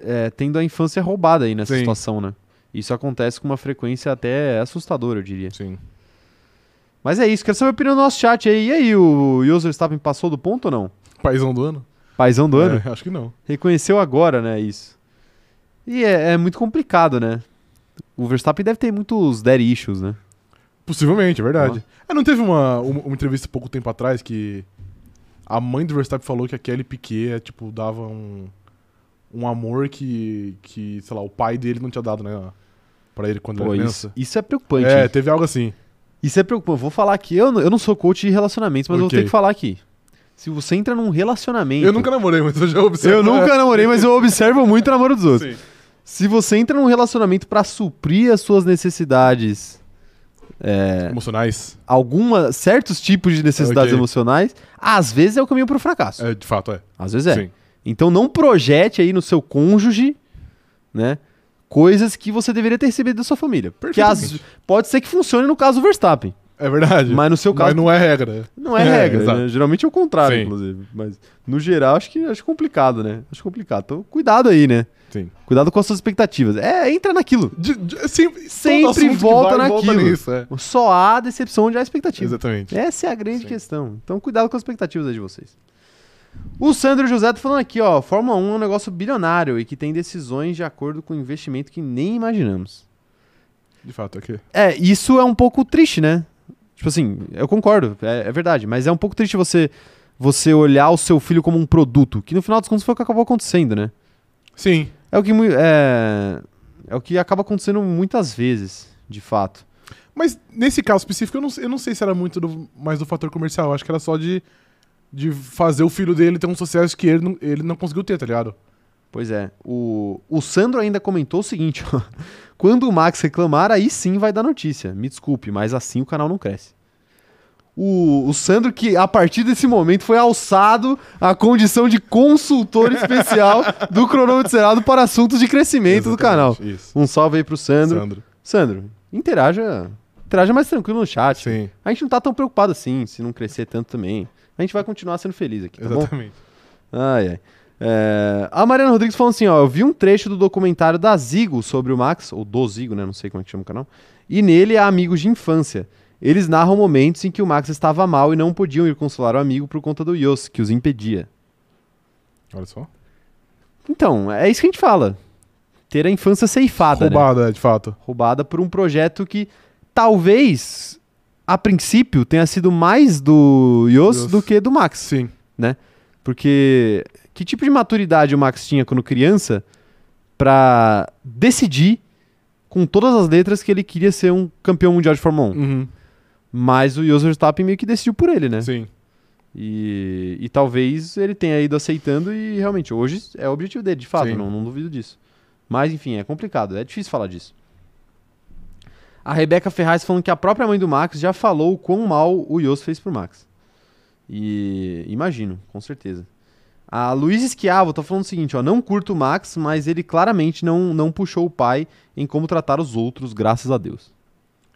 Speaker 1: é, tendo a infância roubada aí nessa
Speaker 2: Sim.
Speaker 1: situação, né? Isso acontece com uma frequência até assustadora, eu diria.
Speaker 2: Sim.
Speaker 1: Mas é isso, quero saber a opinião do nosso chat aí. E aí, o Joseph Verstappen passou do ponto ou não?
Speaker 2: Paizão do ano?
Speaker 1: Paizão do ano?
Speaker 2: É, acho que não.
Speaker 1: Reconheceu agora, né, isso. E é, é muito complicado, né? O Verstappen deve ter muitos dead issues, né?
Speaker 2: Possivelmente, é verdade. Ah, não teve uma, uma, uma entrevista pouco tempo atrás que a mãe do Verstappen falou que a Kelly Piquet, é, tipo, dava um, um amor que, que, sei lá, o pai dele não tinha dado, né? Pra ele quando
Speaker 1: Pô,
Speaker 2: ele era
Speaker 1: isso,
Speaker 2: criança.
Speaker 1: isso é preocupante.
Speaker 2: É,
Speaker 1: hein?
Speaker 2: teve algo assim.
Speaker 1: Isso é preocupante. Vou falar aqui, eu, não- eu não sou coach de relacionamentos, mas eu vou
Speaker 2: Ok.
Speaker 1: ter que falar aqui. Se você entra num relacionamento.
Speaker 2: Eu nunca namorei, mas eu já observei.
Speaker 1: Eu nunca namorei, mas eu observo muito o namoro dos outros.
Speaker 2: Sim.
Speaker 1: Se você entra num relacionamento pra suprir as suas necessidades, é,
Speaker 2: Emocionais.
Speaker 1: alguma, certos tipos de necessidades
Speaker 2: Ok.
Speaker 1: emocionais, às vezes é o caminho pro fracasso.
Speaker 2: É, de fato, é.
Speaker 1: Às vezes é.
Speaker 2: Sim.
Speaker 1: Então não projete aí no seu cônjuge, né? Coisas que você deveria ter recebido da sua família. Porque às-
Speaker 2: Perfeitamente.
Speaker 1: pode ser que funcione no caso do Verstappen.
Speaker 2: É verdade.
Speaker 1: Mas no seu caso,
Speaker 2: Mas não é regra.
Speaker 1: Não é,
Speaker 2: É,
Speaker 1: regra,
Speaker 2: exato.
Speaker 1: né? Geralmente é o contrário,
Speaker 2: Sim.
Speaker 1: inclusive. Mas, no geral, acho que acho complicado, né? Acho complicado. Então, cuidado aí, né?
Speaker 2: Sim.
Speaker 1: Cuidado com as suas expectativas. É, entra naquilo.
Speaker 2: De- de- é sempre
Speaker 1: Sempre
Speaker 2: todo assunto que
Speaker 1: volta
Speaker 2: vai,
Speaker 1: naquilo.
Speaker 2: nisso, é.
Speaker 1: Só há decepção onde há expectativa.
Speaker 2: Exatamente.
Speaker 1: Essa é a grande
Speaker 2: Sim.
Speaker 1: questão. Então, cuidado com as expectativas aí de vocês. O Sandro José tá falando aqui, ó. Fórmula 1 é um negócio bilionário e que tem decisões de acordo com o investimento que nem imaginamos.
Speaker 2: De fato, ok.
Speaker 1: É, isso é um pouco triste, né? Tipo assim, eu concordo, é, é verdade, mas é um pouco triste você você olhar o seu filho como um produto, que no final dos contos foi o que acabou acontecendo, né?
Speaker 2: Sim.
Speaker 1: É o que mui- é, é o que acaba acontecendo muitas vezes, de fato.
Speaker 2: Mas nesse caso específico, eu não, eu não sei se era muito do- mais do fator comercial. Eu acho que era só de, de fazer o filho dele ter um sucesso que ele não, ele não conseguiu ter, tá ligado?
Speaker 1: Pois é, o, o Sandro ainda comentou o seguinte, ó. Quando o Max reclamar, aí sim vai dar notícia. Me desculpe, mas assim o canal não cresce. O, o Sandro, que a partir desse momento foi alçado à condição de consultor especial do cronômetro zerado para assuntos de crescimento do canal.
Speaker 2: Isso.
Speaker 1: Um salve aí pro Sandro.
Speaker 2: Sandro.
Speaker 1: Sandro, interaja, interaja mais tranquilo no chat.
Speaker 2: Sim,
Speaker 1: A gente não tá tão preocupado assim, se não crescer tanto também. A gente vai continuar sendo feliz aqui, tá bom?
Speaker 2: exatamente.
Speaker 1: Ai, ai. É, a Mariana Rodrigues falou assim: ó, eu vi um trecho do documentário da Zigo sobre o Max, ou do Zigo, né? Não sei como é que chama o canal. E nele há amigos de infância. Eles narram momentos em que o Max estava mal e não podiam ir consolar o amigo por conta do Yos, que os impedia.
Speaker 2: Olha só.
Speaker 1: Então, é isso que a gente fala. Ter a infância ceifada, né?
Speaker 2: Roubada, de fato.
Speaker 1: roubada por um projeto que talvez, a princípio, tenha sido mais do Yos
Speaker 2: Yos.
Speaker 1: do que do Max.
Speaker 2: Sim.
Speaker 1: Porque que tipo de maturidade o Max tinha quando criança pra decidir com todas as letras que ele queria ser um campeão mundial de Fórmula 1?
Speaker 2: Uhum.
Speaker 1: Mas o Jos Verstappen meio que decidiu por ele, né?
Speaker 2: Sim.
Speaker 1: E, e talvez ele tenha ido aceitando e realmente hoje é o objetivo dele, de fato,
Speaker 2: Sim.
Speaker 1: não, não duvido disso. Mas enfim, é complicado, é difícil falar disso. A Rebeca Ferraz falando que a própria mãe do Max já falou o quão mal o Yos fez pro Max. E imagino, com certeza. A Luiz Esquiavo tá falando o seguinte, ó, não curto o Max, mas ele claramente não, não puxou o pai em como tratar os outros, graças a Deus.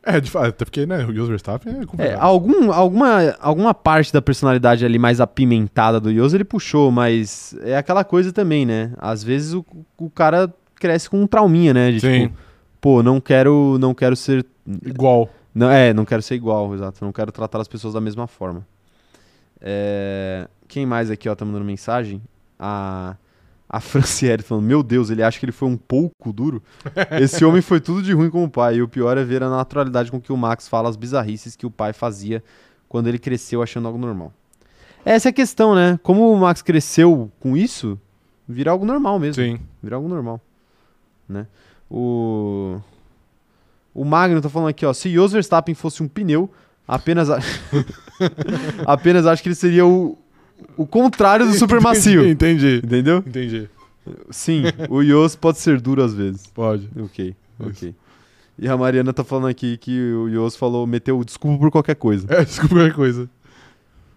Speaker 2: É, de fato. Até porque, né, o Jos Verstappen é
Speaker 1: É,
Speaker 2: complicado.
Speaker 1: algum, alguma, alguma parte da personalidade ali mais apimentada do Yos ele puxou, mas é aquela coisa também, né? Às vezes o, o cara cresce com um trauminha, né? De,
Speaker 2: Sim.
Speaker 1: Tipo, pô, não quero, não quero ser.
Speaker 2: Igual.
Speaker 1: Não, é, não quero ser igual, exato. Não quero tratar as pessoas da mesma forma. É, quem mais aqui, ó, tá mandando mensagem? A A Franciele falando, meu Deus, ele acha que ele foi um pouco duro? Esse homem foi tudo de ruim como pai. E o pior é ver a naturalidade com que o Max fala as bizarrices que o pai fazia quando ele cresceu achando algo normal. Essa é a questão, né? Como o Max cresceu com isso, vira algo normal mesmo.
Speaker 2: Sim.
Speaker 1: Virar algo normal. Né? O. O Magno tá falando aqui, ó. Se Jos Verstappen fosse um pneu, apenas. a- apenas acho que ele seria o. O contrário do super macio.
Speaker 2: Entendi, entendi.
Speaker 1: Entendeu?
Speaker 2: Entendi.
Speaker 1: Sim, o Yos pode ser duro às vezes.
Speaker 2: Pode.
Speaker 1: Ok,
Speaker 2: Isso.
Speaker 1: ok. E a Mariana tá falando aqui que o Yos falou, meteu o desculpa por qualquer coisa.
Speaker 2: É, desculpa qualquer coisa.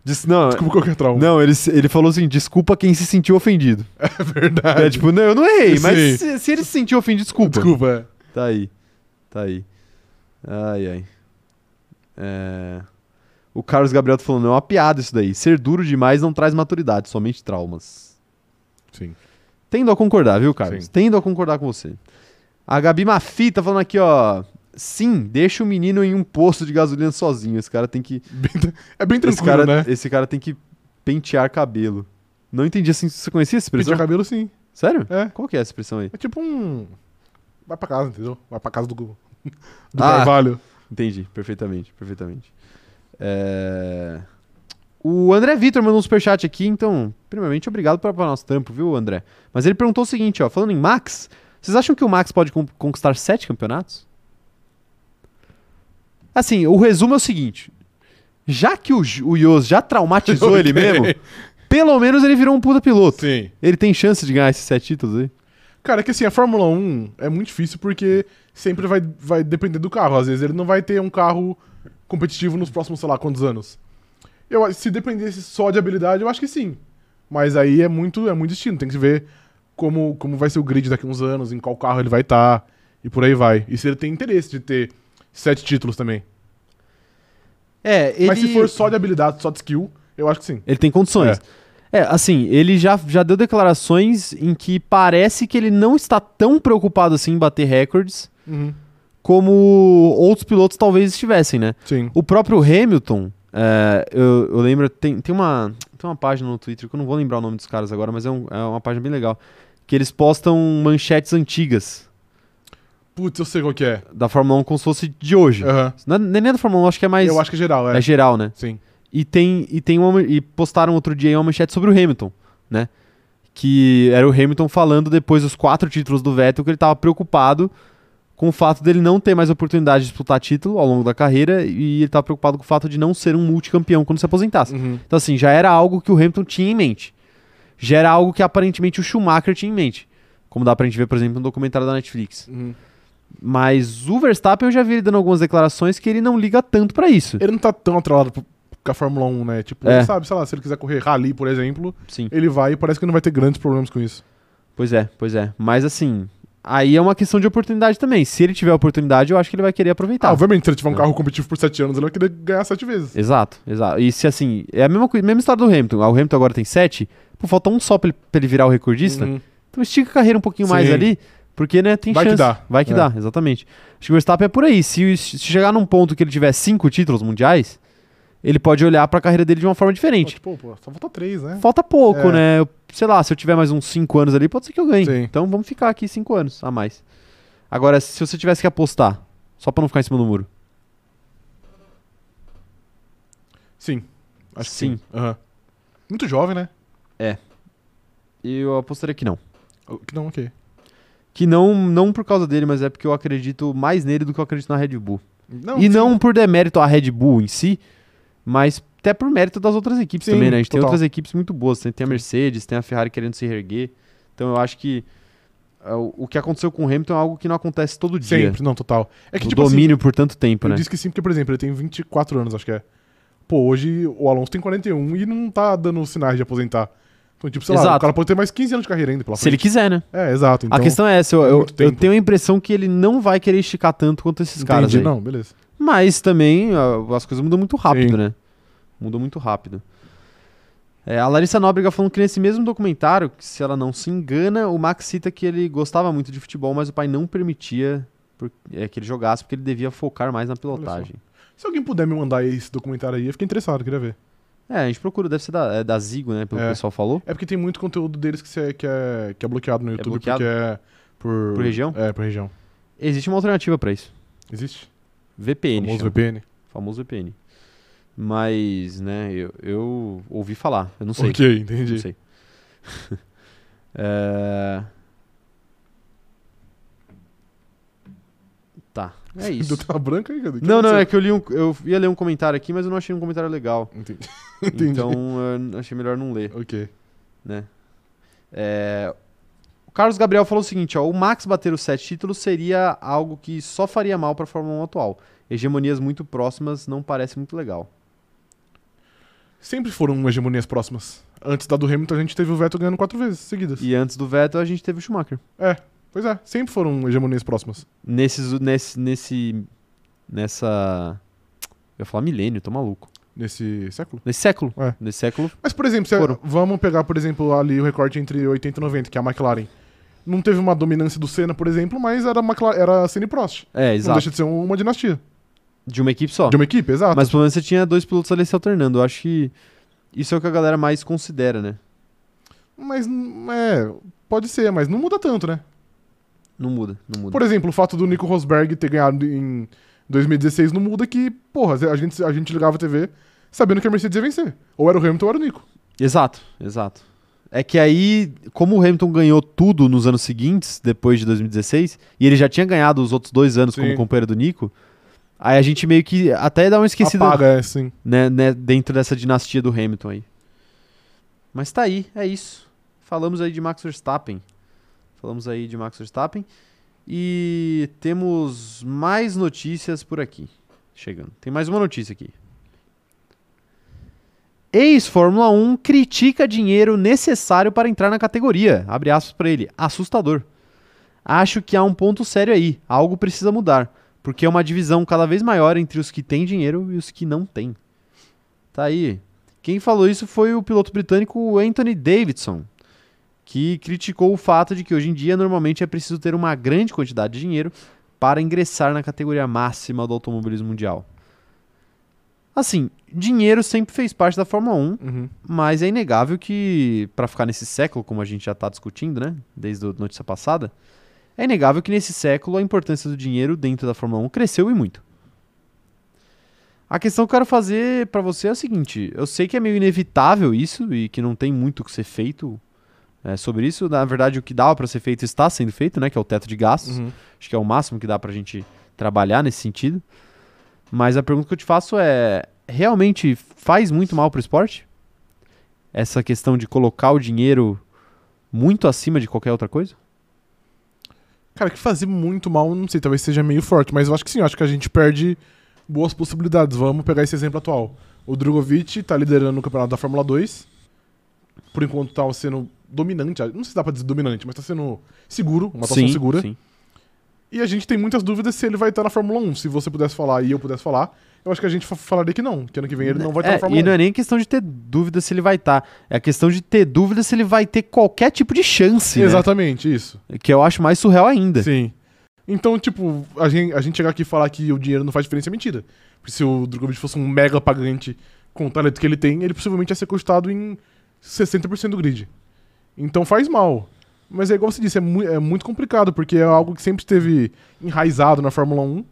Speaker 1: Disse, não,
Speaker 2: Desculpa qualquer trauma.
Speaker 1: não ele, se- ele falou assim: desculpa quem se sentiu ofendido.
Speaker 2: É verdade.
Speaker 1: É tipo, não, eu não errei,
Speaker 2: Sim.
Speaker 1: mas se, se ele se sentiu ofendido, desculpa.
Speaker 2: Desculpa. é.
Speaker 1: Tá aí. Tá aí. Ai, ai. É, O Carlos Gabriel tá falando, é uma piada isso daí. Ser duro demais não traz maturidade, somente traumas.
Speaker 2: Sim.
Speaker 1: Tendo a concordar, viu, Carlos?
Speaker 2: Sim.
Speaker 1: Tendo a concordar com você. A Gabi Mafi tá falando aqui, ó. Sim, deixa o menino em um posto de gasolina sozinho. Esse cara tem que.
Speaker 2: Bem- é bem
Speaker 1: Esse
Speaker 2: tranquilo,
Speaker 1: cara,
Speaker 2: né?
Speaker 1: esse cara tem que pentear cabelo. Não entendi assim. Você conhecia essa expressão?
Speaker 2: Pentear cabelo, sim.
Speaker 1: Sério?
Speaker 2: É.
Speaker 1: Qual que é essa expressão aí?
Speaker 2: É tipo um. Vai pra casa, entendeu? Vai pra casa do, do
Speaker 1: Ah.
Speaker 2: Carvalho.
Speaker 1: Entendi, perfeitamente, perfeitamente. É, O André Vitor mandou um superchat aqui, então, primeiramente, obrigado para nosso trampo, viu, André? Mas ele perguntou o seguinte, ó, falando em Max, vocês acham que o Max pode con- conquistar sete campeonatos? Assim, o resumo é o seguinte, já que o, J- o Yos já traumatizou ele
Speaker 2: Ok.
Speaker 1: mesmo, pelo menos ele virou um puta piloto.
Speaker 2: Sim.
Speaker 1: Ele tem chance de ganhar esses sete títulos aí?
Speaker 2: Cara, é que assim, a Fórmula 1 é muito difícil porque sempre vai, vai depender do carro. Às vezes ele não vai ter um carro competitivo nos próximos, sei lá, quantos anos. Eu, acho- se dependesse só de habilidade, eu acho que sim. Mas aí é muito, é muito destino. Tem que ver como, como vai ser o grid daqui a uns anos, em qual carro ele vai estar e por aí vai. E se ele tem interesse de ter sete títulos também.
Speaker 1: É, ele...
Speaker 2: Mas se for só de habilidade, só de skill, eu acho que sim.
Speaker 1: Ele tem condições. É, assim, ele já, já deu declarações em que parece que ele não está tão preocupado assim em bater recordes como outros pilotos talvez estivessem, né?
Speaker 2: Sim.
Speaker 1: O próprio Hamilton, é, eu, eu lembro, tem, tem, uma, tem uma página no Twitter que eu não vou lembrar o nome dos caras agora, mas é, um- é uma página bem legal. Que eles postam manchetes antigas
Speaker 2: Putz, eu sei qual que é.
Speaker 1: da Fórmula 1 como se fosse de hoje.
Speaker 2: Aham.
Speaker 1: Não é- nem é da Fórmula 1, acho que é mais.
Speaker 2: Eu acho que é geral, é.
Speaker 1: é geral, né?
Speaker 2: Sim.
Speaker 1: E tem, e tem uma, e postaram outro dia aí uma manchete sobre o Hamilton, né? Que era o Hamilton falando depois dos quatro títulos do Vettel que ele estava preocupado com o fato dele não ter mais oportunidade de disputar título ao longo da carreira e ele estava preocupado com o fato de não ser um multicampeão quando se aposentasse.
Speaker 2: Uhum.
Speaker 1: Então assim, já era algo que o Hamilton tinha em mente. Já era algo que aparentemente o Schumacher tinha em mente. Como dá pra gente ver, por exemplo, no documentário da Netflix.
Speaker 2: Uhum.
Speaker 1: Mas o Verstappen eu já vi ele dando algumas declarações que ele não liga tanto pra isso.
Speaker 2: Ele não tá tão atrelado pro- com a Fórmula 1, né? Tipo,
Speaker 1: É.
Speaker 2: ele sabe, sei lá, se ele quiser correr rally, por exemplo,
Speaker 1: Sim.
Speaker 2: ele vai e parece que não vai ter grandes problemas com isso.
Speaker 1: Pois é, pois é. Mas assim, aí é uma questão de oportunidade também. Se ele tiver oportunidade, eu acho que ele vai querer
Speaker 2: Ah,
Speaker 1: aproveitar.
Speaker 2: obviamente, se ele tiver um
Speaker 1: É.
Speaker 2: carro competitivo por 7 anos, ele vai querer ganhar 7 vezes.
Speaker 1: exato, exato. E se assim, é a mesma, coi- mesma história do Hamilton. Ah, O Hamilton agora tem sete, pô, falta um só pra ele, pra ele virar o recordista.
Speaker 2: Uhum.
Speaker 1: Então estica a carreira um pouquinho mais
Speaker 2: Sim.
Speaker 1: ali, porque né, tem
Speaker 2: Vai que
Speaker 1: chance.
Speaker 2: dá.
Speaker 1: Vai que
Speaker 2: É.
Speaker 1: dá, exatamente. Acho que o Verstappen é por aí. Se, se chegar num ponto que ele tiver cinco títulos mundiais, ele pode olhar pra carreira dele de uma forma
Speaker 2: Pô,
Speaker 1: diferente.
Speaker 2: tipo, pô, só falta 3, né?
Speaker 1: Falta pouco,
Speaker 2: É.
Speaker 1: né? Eu- sei lá, se eu tiver mais uns 5 anos ali, pode ser que eu ganhe.
Speaker 2: Sim.
Speaker 1: Então vamos ficar aqui 5 anos a mais. Agora, se você tivesse que apostar, só pra não ficar em cima do muro.
Speaker 2: Sim. Acho que
Speaker 1: Sim.
Speaker 2: sim. Aham. Muito jovem, né?
Speaker 1: Eu apostaria que não.
Speaker 2: O- que Não, ok.
Speaker 1: Que não, não por causa dele, mas é porque eu acredito mais nele do que eu acredito na Red Bull.
Speaker 2: Não,
Speaker 1: e
Speaker 2: sim.
Speaker 1: não por demérito à Red Bull em si, mas até por mérito das outras equipes
Speaker 2: Sim,
Speaker 1: também, né? A gente tem
Speaker 2: total.
Speaker 1: outras equipes muito boas. Tem tem a Mercedes, tem a Ferrari querendo se reerguer. Então eu acho que é, o o que aconteceu com o Hamilton é algo que não acontece todo dia.
Speaker 2: Sempre, não, total. É que,
Speaker 1: o
Speaker 2: tipo assim,
Speaker 1: domínio por tanto tempo,
Speaker 2: Eu
Speaker 1: né?
Speaker 2: disse que sim, porque, por exemplo, ele tem 24 anos, acho que é. Pô, hoje o Alonso tem 41 e não tá dando sinais de aposentar. Então, tipo, sei lá,
Speaker 1: Exato.
Speaker 2: o cara pode ter mais 15 anos de carreira ainda pela
Speaker 1: Se ele
Speaker 2: frente.
Speaker 1: quiser, né?
Speaker 2: É, exato. Então,
Speaker 1: a questão é essa, eu, eu,
Speaker 2: muito
Speaker 1: eu
Speaker 2: tempo.
Speaker 1: tenho a impressão que ele não vai querer esticar tanto quanto esses
Speaker 2: entendi,
Speaker 1: caras aí.
Speaker 2: não, beleza.
Speaker 1: Mas também ah, as coisas mudam muito rápido,
Speaker 2: Sim.
Speaker 1: né? Mudam muito rápido. É, a Larissa Nóbrega falando que nesse mesmo documentário, que se ela não se engana, o Max cita que ele gostava muito de futebol, mas o pai não permitia por- é, que ele jogasse porque ele devia focar mais na pilotagem.
Speaker 2: Se alguém puder me mandar esse documentário aí, eu fiquei interessado, queria ver.
Speaker 1: É, a gente procura, deve ser da, é da Zigo, né? Pelo que
Speaker 2: É.
Speaker 1: o pessoal falou.
Speaker 2: É porque tem muito conteúdo deles que, cê- que é, que é bloqueado no YouTube
Speaker 1: bloqueado?
Speaker 2: porque é por...
Speaker 1: Por região?
Speaker 2: É, por região.
Speaker 1: Existe uma alternativa pra isso.
Speaker 2: Existe.
Speaker 1: VPN.
Speaker 2: Famoso
Speaker 1: chama.
Speaker 2: VPN.
Speaker 1: Famoso VPN. Mas, né, eu, eu ouvi falar. Eu não sei.
Speaker 2: Ok,
Speaker 1: Não
Speaker 2: entendi.
Speaker 1: sei. É... Tá, é isso.
Speaker 2: Deu tela branca aí, cadê? O que
Speaker 1: Não, não, é
Speaker 2: aconteceu?
Speaker 1: que eu li um. Eu ia ler um comentário aqui, mas eu não achei um comentário legal.
Speaker 2: Entendi. Entendi.
Speaker 1: Então eu achei melhor não ler,
Speaker 2: Ok.
Speaker 1: né? É, O Carlos Gabriel falou o seguinte: ó, o Max bater os sete títulos seria algo que só faria mal pra Fórmula 1 atual. Hegemonias muito próximas não parece muito legal.
Speaker 2: Sempre foram hegemonias próximas. Antes da do Hamilton, a gente teve o Vettel ganhando quatro vezes seguidas.
Speaker 1: E antes do Vettel, a gente teve o Schumacher.
Speaker 2: Pois é, sempre foram hegemonias próximas.
Speaker 1: Nesses, nesse, nesse. Nessa. Eu ia falar milênio, tô maluco.
Speaker 2: Nesse século.
Speaker 1: Nesse século.
Speaker 2: É.
Speaker 1: Nesse século.
Speaker 2: Mas, por exemplo, se a-
Speaker 1: Foram.
Speaker 2: vamos pegar, por exemplo, ali o recorte entre 80 e 90, que é a McLaren. Não teve uma dominância do Senna, por exemplo, mas era, McLaren, era a Senna e Prost.
Speaker 1: É,
Speaker 2: Não
Speaker 1: exato.
Speaker 2: deixa de ser uma dinastia.
Speaker 1: De uma equipe só.
Speaker 2: De uma equipe, exato.
Speaker 1: Mas pelo menos você tinha dois pilotos ali se alternando. Eu acho que isso é o que a galera mais considera, né?
Speaker 2: Mas, hum, é, pode ser, mas não muda tanto, né?
Speaker 1: Não muda, não muda.
Speaker 2: Por exemplo, o fato do Nico Rosberg ter ganhado em 2016 não muda que, porra, a gente, a gente ligava a TV sabendo que a Mercedes ia vencer. Ou era o Hamilton ou era o Nico.
Speaker 1: Exato, exato. É que aí, como o Hamilton ganhou tudo nos anos seguintes, depois de 2016, e ele já tinha ganhado os outros dois anos como
Speaker 2: Sim.
Speaker 1: companheiro do Nico, aí a gente meio que até dá uma esquecida
Speaker 2: Apaga, é, sim.
Speaker 1: né, né, dentro dessa dinastia do Hamilton aí. Mas tá aí, é isso. Falamos aí de Max Verstappen. Falamos aí de Max Verstappen. E temos mais notícias por aqui. Chegando. Tem mais uma notícia aqui. Ex-Fórmula 1 critica dinheiro necessário para entrar na categoria. Abre aspas para ele. Assustador. Acho que há um ponto sério aí. Algo precisa mudar. Porque é uma divisão cada vez maior entre os que têm dinheiro e os que não têm. Tá aí. Quem falou isso foi o piloto britânico Anthony Davidson, que criticou o fato de que hoje em dia normalmente é preciso ter uma grande quantidade de dinheiro para ingressar na categoria máxima do automobilismo mundial. Assim, dinheiro sempre fez parte da Fórmula 1,
Speaker 2: Uhum.
Speaker 1: mas é inegável que, pra ficar nesse século, como a gente já tá discutindo, né? Desde a notícia passada, é inegável que nesse século a importância do dinheiro dentro da Fórmula 1 cresceu e muito. A questão que eu quero fazer pra você é o seguinte: eu sei que é meio inevitável isso e que não tem muito o que ser feito é, sobre isso. Na verdade, o que dava pra ser feito está sendo feito, né? Que é o teto de gastos.
Speaker 2: Uhum.
Speaker 1: Acho que é o máximo que dá pra gente trabalhar nesse sentido. Mas a pergunta que eu te faço é: realmente faz muito mal pro esporte? Essa questão de colocar o dinheiro muito acima de qualquer outra coisa?
Speaker 2: Cara, que fazer muito mal, não sei, talvez seja meio forte, mas eu acho que sim, eu acho que a gente perde boas possibilidades. Vamos pegar esse exemplo atual. O Drogovic tá liderando o campeonato da Fórmula 2. Por enquanto tá sendo dominante, não sei se dá pra dizer dominante, mas tá sendo seguro, uma atuação segura.
Speaker 1: sim.
Speaker 2: E a gente tem muitas dúvidas se ele vai estar na Fórmula 1. Se você pudesse falar e eu pudesse falar, eu acho que a gente fa- falaria que não, que ano que vem ele não vai estar
Speaker 1: É,
Speaker 2: na Fórmula
Speaker 1: e
Speaker 2: 1.
Speaker 1: não é nem questão de ter dúvida se ele vai estar. É a questão de ter dúvida se ele vai ter qualquer tipo de chance. né?
Speaker 2: Exatamente, isso.
Speaker 1: Que eu acho mais surreal ainda.
Speaker 2: Sim. Então, tipo, a gente, a gente chegar aqui e falar que o dinheiro não faz diferença é mentira. Porque se o Drogovic fosse um mega pagante com o talento que ele tem, ele possivelmente ia ser custado em 60% do grid. Então faz mal. Mas é igual você disse, é, mu- é muito complicado, porque é algo que sempre esteve enraizado na Fórmula 1.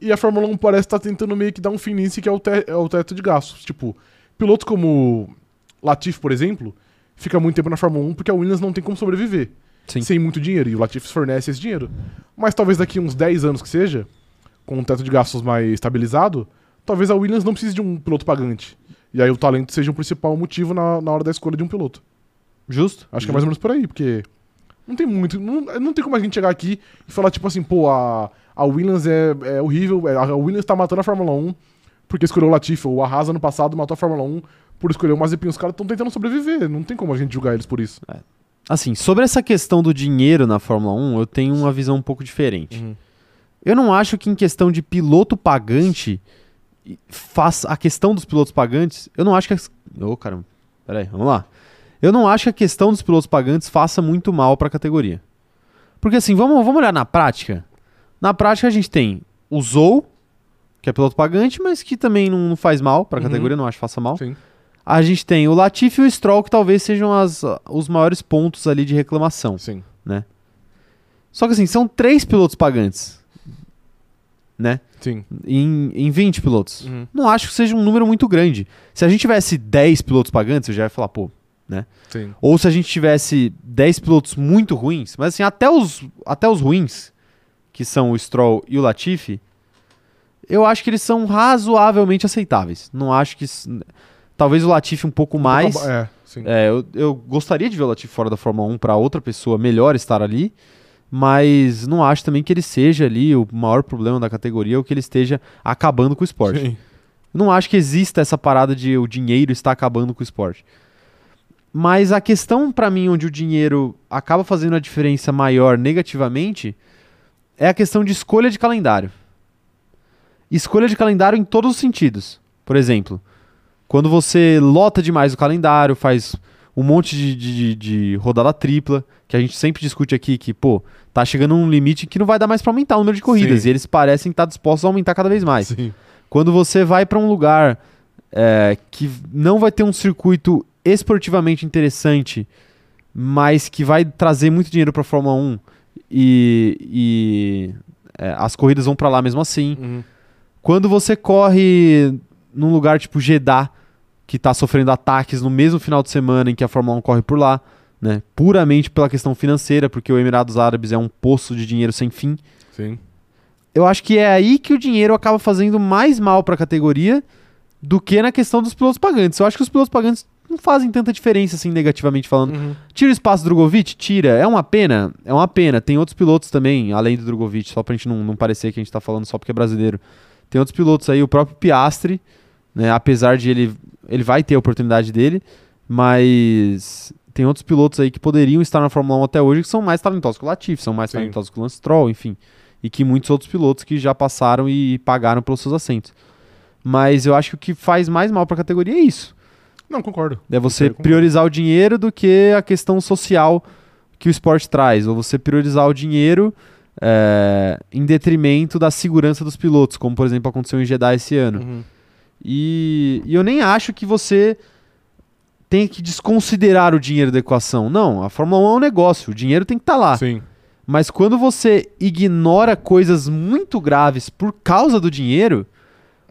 Speaker 2: E a Fórmula 1 parece estar tentando meio que dar um fim nisso, que é o, te- é o teto de gastos. Tipo, piloto como Latifi, por exemplo, fica muito tempo na Fórmula 1 porque a Williams não tem como sobreviver
Speaker 1: Sim.
Speaker 2: sem muito dinheiro. E o Latifi fornece esse dinheiro. Mas talvez daqui uns 10 anos que seja, com um teto de gastos mais estabilizado, talvez a Williams não precise de um piloto pagante. E aí o talento seja o principal motivo na, na hora da escolha de um piloto.
Speaker 1: Justo?
Speaker 2: Acho que é mais ou menos por aí, porque não tem muito. Não, não tem como a gente chegar aqui e falar, tipo assim, pô, a, a Williams é, é horrível, é, a Williams tá matando a Fórmula 1 porque escolheu o Latifi, ou a Haas ano passado matou a Fórmula 1 por escolher o Mazepin. Os caras estão tentando sobreviver, não tem como a gente julgar eles por isso.
Speaker 1: Assim, sobre essa questão do dinheiro na Fórmula 1, eu tenho uma visão um pouco diferente.
Speaker 2: Uhum.
Speaker 1: Eu não acho que em questão de piloto pagante e- faça a questão dos pilotos pagantes, eu não acho que as- Ô, caramba. Peraí, vamos lá. Eu não acho que a questão dos pilotos pagantes faça muito mal para a categoria. Porque assim, vamos, vamos olhar na prática. Na prática a gente tem o Zou, que é piloto pagante, mas que também não, não faz mal para a
Speaker 2: Uhum.
Speaker 1: categoria, não acho que faça mal.
Speaker 2: Sim.
Speaker 1: A gente tem o Latifi e o Stroll, que talvez sejam as- uh, os maiores pontos ali de reclamação.
Speaker 2: Sim.
Speaker 1: Só que assim, são três pilotos pagantes. Né?
Speaker 2: Sim.
Speaker 1: Em, em 20 pilotos.
Speaker 2: Uhum.
Speaker 1: Não acho que seja um número muito grande. Se a gente tivesse 10 pilotos pagantes, eu já ia falar, pô.
Speaker 2: Sim.
Speaker 1: Ou se a gente tivesse 10 pilotos muito ruins, mas assim, até os, até os ruins, que são o Stroll e o Latifi, eu acho que eles são razoavelmente aceitáveis. Não acho que. s- Talvez o Latifi um pouco mais.
Speaker 2: É, sim.
Speaker 1: É, eu, eu gostaria de ver o Latifi fora da Fórmula 1 para outra pessoa melhor estar ali, mas não acho também que ele seja ali o maior problema da categoria ou que ele esteja acabando com o esporte.
Speaker 2: Sim.
Speaker 1: Não acho que exista essa parada de o dinheiro está acabando com o esporte. Mas a questão pra mim onde o dinheiro acaba fazendo a diferença maior negativamente é a questão de escolha de calendário. Escolha de calendário em todos os sentidos. Por exemplo, quando você lota demais o calendário, faz um monte de, de- de- de rodada tripla, que a gente sempre discute aqui que, pô, tá chegando um limite que não vai dar mais pra aumentar o número de corridas.
Speaker 2: Sim.
Speaker 1: E eles parecem estar dispostos a aumentar cada vez mais.
Speaker 2: Sim.
Speaker 1: Quando você vai para um lugar é, que não vai ter um circuito esportivamente interessante, mas que vai trazer muito dinheiro para a Fórmula 1 e, e, é, as corridas vão para lá mesmo assim.
Speaker 2: Uhum.
Speaker 1: Quando você corre num lugar tipo Jeddah, que tá sofrendo ataques no mesmo final de semana em que a Fórmula 1 corre por lá, né? Puramente pela questão financeira, porque o Emirados Árabes é um poço de dinheiro sem fim
Speaker 2: Sim.
Speaker 1: eu acho que é aí que o dinheiro acaba fazendo mais mal para a categoria do que na questão dos pilotos pagantes. Eu acho que os pilotos pagantes não fazem tanta diferença assim negativamente falando.
Speaker 2: Uhum.
Speaker 1: Tira o espaço do Drogovic? Tira. É uma pena? É uma pena. Tem outros pilotos também, além do Drogovic, só pra gente não, não parecer que a gente tá falando só porque é brasileiro. Tem outros pilotos aí, o próprio Piastri, né? Apesar de ele. Ele vai ter a oportunidade dele, mas. Tem outros pilotos aí que poderiam estar na Fórmula 1 até hoje que são mais talentosos que o Latifi, são mais
Speaker 2: Sim.
Speaker 1: talentosos que o Lance Stroll, enfim. E que muitos outros pilotos que já passaram e pagaram pelos seus assentos. Mas eu acho que o que faz mais mal pra categoria é isso.
Speaker 2: Não, concordo.
Speaker 1: É você
Speaker 2: aí eu concordo.
Speaker 1: priorizar o dinheiro do que a questão social que o esporte traz. Ou você priorizar o dinheiro é, em detrimento da segurança dos pilotos, como por exemplo aconteceu em Jeddah esse ano.
Speaker 2: Uhum.
Speaker 1: E, e eu nem acho que você tem que desconsiderar o dinheiro da equação. Não, a Fórmula 1 é um negócio, o dinheiro tem que estar lá.
Speaker 2: Sim.
Speaker 1: Mas quando você ignora coisas muito graves por causa do dinheiro,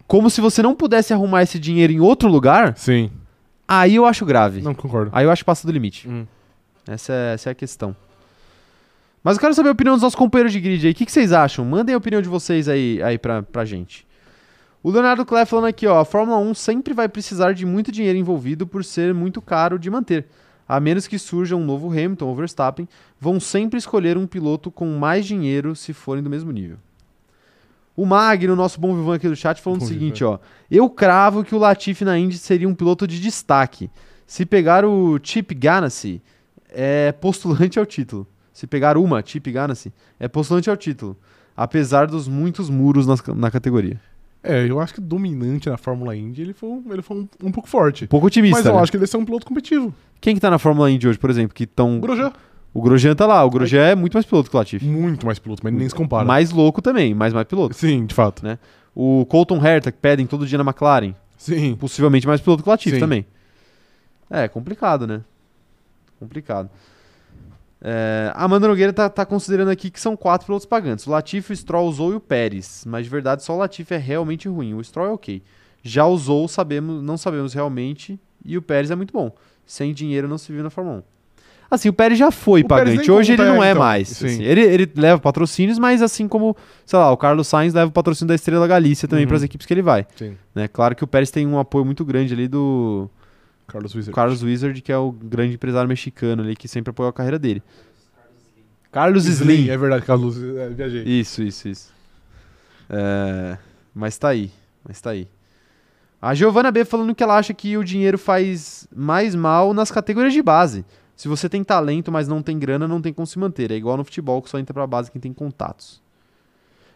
Speaker 1: como se você não pudesse arrumar esse dinheiro em outro lugar,
Speaker 2: Sim.
Speaker 1: aí eu acho grave.
Speaker 2: Não, concordo.
Speaker 1: Aí eu acho que passa do limite.
Speaker 2: Hum.
Speaker 1: Essa é, essa é a questão. Mas eu quero saber a opinião dos nossos companheiros de grid aí. O que, que vocês acham? Mandem a opinião de vocês aí, aí pra, pra gente. O Leonardo Clef falando aqui, ó. A Fórmula 1 sempre vai precisar de muito dinheiro envolvido por ser muito caro de manter. A menos que surja um novo Hamilton ou Verstappen, vão sempre escolher um piloto com mais dinheiro se forem do mesmo nível. O Magno, nosso bom vivão aqui do chat, falando
Speaker 2: Bom
Speaker 1: o seguinte, ó. Eu cravo que o Latifi na Indy seria um piloto de destaque. Se pegar o Chip Ganassi, é postulante ao título. Se pegar uma, Chip Ganassi, é postulante ao título. Apesar dos muitos muros nas- na categoria.
Speaker 2: É, eu acho que dominante na Fórmula Indy ele foi, um- ele foi um, um pouco forte.
Speaker 1: Pouco otimista,
Speaker 2: Mas eu
Speaker 1: né?
Speaker 2: acho que ele é um piloto competitivo.
Speaker 1: Quem que tá na Fórmula Indy hoje, por exemplo, que tão...
Speaker 2: O Grosjean,
Speaker 1: O Grosjean tá lá. O Grosjean é muito mais piloto que o Latifi.
Speaker 2: muito mais piloto, mas nem se compara.
Speaker 1: Mais louco também, mas mais piloto. Né?
Speaker 2: Sim, de fato.
Speaker 1: O Colton Herta, que pedem todo dia na McLaren,
Speaker 2: Sim.
Speaker 1: possivelmente mais piloto que o Latifi
Speaker 2: Sim.
Speaker 1: também. É, complicado, né? Complicado. É, a Amanda Nogueira tá, tá considerando aqui que são quatro pilotos pagantes. O Latifi, o Stroll, o Zou e o Pérez. Mas de verdade, só o Latifi é realmente ruim. O Stroll é ok. Já o Zou, sabemos, não sabemos realmente. E o Pérez é muito bom. Sem dinheiro não se vive na Fórmula 1. Assim, o Pérez já foi
Speaker 2: O Pérez
Speaker 1: pagante.
Speaker 2: nem
Speaker 1: Hoje
Speaker 2: conta,
Speaker 1: ele não
Speaker 2: é,
Speaker 1: é
Speaker 2: então.
Speaker 1: mais.
Speaker 2: Sim.
Speaker 1: assim. ele, ele leva patrocínios, mas assim como, sei lá, o Carlos Sainz leva o patrocínio da Estrela Galícia também
Speaker 2: Uhum.
Speaker 1: para as equipes que ele vai.
Speaker 2: Sim.
Speaker 1: Né? Claro que o Pérez tem um apoio muito grande ali do
Speaker 2: Carlos Wizard.
Speaker 1: Carlos Wizard, que é o grande empresário mexicano ali, que sempre apoiou a carreira dele. Carlos Slim.
Speaker 2: É verdade, Carlos. É, viajei.
Speaker 1: Isso, isso, isso. É, Mas tá aí, mas tá aí. A Giovana B falando que ela acha que o dinheiro faz mais mal nas categorias de base. Se você tem talento, mas não tem grana, não tem como se manter. É igual no futebol que só entra pra base quem tem contatos.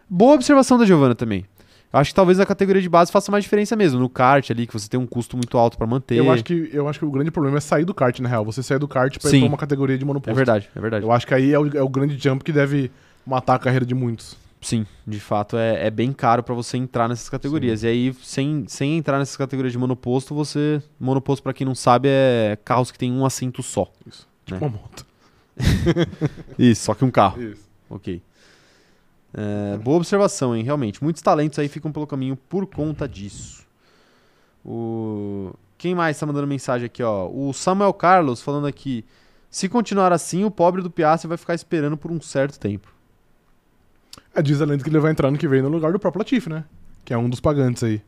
Speaker 1: Boa observação da Giovana também. Eu acho que talvez na categoria de base faça mais diferença mesmo. No kart ali, que você tem um custo muito alto pra manter.
Speaker 2: Eu acho, que, eu acho que o grande problema é sair do kart, na real. Você sair do kart pra ir
Speaker 1: Sim.
Speaker 2: pra uma categoria de
Speaker 1: É
Speaker 2: monoposto.
Speaker 1: verdade, é verdade. Né?
Speaker 2: Eu acho que aí é o, é o grande jump que deve matar a carreira de muitos.
Speaker 1: Sim, de fato é, é bem caro pra você entrar nessas categorias. E aí, sem, sem entrar nessas categorias de monoposto, você. Monoposto, pra quem não sabe, é carros que tem um assento só.
Speaker 2: Isso.
Speaker 1: Né?
Speaker 2: Tipo uma moto.
Speaker 1: Isso, só que um carro.
Speaker 2: Isso.
Speaker 1: Ok. É, boa observação, hein? Realmente. Muitos talentos aí ficam pelo caminho por conta disso. O... Quem mais tá mandando mensagem aqui, ó? O Samuel Carlos falando aqui. Se continuar assim, o pobre do Piastri vai ficar esperando por um certo tempo.
Speaker 2: É, diz a lenda que ele vai entrar ano que vem no lugar do próprio Latif, né? Que é um dos pagantes aí.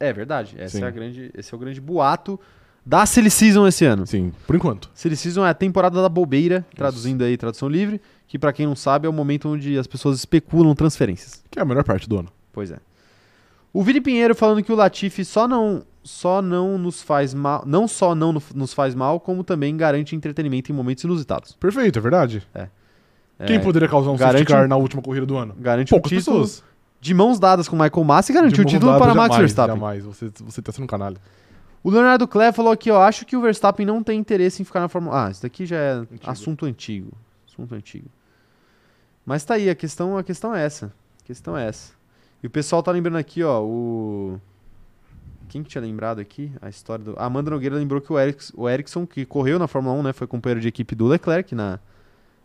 Speaker 1: É verdade. Essa
Speaker 2: Sim.
Speaker 1: é a grande, esse é o grande boato da Silly Season esse ano.
Speaker 2: Sim, por enquanto.
Speaker 1: Silly Season é a temporada da bobeira, traduzindo aí tradução livre, que pra quem não sabe é o momento onde as pessoas especulam transferências.
Speaker 2: Que é a melhor parte do ano.
Speaker 1: Pois é. O Vini Pinheiro falando que o Latifi só não só não nos faz mal, não só não no- nos faz mal, como também garante entretenimento em momentos inusitados.
Speaker 2: Perfeito, é verdade.
Speaker 1: É,
Speaker 2: Quem poderia causar um safety
Speaker 1: garante
Speaker 2: car na última corrida do ano?
Speaker 1: garante um
Speaker 2: Poucas
Speaker 1: título
Speaker 2: pessoas.
Speaker 1: de mãos dadas com Michael Massa e garantiu o
Speaker 2: De mãos
Speaker 1: título
Speaker 2: dadas,
Speaker 1: para Max
Speaker 2: jamais,
Speaker 1: Verstappen.
Speaker 2: Jamais, você, você tá sendo um canalha.
Speaker 1: O Leonardo Clé falou aqui, ó, acho que o Verstappen não tem interesse em ficar na Fórmula. Ah, isso daqui já é
Speaker 2: Antigo.
Speaker 1: assunto antigo, assunto antigo. Mas tá aí, a questão, a questão é essa. A questão é essa. E o pessoal tá lembrando aqui, ó, o quem que tinha lembrado aqui a história do a Amanda Nogueira lembrou que o, Erics, o Ericsson que correu na Fórmula 1, né, foi companheiro de equipe do Leclerc na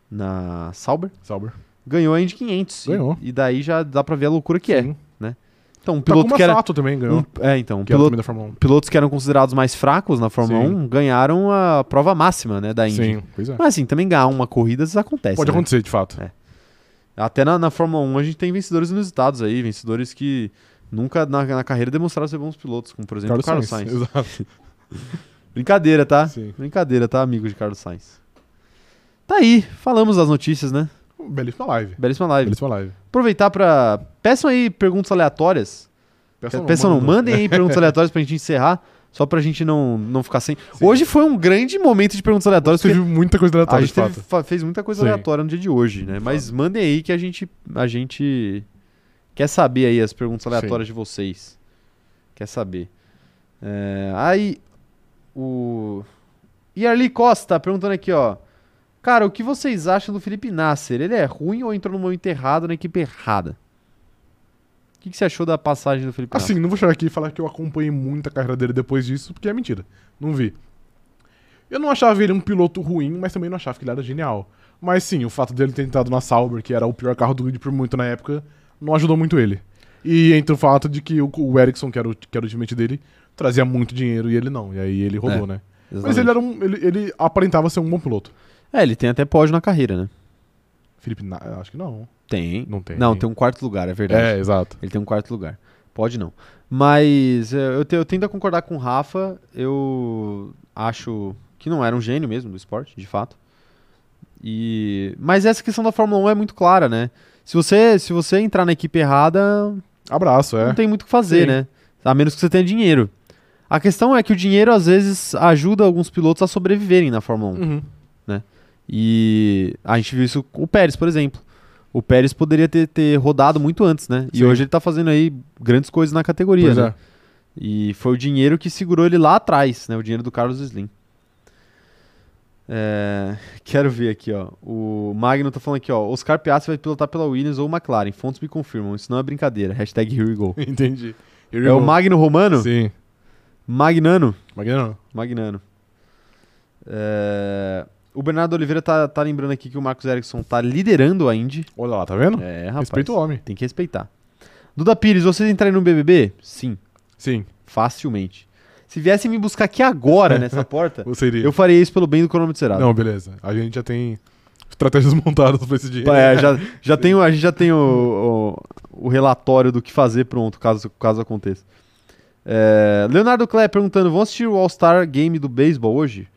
Speaker 1: na Sauber,
Speaker 2: Sauber. Tá
Speaker 1: ganhou a Indy 500. E-
Speaker 2: Ganhou.
Speaker 1: E, daí já dá pra ver a loucura que é.
Speaker 2: Sim. Tá
Speaker 1: Então, um
Speaker 2: Piloto
Speaker 1: piloto que era
Speaker 2: Sato também ganhou.
Speaker 1: um, é, então, um
Speaker 2: né? que era
Speaker 1: piloto
Speaker 2: também da Fórmula 1.
Speaker 1: pilotos que eram considerados mais fracos na Fórmula
Speaker 2: Sim.
Speaker 1: 1 ganharam a prova máxima, né, da Indy.
Speaker 2: Sim, pois é.
Speaker 1: Mas assim, também ganhar uma corrida isso acontece.
Speaker 2: Pode
Speaker 1: né?
Speaker 2: acontecer, de fato.
Speaker 1: Até na, na Fórmula 1 a gente tem vencedores inusitados aí, vencedores que nunca na, na carreira demonstraram ser bons pilotos, como por exemplo Carlos, Carlos Sainz.
Speaker 2: Exato.
Speaker 1: Brincadeira, tá?
Speaker 2: Sim.
Speaker 1: Brincadeira, tá, amigo de Carlos Sainz. Tá aí, falamos das notícias, né?
Speaker 2: Belíssima live.
Speaker 1: Belíssima live.
Speaker 2: Belíssima live.
Speaker 1: Aproveitar pra. peçam aí perguntas aleatórias. Pessoal, não, mandem aí perguntas aleatórias pra gente encerrar, só pra gente não, não ficar sem. Hoje foi um grande momento de perguntas aleatórias,
Speaker 2: Teve
Speaker 1: porque
Speaker 2: muita coisa
Speaker 1: a
Speaker 2: aleatória, Ah, de
Speaker 1: gente Tá, teve-
Speaker 2: fato.
Speaker 1: fa- fez muita coisa
Speaker 2: Sim.
Speaker 1: aleatória no dia de hoje, né? Mas mandem aí que a gente, a gente quer saber aí as perguntas aleatórias de vocês. Quer saber. É, aí, o... E Arli Costa perguntando aqui, ó. Cara, o que vocês acham do Felipe Nasser? Ele é ruim ou entrou no momento errado, na equipe errada? O que, que você achou da passagem do Felipe Nasser?
Speaker 2: Assim, não vou chegar aqui e falar que eu acompanhei muito a carreira dele depois disso, porque é mentira. Não vi. Eu não achava ele um piloto ruim, mas também não achava que ele era genial. Mas sim, o fato dele ter entrado na Sauber, que era o pior carro do grid por muito na época, não ajudou muito ele. E entre o fato de que o, o Ericsson, que era o, que era o teammate dele, trazia muito dinheiro e ele não. E aí ele rodou,
Speaker 1: É,
Speaker 2: né? Mas
Speaker 1: Exatamente.
Speaker 2: ele era um. Ele, ele aparentava ser um bom piloto.
Speaker 1: É, ele tem até pódio na carreira, né?
Speaker 2: Felipe, Na- acho que não.
Speaker 1: Tem.
Speaker 2: Não tem.
Speaker 1: Não, tem um quarto lugar, é verdade.
Speaker 2: É, exato.
Speaker 1: Ele tem um quarto lugar. Pode não. Mas é, eu, te- eu tento a concordar com o Rafa. Eu acho que não era um gênio mesmo do esporte, de fato. E Mas essa questão da Fórmula 1 é muito clara, né? Se você, se você entrar na equipe errada,
Speaker 2: Abraço, é.
Speaker 1: não tem muito o que fazer,
Speaker 2: Sim.
Speaker 1: né? A menos que você tenha dinheiro. A questão é que o dinheiro às vezes ajuda alguns pilotos a sobreviverem na Fórmula 1.
Speaker 2: Uhum.
Speaker 1: E a gente viu isso com o Pérez, por exemplo. O Pérez poderia ter, ter rodado muito antes, né? E
Speaker 2: Sim.
Speaker 1: hoje ele tá fazendo aí grandes coisas na categoria,
Speaker 2: Pois
Speaker 1: né?
Speaker 2: é.
Speaker 1: E foi o dinheiro que segurou ele lá atrás, né? O dinheiro do Carlos Slim. É, Quero ver aqui, ó. O Magno tá falando aqui, ó. Oscar Piastri vai pilotar pela Williams ou McLaren. Fontes me confirmam. Isso não é brincadeira. Hashtag here we go.
Speaker 2: Entendi. Here we
Speaker 1: né? É o
Speaker 2: go.
Speaker 1: Magno Romano?
Speaker 2: Sim.
Speaker 1: Magnano?
Speaker 2: Magnano.
Speaker 1: Magnano. É, O Bernardo Oliveira tá, tá lembrando aqui que o Marcos Erickson tá liderando a Indy.
Speaker 2: Olha lá, tá vendo?
Speaker 1: É, rapaz.
Speaker 2: Respeita o homem.
Speaker 1: Tem que respeitar. Duda Pires, vocês entrarem no BBB? Sim,
Speaker 2: Sim,
Speaker 1: facilmente. Se viessem me buscar aqui agora, nessa porta,
Speaker 2: você iria.
Speaker 1: eu faria isso pelo bem do cronômetro zerado.
Speaker 2: Não, beleza. A gente já tem estratégias montadas pra esse dia.
Speaker 1: É, já, já tem, o- a gente já tem o, o, o relatório do que fazer pronto, caso, caso aconteça. É, Leonardo Clé perguntando: vão assistir o All-Star Game do beisebol hoje?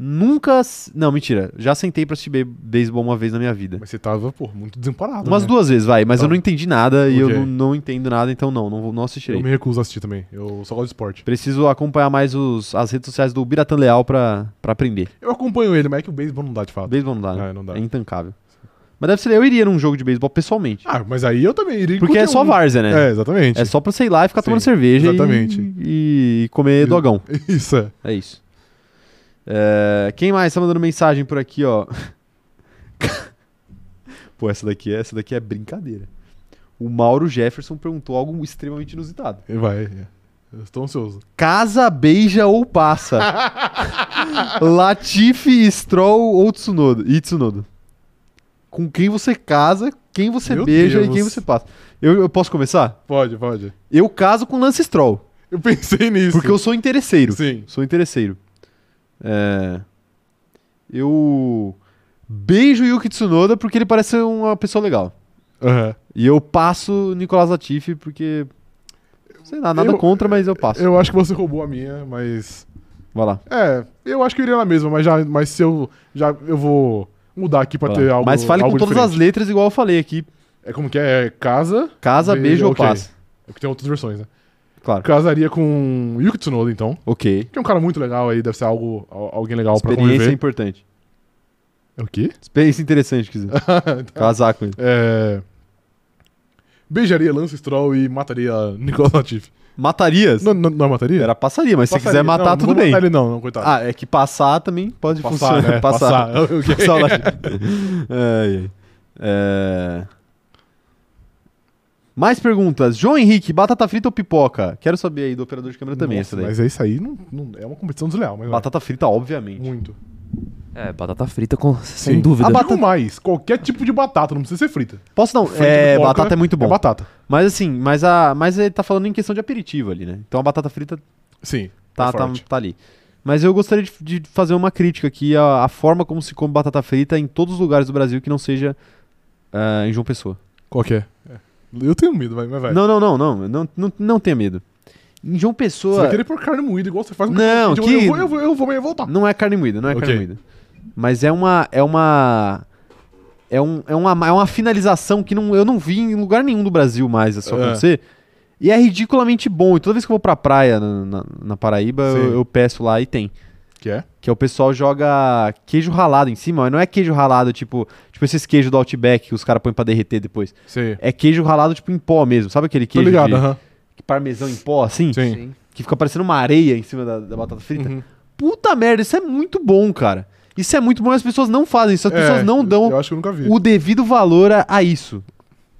Speaker 1: Nunca. ass- Não, mentira. Já sentei pra assistir be- beisebol uma vez na minha vida.
Speaker 2: Mas você tava, pô, muito desamparado.
Speaker 1: Umas
Speaker 2: né?
Speaker 1: duas vezes, vai, mas eu
Speaker 2: Tá.
Speaker 1: não entendi nada e eu
Speaker 2: Ok.
Speaker 1: não, não entendo nada, então não, não, vou- não assistirei.
Speaker 2: Eu me recuso a assistir também. Eu só gosto de esporte.
Speaker 1: Preciso acompanhar mais os, as redes sociais do Biratan Leal pra, pra aprender.
Speaker 2: Eu acompanho ele, mas é que o beisebol não dá de fato.
Speaker 1: Beisebol não dá, né?
Speaker 2: É, não dá.
Speaker 1: É intancável. Mas deve ser, eu iria num jogo de beisebol pessoalmente.
Speaker 2: Ah, mas aí eu também iria.
Speaker 1: porque
Speaker 2: curtir
Speaker 1: é só
Speaker 2: um-
Speaker 1: várzea, né?
Speaker 2: É, exatamente.
Speaker 1: É só pra você ir lá e ficar
Speaker 2: Sim,
Speaker 1: tomando cerveja e-
Speaker 2: exatamente.
Speaker 1: E, e comer
Speaker 2: Isso.
Speaker 1: dogão.
Speaker 2: Isso é.
Speaker 1: É isso. É, quem mais tá mandando mensagem por aqui, ó? Pô, essa daqui, é, essa daqui é brincadeira. O Mauro Jefferson perguntou algo extremamente inusitado.
Speaker 2: E Vai. é. Eu Estou ansioso.
Speaker 1: Casa, beija ou passa? Latifi, Stroll ou Tsunoda? E Tsunoda. Com quem você casa, quem você
Speaker 2: Meu
Speaker 1: beija e
Speaker 2: Deus.
Speaker 1: quem você passa. Eu, eu posso começar?
Speaker 2: Pode, pode.
Speaker 1: Eu caso com Lance Stroll,
Speaker 2: Eu pensei nisso.
Speaker 1: porque eu sou interesseiro.
Speaker 2: Sim.
Speaker 1: Sou interesseiro. É... Eu beijo Yuki Tsunoda porque ele parece ser uma pessoa legal.
Speaker 2: Aham.
Speaker 1: E eu passo Nicolas Latifi porque... Sei lá, nada
Speaker 2: Eu-
Speaker 1: contra, mas eu passo.
Speaker 2: Eu acho que você roubou a minha, mas.
Speaker 1: Vai lá.
Speaker 2: É, eu acho que eu iria na mesma, mas, já, mas se eu. Já, eu vou mudar aqui pra
Speaker 1: Vai
Speaker 2: ter
Speaker 1: lá.
Speaker 2: algo.
Speaker 1: mas fale com
Speaker 2: algo
Speaker 1: todas as
Speaker 2: diferente.
Speaker 1: letras igual eu falei aqui.
Speaker 2: É como que é? É Casa.
Speaker 1: Casa,
Speaker 2: Be-
Speaker 1: beijo ou
Speaker 2: ok.
Speaker 1: passa.
Speaker 2: É porque tem outras versões, né?
Speaker 1: Claro.
Speaker 2: Casaria com Yuki Tsunoda, então.
Speaker 1: Ok.
Speaker 2: Que é um cara muito legal aí, deve ser algo, al- alguém legal pra
Speaker 1: Experiência
Speaker 2: conviver.
Speaker 1: importante.
Speaker 2: É o quê?
Speaker 1: Experiência interessante, quer dizer.
Speaker 2: Então.
Speaker 1: Casar com ele.
Speaker 2: É... Beijaria Lance Stroll e mataria Nicolas Latifi.
Speaker 1: Matarias?
Speaker 2: Não, não, não é mataria?
Speaker 1: Era passaria, mas se
Speaker 2: Passaria.
Speaker 1: quiser matar,
Speaker 2: Não, não
Speaker 1: tudo
Speaker 2: vou
Speaker 1: bem.
Speaker 2: Matar ele não, não, coitado.
Speaker 1: Ah, é que passar também pode
Speaker 2: passar,
Speaker 1: funcionar.
Speaker 2: né?
Speaker 1: Passar.
Speaker 2: Passar. Ok.
Speaker 1: Passar o latim. Ai, ai. É. Mais perguntas. João Henrique, batata frita ou pipoca? Quero saber aí do operador de câmera também
Speaker 2: Nossa,
Speaker 1: essa daí.
Speaker 2: Mas é isso aí não, não- é uma competição desleal, mas
Speaker 1: Batata frita, obviamente.
Speaker 2: muito.
Speaker 3: É, batata frita com,
Speaker 2: Sim.
Speaker 3: sem dúvida.
Speaker 2: A batata mais, qualquer tipo de batata, não precisa ser frita.
Speaker 1: Posso não?
Speaker 2: Frita,
Speaker 1: é,
Speaker 2: pipoca,
Speaker 1: batata é muito bom.
Speaker 2: É batata.
Speaker 1: mas assim, mas, a, mas ele tá falando em questão de aperitivo ali, né? Então a batata frita
Speaker 2: Sim.
Speaker 1: tá,
Speaker 2: é
Speaker 1: tá,
Speaker 2: forte.
Speaker 1: tá ali. Mas eu gostaria de, de fazer uma crítica aqui à, à forma como se come batata frita em todos os lugares do Brasil que não seja ah, em João Pessoa.
Speaker 2: Qual que é? É. Eu tenho medo, vai, mas vai.
Speaker 1: Não, não, não, não, não, não, não tenha medo. Em João
Speaker 2: Você vai
Speaker 1: Pessoa
Speaker 2: querer pôr carne moída igual você faz no
Speaker 1: é. Não,
Speaker 2: eu,
Speaker 1: que-
Speaker 2: eu, vou, eu, vou, eu vou, eu vou voltar.
Speaker 1: não é carne moída, não é carne
Speaker 2: Ok.
Speaker 1: moída. Mas é uma é uma é, um, é, uma, é uma finalização que não, eu não vi em lugar nenhum do Brasil mais isso
Speaker 2: É.
Speaker 1: acontecer. E é ridiculamente bom. E toda vez que eu vou pra praia na, na- na Paraíba, eu,
Speaker 2: Sim.
Speaker 1: eu peço lá e tem.
Speaker 2: Que é?
Speaker 1: Que é o pessoal joga queijo ralado em cima, mas não é queijo ralado tipo, tipo esses queijos do Outback que os caras põem pra derreter depois.
Speaker 2: Sim.
Speaker 1: É queijo ralado tipo em pó mesmo. Sabe aquele
Speaker 2: Tô
Speaker 1: queijo
Speaker 2: ligado,
Speaker 1: de-
Speaker 2: aham.
Speaker 1: que parmesão em pó assim?
Speaker 2: Sim.
Speaker 3: Sim.
Speaker 1: que fica parecendo uma areia em cima da, da batata frita.
Speaker 2: Uhum.
Speaker 1: Puta merda, isso é muito bom, cara. Isso é muito bom e as pessoas não fazem isso. As pessoas
Speaker 2: É,
Speaker 1: não
Speaker 2: Eu
Speaker 1: dão
Speaker 2: acho que eu nunca vi.
Speaker 1: o devido valor a, a isso.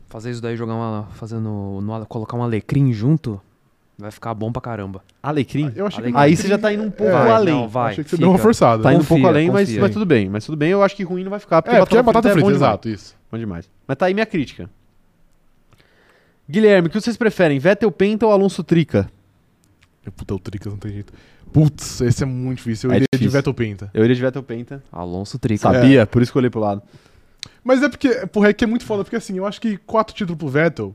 Speaker 3: Fazer isso daí, jogar uma. Fazendo. no- colocar um alecrim junto, vai ficar bom pra caramba.
Speaker 1: Alecrim?
Speaker 2: Ah, Eu achei que
Speaker 3: Alecrim.
Speaker 1: Aí você já tá indo um pouco
Speaker 2: É,
Speaker 1: além.
Speaker 3: Não, vai.
Speaker 2: achei que você
Speaker 3: fica.
Speaker 2: deu uma forçada.
Speaker 1: Tá indo um
Speaker 3: Confia,
Speaker 1: pouco além, mas,
Speaker 3: confia
Speaker 1: mas
Speaker 3: aí.
Speaker 1: tudo bem. Mas tudo bem, eu acho que ruim não vai ficar. Porque
Speaker 2: é, porque é batata frita,
Speaker 1: bom demais.
Speaker 2: exato, isso.
Speaker 1: Bom demais. Mas tá aí minha crítica. Guilherme, o que vocês preferem? Vettel Penta ou Alonso Trica?
Speaker 2: Puta, o Tricas não tem jeito. Putz, esse é muito difícil. Eu
Speaker 1: É
Speaker 2: iria de
Speaker 1: difícil.
Speaker 2: Vettel Pinta.
Speaker 1: Eu iria de Vettel Penta.
Speaker 3: Alonso Trica. É.
Speaker 2: É.
Speaker 1: Sabia, por isso que eu olhei pro lado.
Speaker 2: Mas é porque, porra, é que é muito foda, porque assim, eu acho que quatro títulos pro Vettel,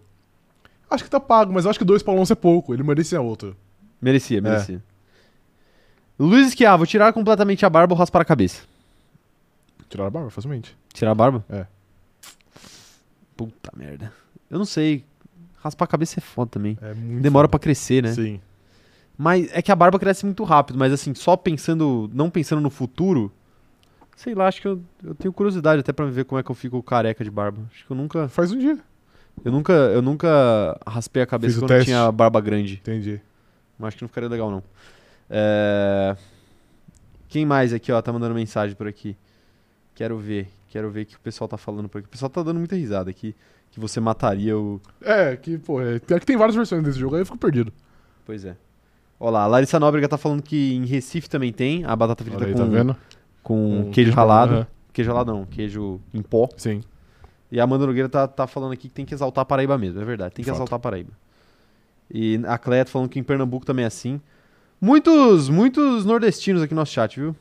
Speaker 2: acho que tá pago, mas eu acho que dois pra Alonso é pouco. Ele merecia outro.
Speaker 1: Merecia, merecia.
Speaker 2: É.
Speaker 1: Luiz Esquiavo, tirar completamente a barba ou raspar a cabeça?
Speaker 2: Tiraram a barba facilmente.
Speaker 1: Tirar a barba?
Speaker 2: É.
Speaker 1: Puta merda. Eu não sei. Raspar a cabeça é foda também.
Speaker 2: É muito
Speaker 1: Demora pra
Speaker 2: foda.
Speaker 1: crescer, né?
Speaker 2: Sim.
Speaker 1: Mas é que a barba cresce muito rápido, mas assim, só pensando, não pensando no futuro, sei lá, acho que eu, eu tenho curiosidade até pra ver como é que eu fico careca de barba. Acho que eu nunca,
Speaker 2: Faz um dia.
Speaker 1: eu nunca, eu nunca raspei a cabeça
Speaker 2: Fiz o
Speaker 1: quando
Speaker 2: teste.
Speaker 1: tinha barba grande.
Speaker 2: Entendi.
Speaker 1: Mas acho que não ficaria legal não. É... Quem mais aqui, ó, tá mandando mensagem por aqui? Quero ver, quero ver o que o pessoal tá falando por aqui. O pessoal tá dando muita risada aqui, que você mataria o...
Speaker 2: É, que, pô, é, é que tem várias versões desse jogo, aí eu fico perdido.
Speaker 1: Pois é. Olha lá, a Larissa Nóbrega tá falando que em Recife também tem a batata frita
Speaker 2: Olha aí,
Speaker 1: com,
Speaker 2: tá vendo?
Speaker 1: com
Speaker 2: Um
Speaker 1: queijo, ralado.
Speaker 2: aham,
Speaker 1: Queijo ralado não, queijo em pó.
Speaker 2: Sim.
Speaker 1: E a Amanda Nogueira tá, tá falando aqui que tem que exaltar a Paraíba mesmo, é verdade, tem que
Speaker 2: Fato.
Speaker 1: exaltar a Paraíba. E a Cleto falando que em Pernambuco também é assim. Muitos, muitos nordestinos aqui no nosso chat, viu?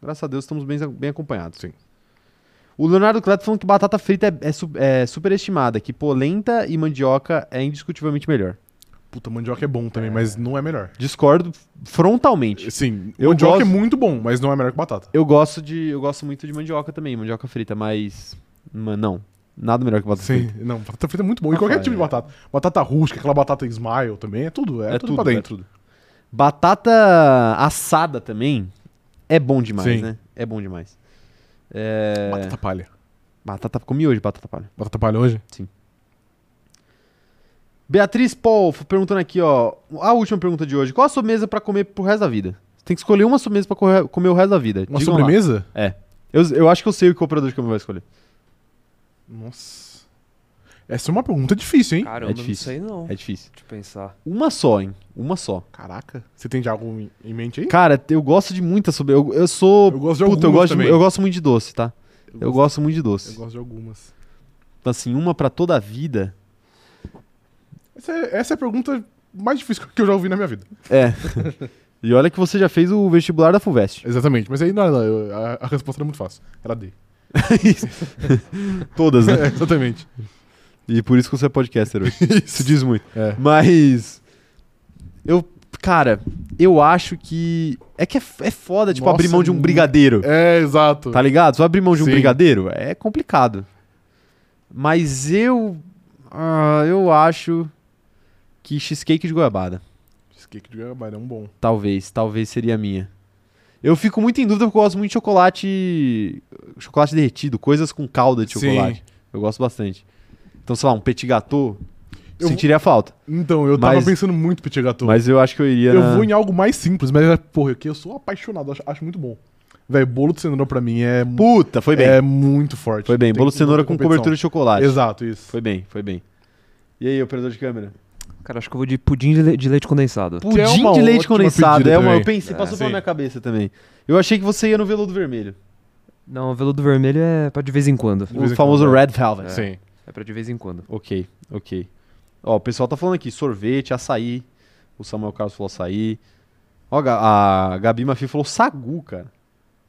Speaker 1: Graças a Deus estamos bem, bem acompanhados.
Speaker 2: Sim.
Speaker 1: O Leonardo Cleto tá falando que batata frita é, é su- é superestimada, que polenta e mandioca é indiscutivelmente melhor.
Speaker 2: Puta, mandioca é bom também, mas não é melhor.
Speaker 1: Discordo frontalmente.
Speaker 2: Sim,
Speaker 1: Eu
Speaker 2: mandioca
Speaker 1: gosto-
Speaker 2: é muito bom, mas não é melhor que batata.
Speaker 1: Eu gosto de. Eu gosto muito de mandioca também, mandioca frita, mas. ma- não. Nada melhor que batata
Speaker 2: Sim,
Speaker 1: frita.
Speaker 2: não, batata frita é muito bom. E
Speaker 1: Ah,
Speaker 2: qualquer
Speaker 1: cara,
Speaker 2: tipo de
Speaker 1: é.
Speaker 2: batata. Batata rústica, aquela batata smile também, é tudo, é,
Speaker 1: É
Speaker 2: tudo,
Speaker 1: tudo,
Speaker 2: pra
Speaker 1: é
Speaker 2: dentro.
Speaker 1: Batata assada também é bom demais,
Speaker 2: Sim.
Speaker 1: né? É bom demais. É,
Speaker 2: Batata palha.
Speaker 1: Batata. Comi hoje batata palha.
Speaker 2: Batata palha hoje?
Speaker 1: Beatriz Paul f- perguntando aqui, ó. A última pergunta de hoje. Qual a sobremesa pra comer pro resto da vida? Você tem que escolher uma sobremesa pra corre- comer o resto da vida.
Speaker 2: Uma
Speaker 1: Digam lá.
Speaker 2: sobremesa?
Speaker 1: Eu, eu acho que eu sei o que o operador de câmera vai escolher.
Speaker 2: Nossa. Essa é uma pergunta difícil, hein?
Speaker 3: Caramba,
Speaker 1: É difícil.
Speaker 3: não sei não.
Speaker 1: É difícil.
Speaker 3: Deixa eu pensar.
Speaker 1: Uma só, hein? Uma só.
Speaker 2: Caraca. Você tem de algo em- em mente aí?
Speaker 1: Cara, eu gosto de muita sobre. Eu, eu sou.
Speaker 2: Eu gosto de
Speaker 1: Puta, eu
Speaker 2: algumas
Speaker 1: gosto, de-
Speaker 2: também.
Speaker 1: eu gosto muito de doce, tá? Eu gosto muito de
Speaker 2: Eu
Speaker 1: doce.
Speaker 2: gosto de algumas.
Speaker 1: Então, assim, uma pra toda a vida.
Speaker 2: Essa é, essa é a pergunta mais difícil que eu já ouvi na minha vida.
Speaker 1: É. e olha que você já fez o vestibular da FUVEST.
Speaker 2: Exatamente, mas aí não, não, eu- a, a resposta era muito fácil. Era D.
Speaker 1: Todas, né?
Speaker 2: É, exatamente.
Speaker 1: E por isso que você é podcaster hoje. Isso diz muito.
Speaker 2: É.
Speaker 1: Mas. Eu. Cara, eu acho que. É que é, f- é foda, tipo,
Speaker 2: Nossa,
Speaker 1: abrir mão de um
Speaker 2: muito-
Speaker 1: brigadeiro.
Speaker 2: É, exato.
Speaker 1: Tá ligado? Só abrir mão de um
Speaker 2: Sim.
Speaker 1: brigadeiro é complicado. Mas eu. ah, eu acho que cheesecake de goiabada.
Speaker 2: Cheesecake de Goiabada é um bom.
Speaker 1: Talvez, talvez seria a minha. Eu fico muito em dúvida porque eu gosto muito de chocolate. Chocolate derretido, coisas com calda de
Speaker 2: Sim.
Speaker 1: chocolate. Eu gosto bastante. Então, sei lá, um petit gâteau.
Speaker 2: Eu-
Speaker 1: sentiria falta.
Speaker 2: Então, eu
Speaker 1: Mas-
Speaker 2: tava pensando muito Petit Gâteau.
Speaker 1: Mas eu acho que eu iria.
Speaker 2: Eu
Speaker 1: na-
Speaker 2: vou em algo mais simples, mas, é, porra, que eu sou apaixonado, acho, acho muito bom. Velho, bolo de cenoura pra mim é, mu-
Speaker 1: Puta, foi bem.
Speaker 2: é muito forte.
Speaker 1: foi bem.
Speaker 2: Tem
Speaker 1: Bolo de cenoura
Speaker 2: muita
Speaker 1: com
Speaker 2: competição.
Speaker 1: cobertura de chocolate.
Speaker 2: Exato, isso.
Speaker 1: Foi bem, foi bem. E aí, operador de câmera?
Speaker 3: Cara, acho que eu vou de pudim de, le- de leite condensado.
Speaker 1: Pudim
Speaker 2: é uma
Speaker 1: de leite
Speaker 2: ótima
Speaker 1: condensado.
Speaker 2: pedida
Speaker 1: É uma,
Speaker 2: também.
Speaker 1: eu pensei, passou
Speaker 2: É.
Speaker 1: pela
Speaker 2: Sim.
Speaker 1: minha cabeça também. Eu achei que você ia no veludo vermelho.
Speaker 3: Não, veludo vermelho é pra de vez em quando.
Speaker 2: De vez
Speaker 1: O
Speaker 2: em
Speaker 1: famoso
Speaker 2: quando,
Speaker 1: Red Velvet.
Speaker 2: Sim.
Speaker 3: É pra de vez em quando.
Speaker 1: Ok, ok. Ó, o pessoal tá falando aqui, sorvete, açaí. O Samuel Carlos falou açaí. Ó, Ga- a Gabi Mafi falou sagu, cara.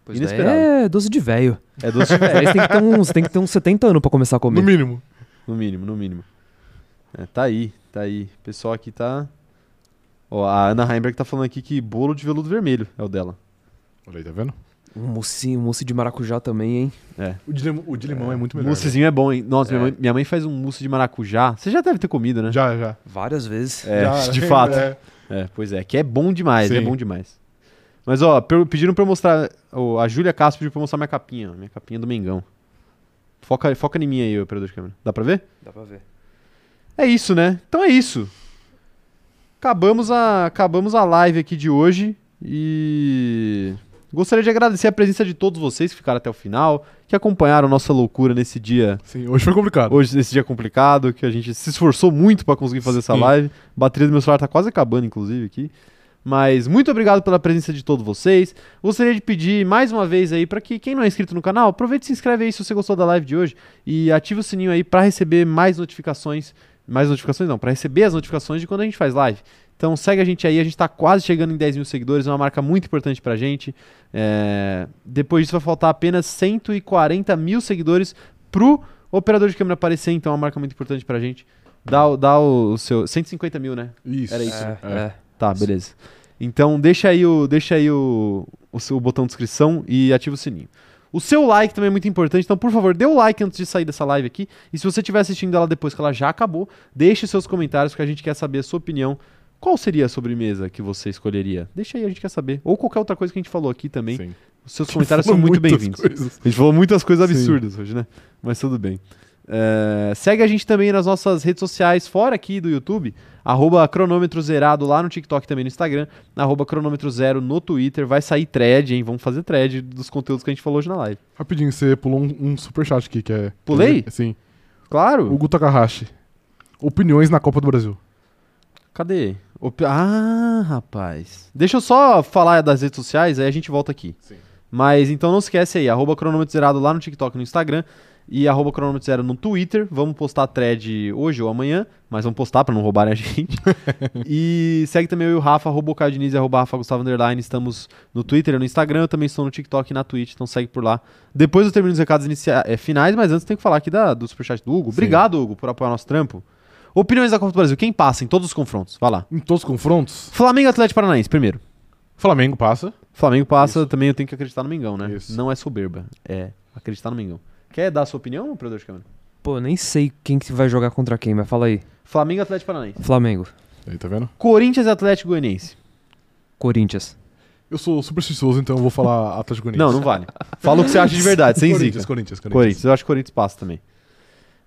Speaker 3: Pois
Speaker 1: Inesperado.
Speaker 3: é, é doce de velho.
Speaker 1: É doce de velho,
Speaker 3: Aí você tem que ter uns, tem que ter uns 70 anos pra começar a
Speaker 2: No
Speaker 3: comer.
Speaker 2: mínimo.
Speaker 1: no mínimo, no mínimo. É, tá aí, tá aí. O pessoal aqui tá... Ó, a Ana Heimberg tá falando aqui que bolo de veludo vermelho é o dela.
Speaker 2: Olha aí, tá vendo?
Speaker 3: Um mousse, um mousse de maracujá também, hein?
Speaker 2: O de limão, o de limão é. muito melhor.
Speaker 1: Moussezinho é bom, hein? Nossa, minha,
Speaker 3: É.
Speaker 1: mãe, minha mãe faz um mousse de maracujá. Você já deve ter comido, né?
Speaker 2: velho. Já, já.
Speaker 3: Várias vezes.
Speaker 1: É,
Speaker 2: Já,
Speaker 1: de fato.
Speaker 2: é.
Speaker 1: É, pois é, que é bom demais,
Speaker 2: Sim.
Speaker 1: é bom demais. Mas ó, per- pediram pra eu mostrar. ó, a Júlia Castro pediu pra eu mostrar minha capinha, ó, minha capinha do Mengão. Foca, foca em mim aí, operador de câmera. Dá pra ver?
Speaker 3: Dá pra ver.
Speaker 1: É isso, né? Então é isso. Acabamos a, acabamos a live aqui de hoje e gostaria de agradecer a presença de todos vocês que ficaram até o final, que acompanharam nossa loucura nesse dia
Speaker 2: Sim, hoje foi complicado.
Speaker 1: Hoje, nesse dia complicado, que a gente se esforçou muito pra conseguir fazer essa
Speaker 2: Sim.
Speaker 1: live. A bateria do meu celular tá quase acabando, inclusive, aqui. Mas muito obrigado pela presença de todos vocês. Gostaria de pedir mais uma vez aí pra que quem não é inscrito no canal, aproveite e se inscreve aí se você gostou da live de hoje e ativa o sininho aí pra receber mais notificações, mais notificações não, pra receber as notificações de quando a gente faz live. Então segue a gente aí, a gente tá quase chegando em 10 mil seguidores, é uma marca muito importante pra gente. É, Depois disso vai faltar apenas 140 mil seguidores pro operador de câmera aparecer, então é uma marca muito importante pra gente. Dá, o- dá o seu. 150 mil, né?
Speaker 2: Isso.
Speaker 1: Era isso.
Speaker 3: É,
Speaker 2: É.
Speaker 3: é.
Speaker 1: Tá, beleza. Então deixa aí o, deixa aí o, o seu botão de inscrição e ativa o sininho. O seu like também é muito importante, então por favor, dê o like antes de sair dessa live aqui. E se você estiver assistindo ela depois que ela já acabou, deixe seus comentários que a gente quer saber a sua opinião. Qual seria a sobremesa que você escolheria? Deixa aí, a gente quer saber. Ou qualquer outra coisa que a gente falou aqui também.
Speaker 2: Sim.
Speaker 1: Os seus comentários
Speaker 2: Falou
Speaker 1: são muito
Speaker 2: muitas
Speaker 1: bem-vindos.
Speaker 2: coisas.
Speaker 1: A gente falou muitas coisas
Speaker 2: Sim.
Speaker 1: absurdas hoje, né? Mas tudo bem. É, segue a gente também nas nossas redes sociais, fora aqui do YouTube, arroba cronômetro zerado lá no TikTok e também no Instagram, arroba cronômetro zero no Twitter, vai sair thread, hein? Vamos fazer thread dos conteúdos que a gente falou hoje na live.
Speaker 2: Rapidinho, você pulou um, um superchat aqui que é.
Speaker 1: Pulei?
Speaker 2: Sim.
Speaker 1: Claro!
Speaker 2: Hugo Takahashi. Opiniões na Copa do Brasil.
Speaker 1: Cadê? Op- Ah, rapaz. Deixa eu só falar das redes sociais, aí a gente volta aqui.
Speaker 2: Sim.
Speaker 1: Mas então não esquece aí, arroba cronômetro zerado lá no TikTok e no Instagram e arroba cronômetro zero no Twitter. Vamos postar thread hoje ou amanhã, mas vamos postar pra não roubarem a gente. e segue também eu e o Rafa, arroba o Caio Diniz e arroba Rafa Gustavo Underline. Estamos no Twitter e no Instagram, eu também estou no TikTok e na Twitch, então segue por lá. Depois eu termino os recados inicia- eh, finais, mas antes tenho que falar aqui da, do superchat do Hugo.
Speaker 2: Sim.
Speaker 1: Obrigado, Hugo, por apoiar nosso trampo. Opiniões da Copa do Brasil, quem passa em todos os confrontos? Vai lá.
Speaker 2: Em todos os confrontos,
Speaker 1: Flamengo e Atlético Paranaense, primeiro.
Speaker 2: Flamengo passa.
Speaker 1: Flamengo passa,
Speaker 2: Isso.
Speaker 1: também eu tenho que acreditar no Mengão, né?
Speaker 2: Isso.
Speaker 1: Não é soberba, é acreditar no Mengão. Quer dar sua opinião, operador de câmera?
Speaker 3: Pô, eu nem sei quem que vai jogar contra quem, mas fala aí.
Speaker 1: Flamengo e Atlético Paranaense.
Speaker 3: Flamengo,
Speaker 2: Aí, tá vendo?
Speaker 1: Corinthians e Atlético Goianiense.
Speaker 3: Corinthians.
Speaker 2: Eu sou supersticioso, então eu vou falar Atlético Goianiense.
Speaker 1: Não, não vale. Fala o que você acha de verdade, sem
Speaker 2: Corinthians,
Speaker 1: zica.
Speaker 2: Corinthians, Corinthians.
Speaker 1: Corinthians, eu acho que Corinthians passa também.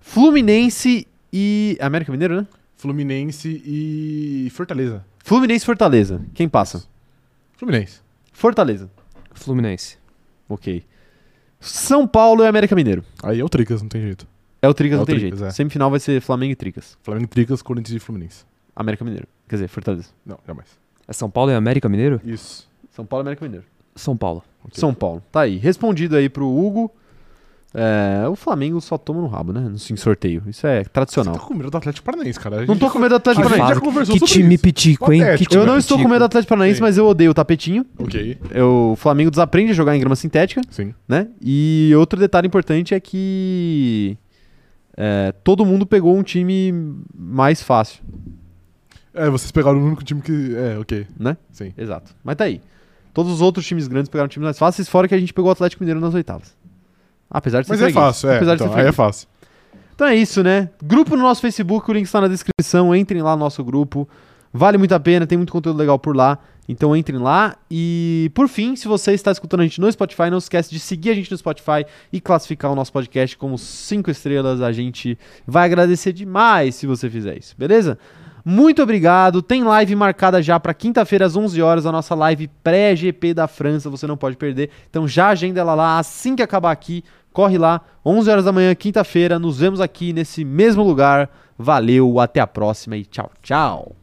Speaker 1: Fluminense e. América Mineiro, né?
Speaker 2: Fluminense e Fortaleza.
Speaker 1: Fluminense e Fortaleza. Quem passa?
Speaker 2: Fluminense.
Speaker 1: Fortaleza.
Speaker 3: Fluminense.
Speaker 1: Ok. São Paulo e América Mineiro.
Speaker 2: Aí é o Tricas, não tem jeito.
Speaker 1: É o Tricas,
Speaker 2: É o
Speaker 1: não tem
Speaker 2: Tricas,
Speaker 1: jeito.
Speaker 2: é.
Speaker 1: Semifinal vai ser Flamengo e Tricas.
Speaker 2: Flamengo Tricas, Corinthians e Fluminense.
Speaker 1: América Mineiro. Quer dizer, Fortaleza.
Speaker 2: Não, jamais.
Speaker 3: É São Paulo e América Mineiro?
Speaker 2: Isso.
Speaker 1: São Paulo e América Mineiro.
Speaker 3: São Paulo.
Speaker 2: Ok.
Speaker 1: São Paulo. Tá aí. Respondido aí pro Hugo. É, o Flamengo só toma no rabo, né? No- Em sorteio. Isso é
Speaker 2: Você
Speaker 1: tradicional.
Speaker 2: tá com medo do Atlético Paranaense, cara. A
Speaker 1: Não
Speaker 2: gente
Speaker 1: tô
Speaker 2: já-
Speaker 1: com medo do Atlético
Speaker 2: Que
Speaker 1: Paranaense.
Speaker 2: fase. já conversou
Speaker 3: que
Speaker 2: sobre isso.
Speaker 3: time
Speaker 2: é, tipo,
Speaker 3: pitico, hein? Que
Speaker 2: Patético.
Speaker 3: time
Speaker 1: Eu não estou com
Speaker 3: pitico.
Speaker 1: medo do Atlético Paranaense,
Speaker 2: Sim.
Speaker 1: mas eu odeio o tapetinho.
Speaker 2: Ok,
Speaker 1: Eu- o Flamengo desaprende a jogar em grama sintética,
Speaker 2: sim.
Speaker 1: né? E outro detalhe importante é que é, todo mundo pegou um time mais fácil,
Speaker 2: É, vocês pegaram o único time que. É, ok.
Speaker 1: né?
Speaker 2: Sim.
Speaker 1: Exato. Mas tá aí. Todos os outros times grandes pegaram times mais fáceis, fora que a gente pegou o Atlético Mineiro nas oitavas. Apesar de ser
Speaker 2: Mas é
Speaker 1: freguês.
Speaker 2: fácil, é.
Speaker 1: Apesar de
Speaker 2: então,
Speaker 1: ser
Speaker 2: aí
Speaker 1: freguês.
Speaker 2: é fácil.
Speaker 1: Então é isso, né? Grupo no nosso Facebook, o link está na descrição. Entrem lá no nosso grupo. Vale muito a pena, tem muito conteúdo legal por lá. Então entrem lá. E por fim, se você está escutando a gente no Spotify, não esquece de seguir a gente no Spotify e classificar o nosso podcast como 5 estrelas. A gente vai agradecer demais se você fizer isso, beleza? Muito obrigado. Tem live marcada já para quinta-feira às 11 horas, a nossa live pré-GP da França, você não pode perder. Então já agenda ela lá assim que acabar aqui. Corre lá, 11 horas da manhã, quinta-feira. Nos vemos aqui nesse mesmo lugar. Valeu, até a próxima e tchau, tchau.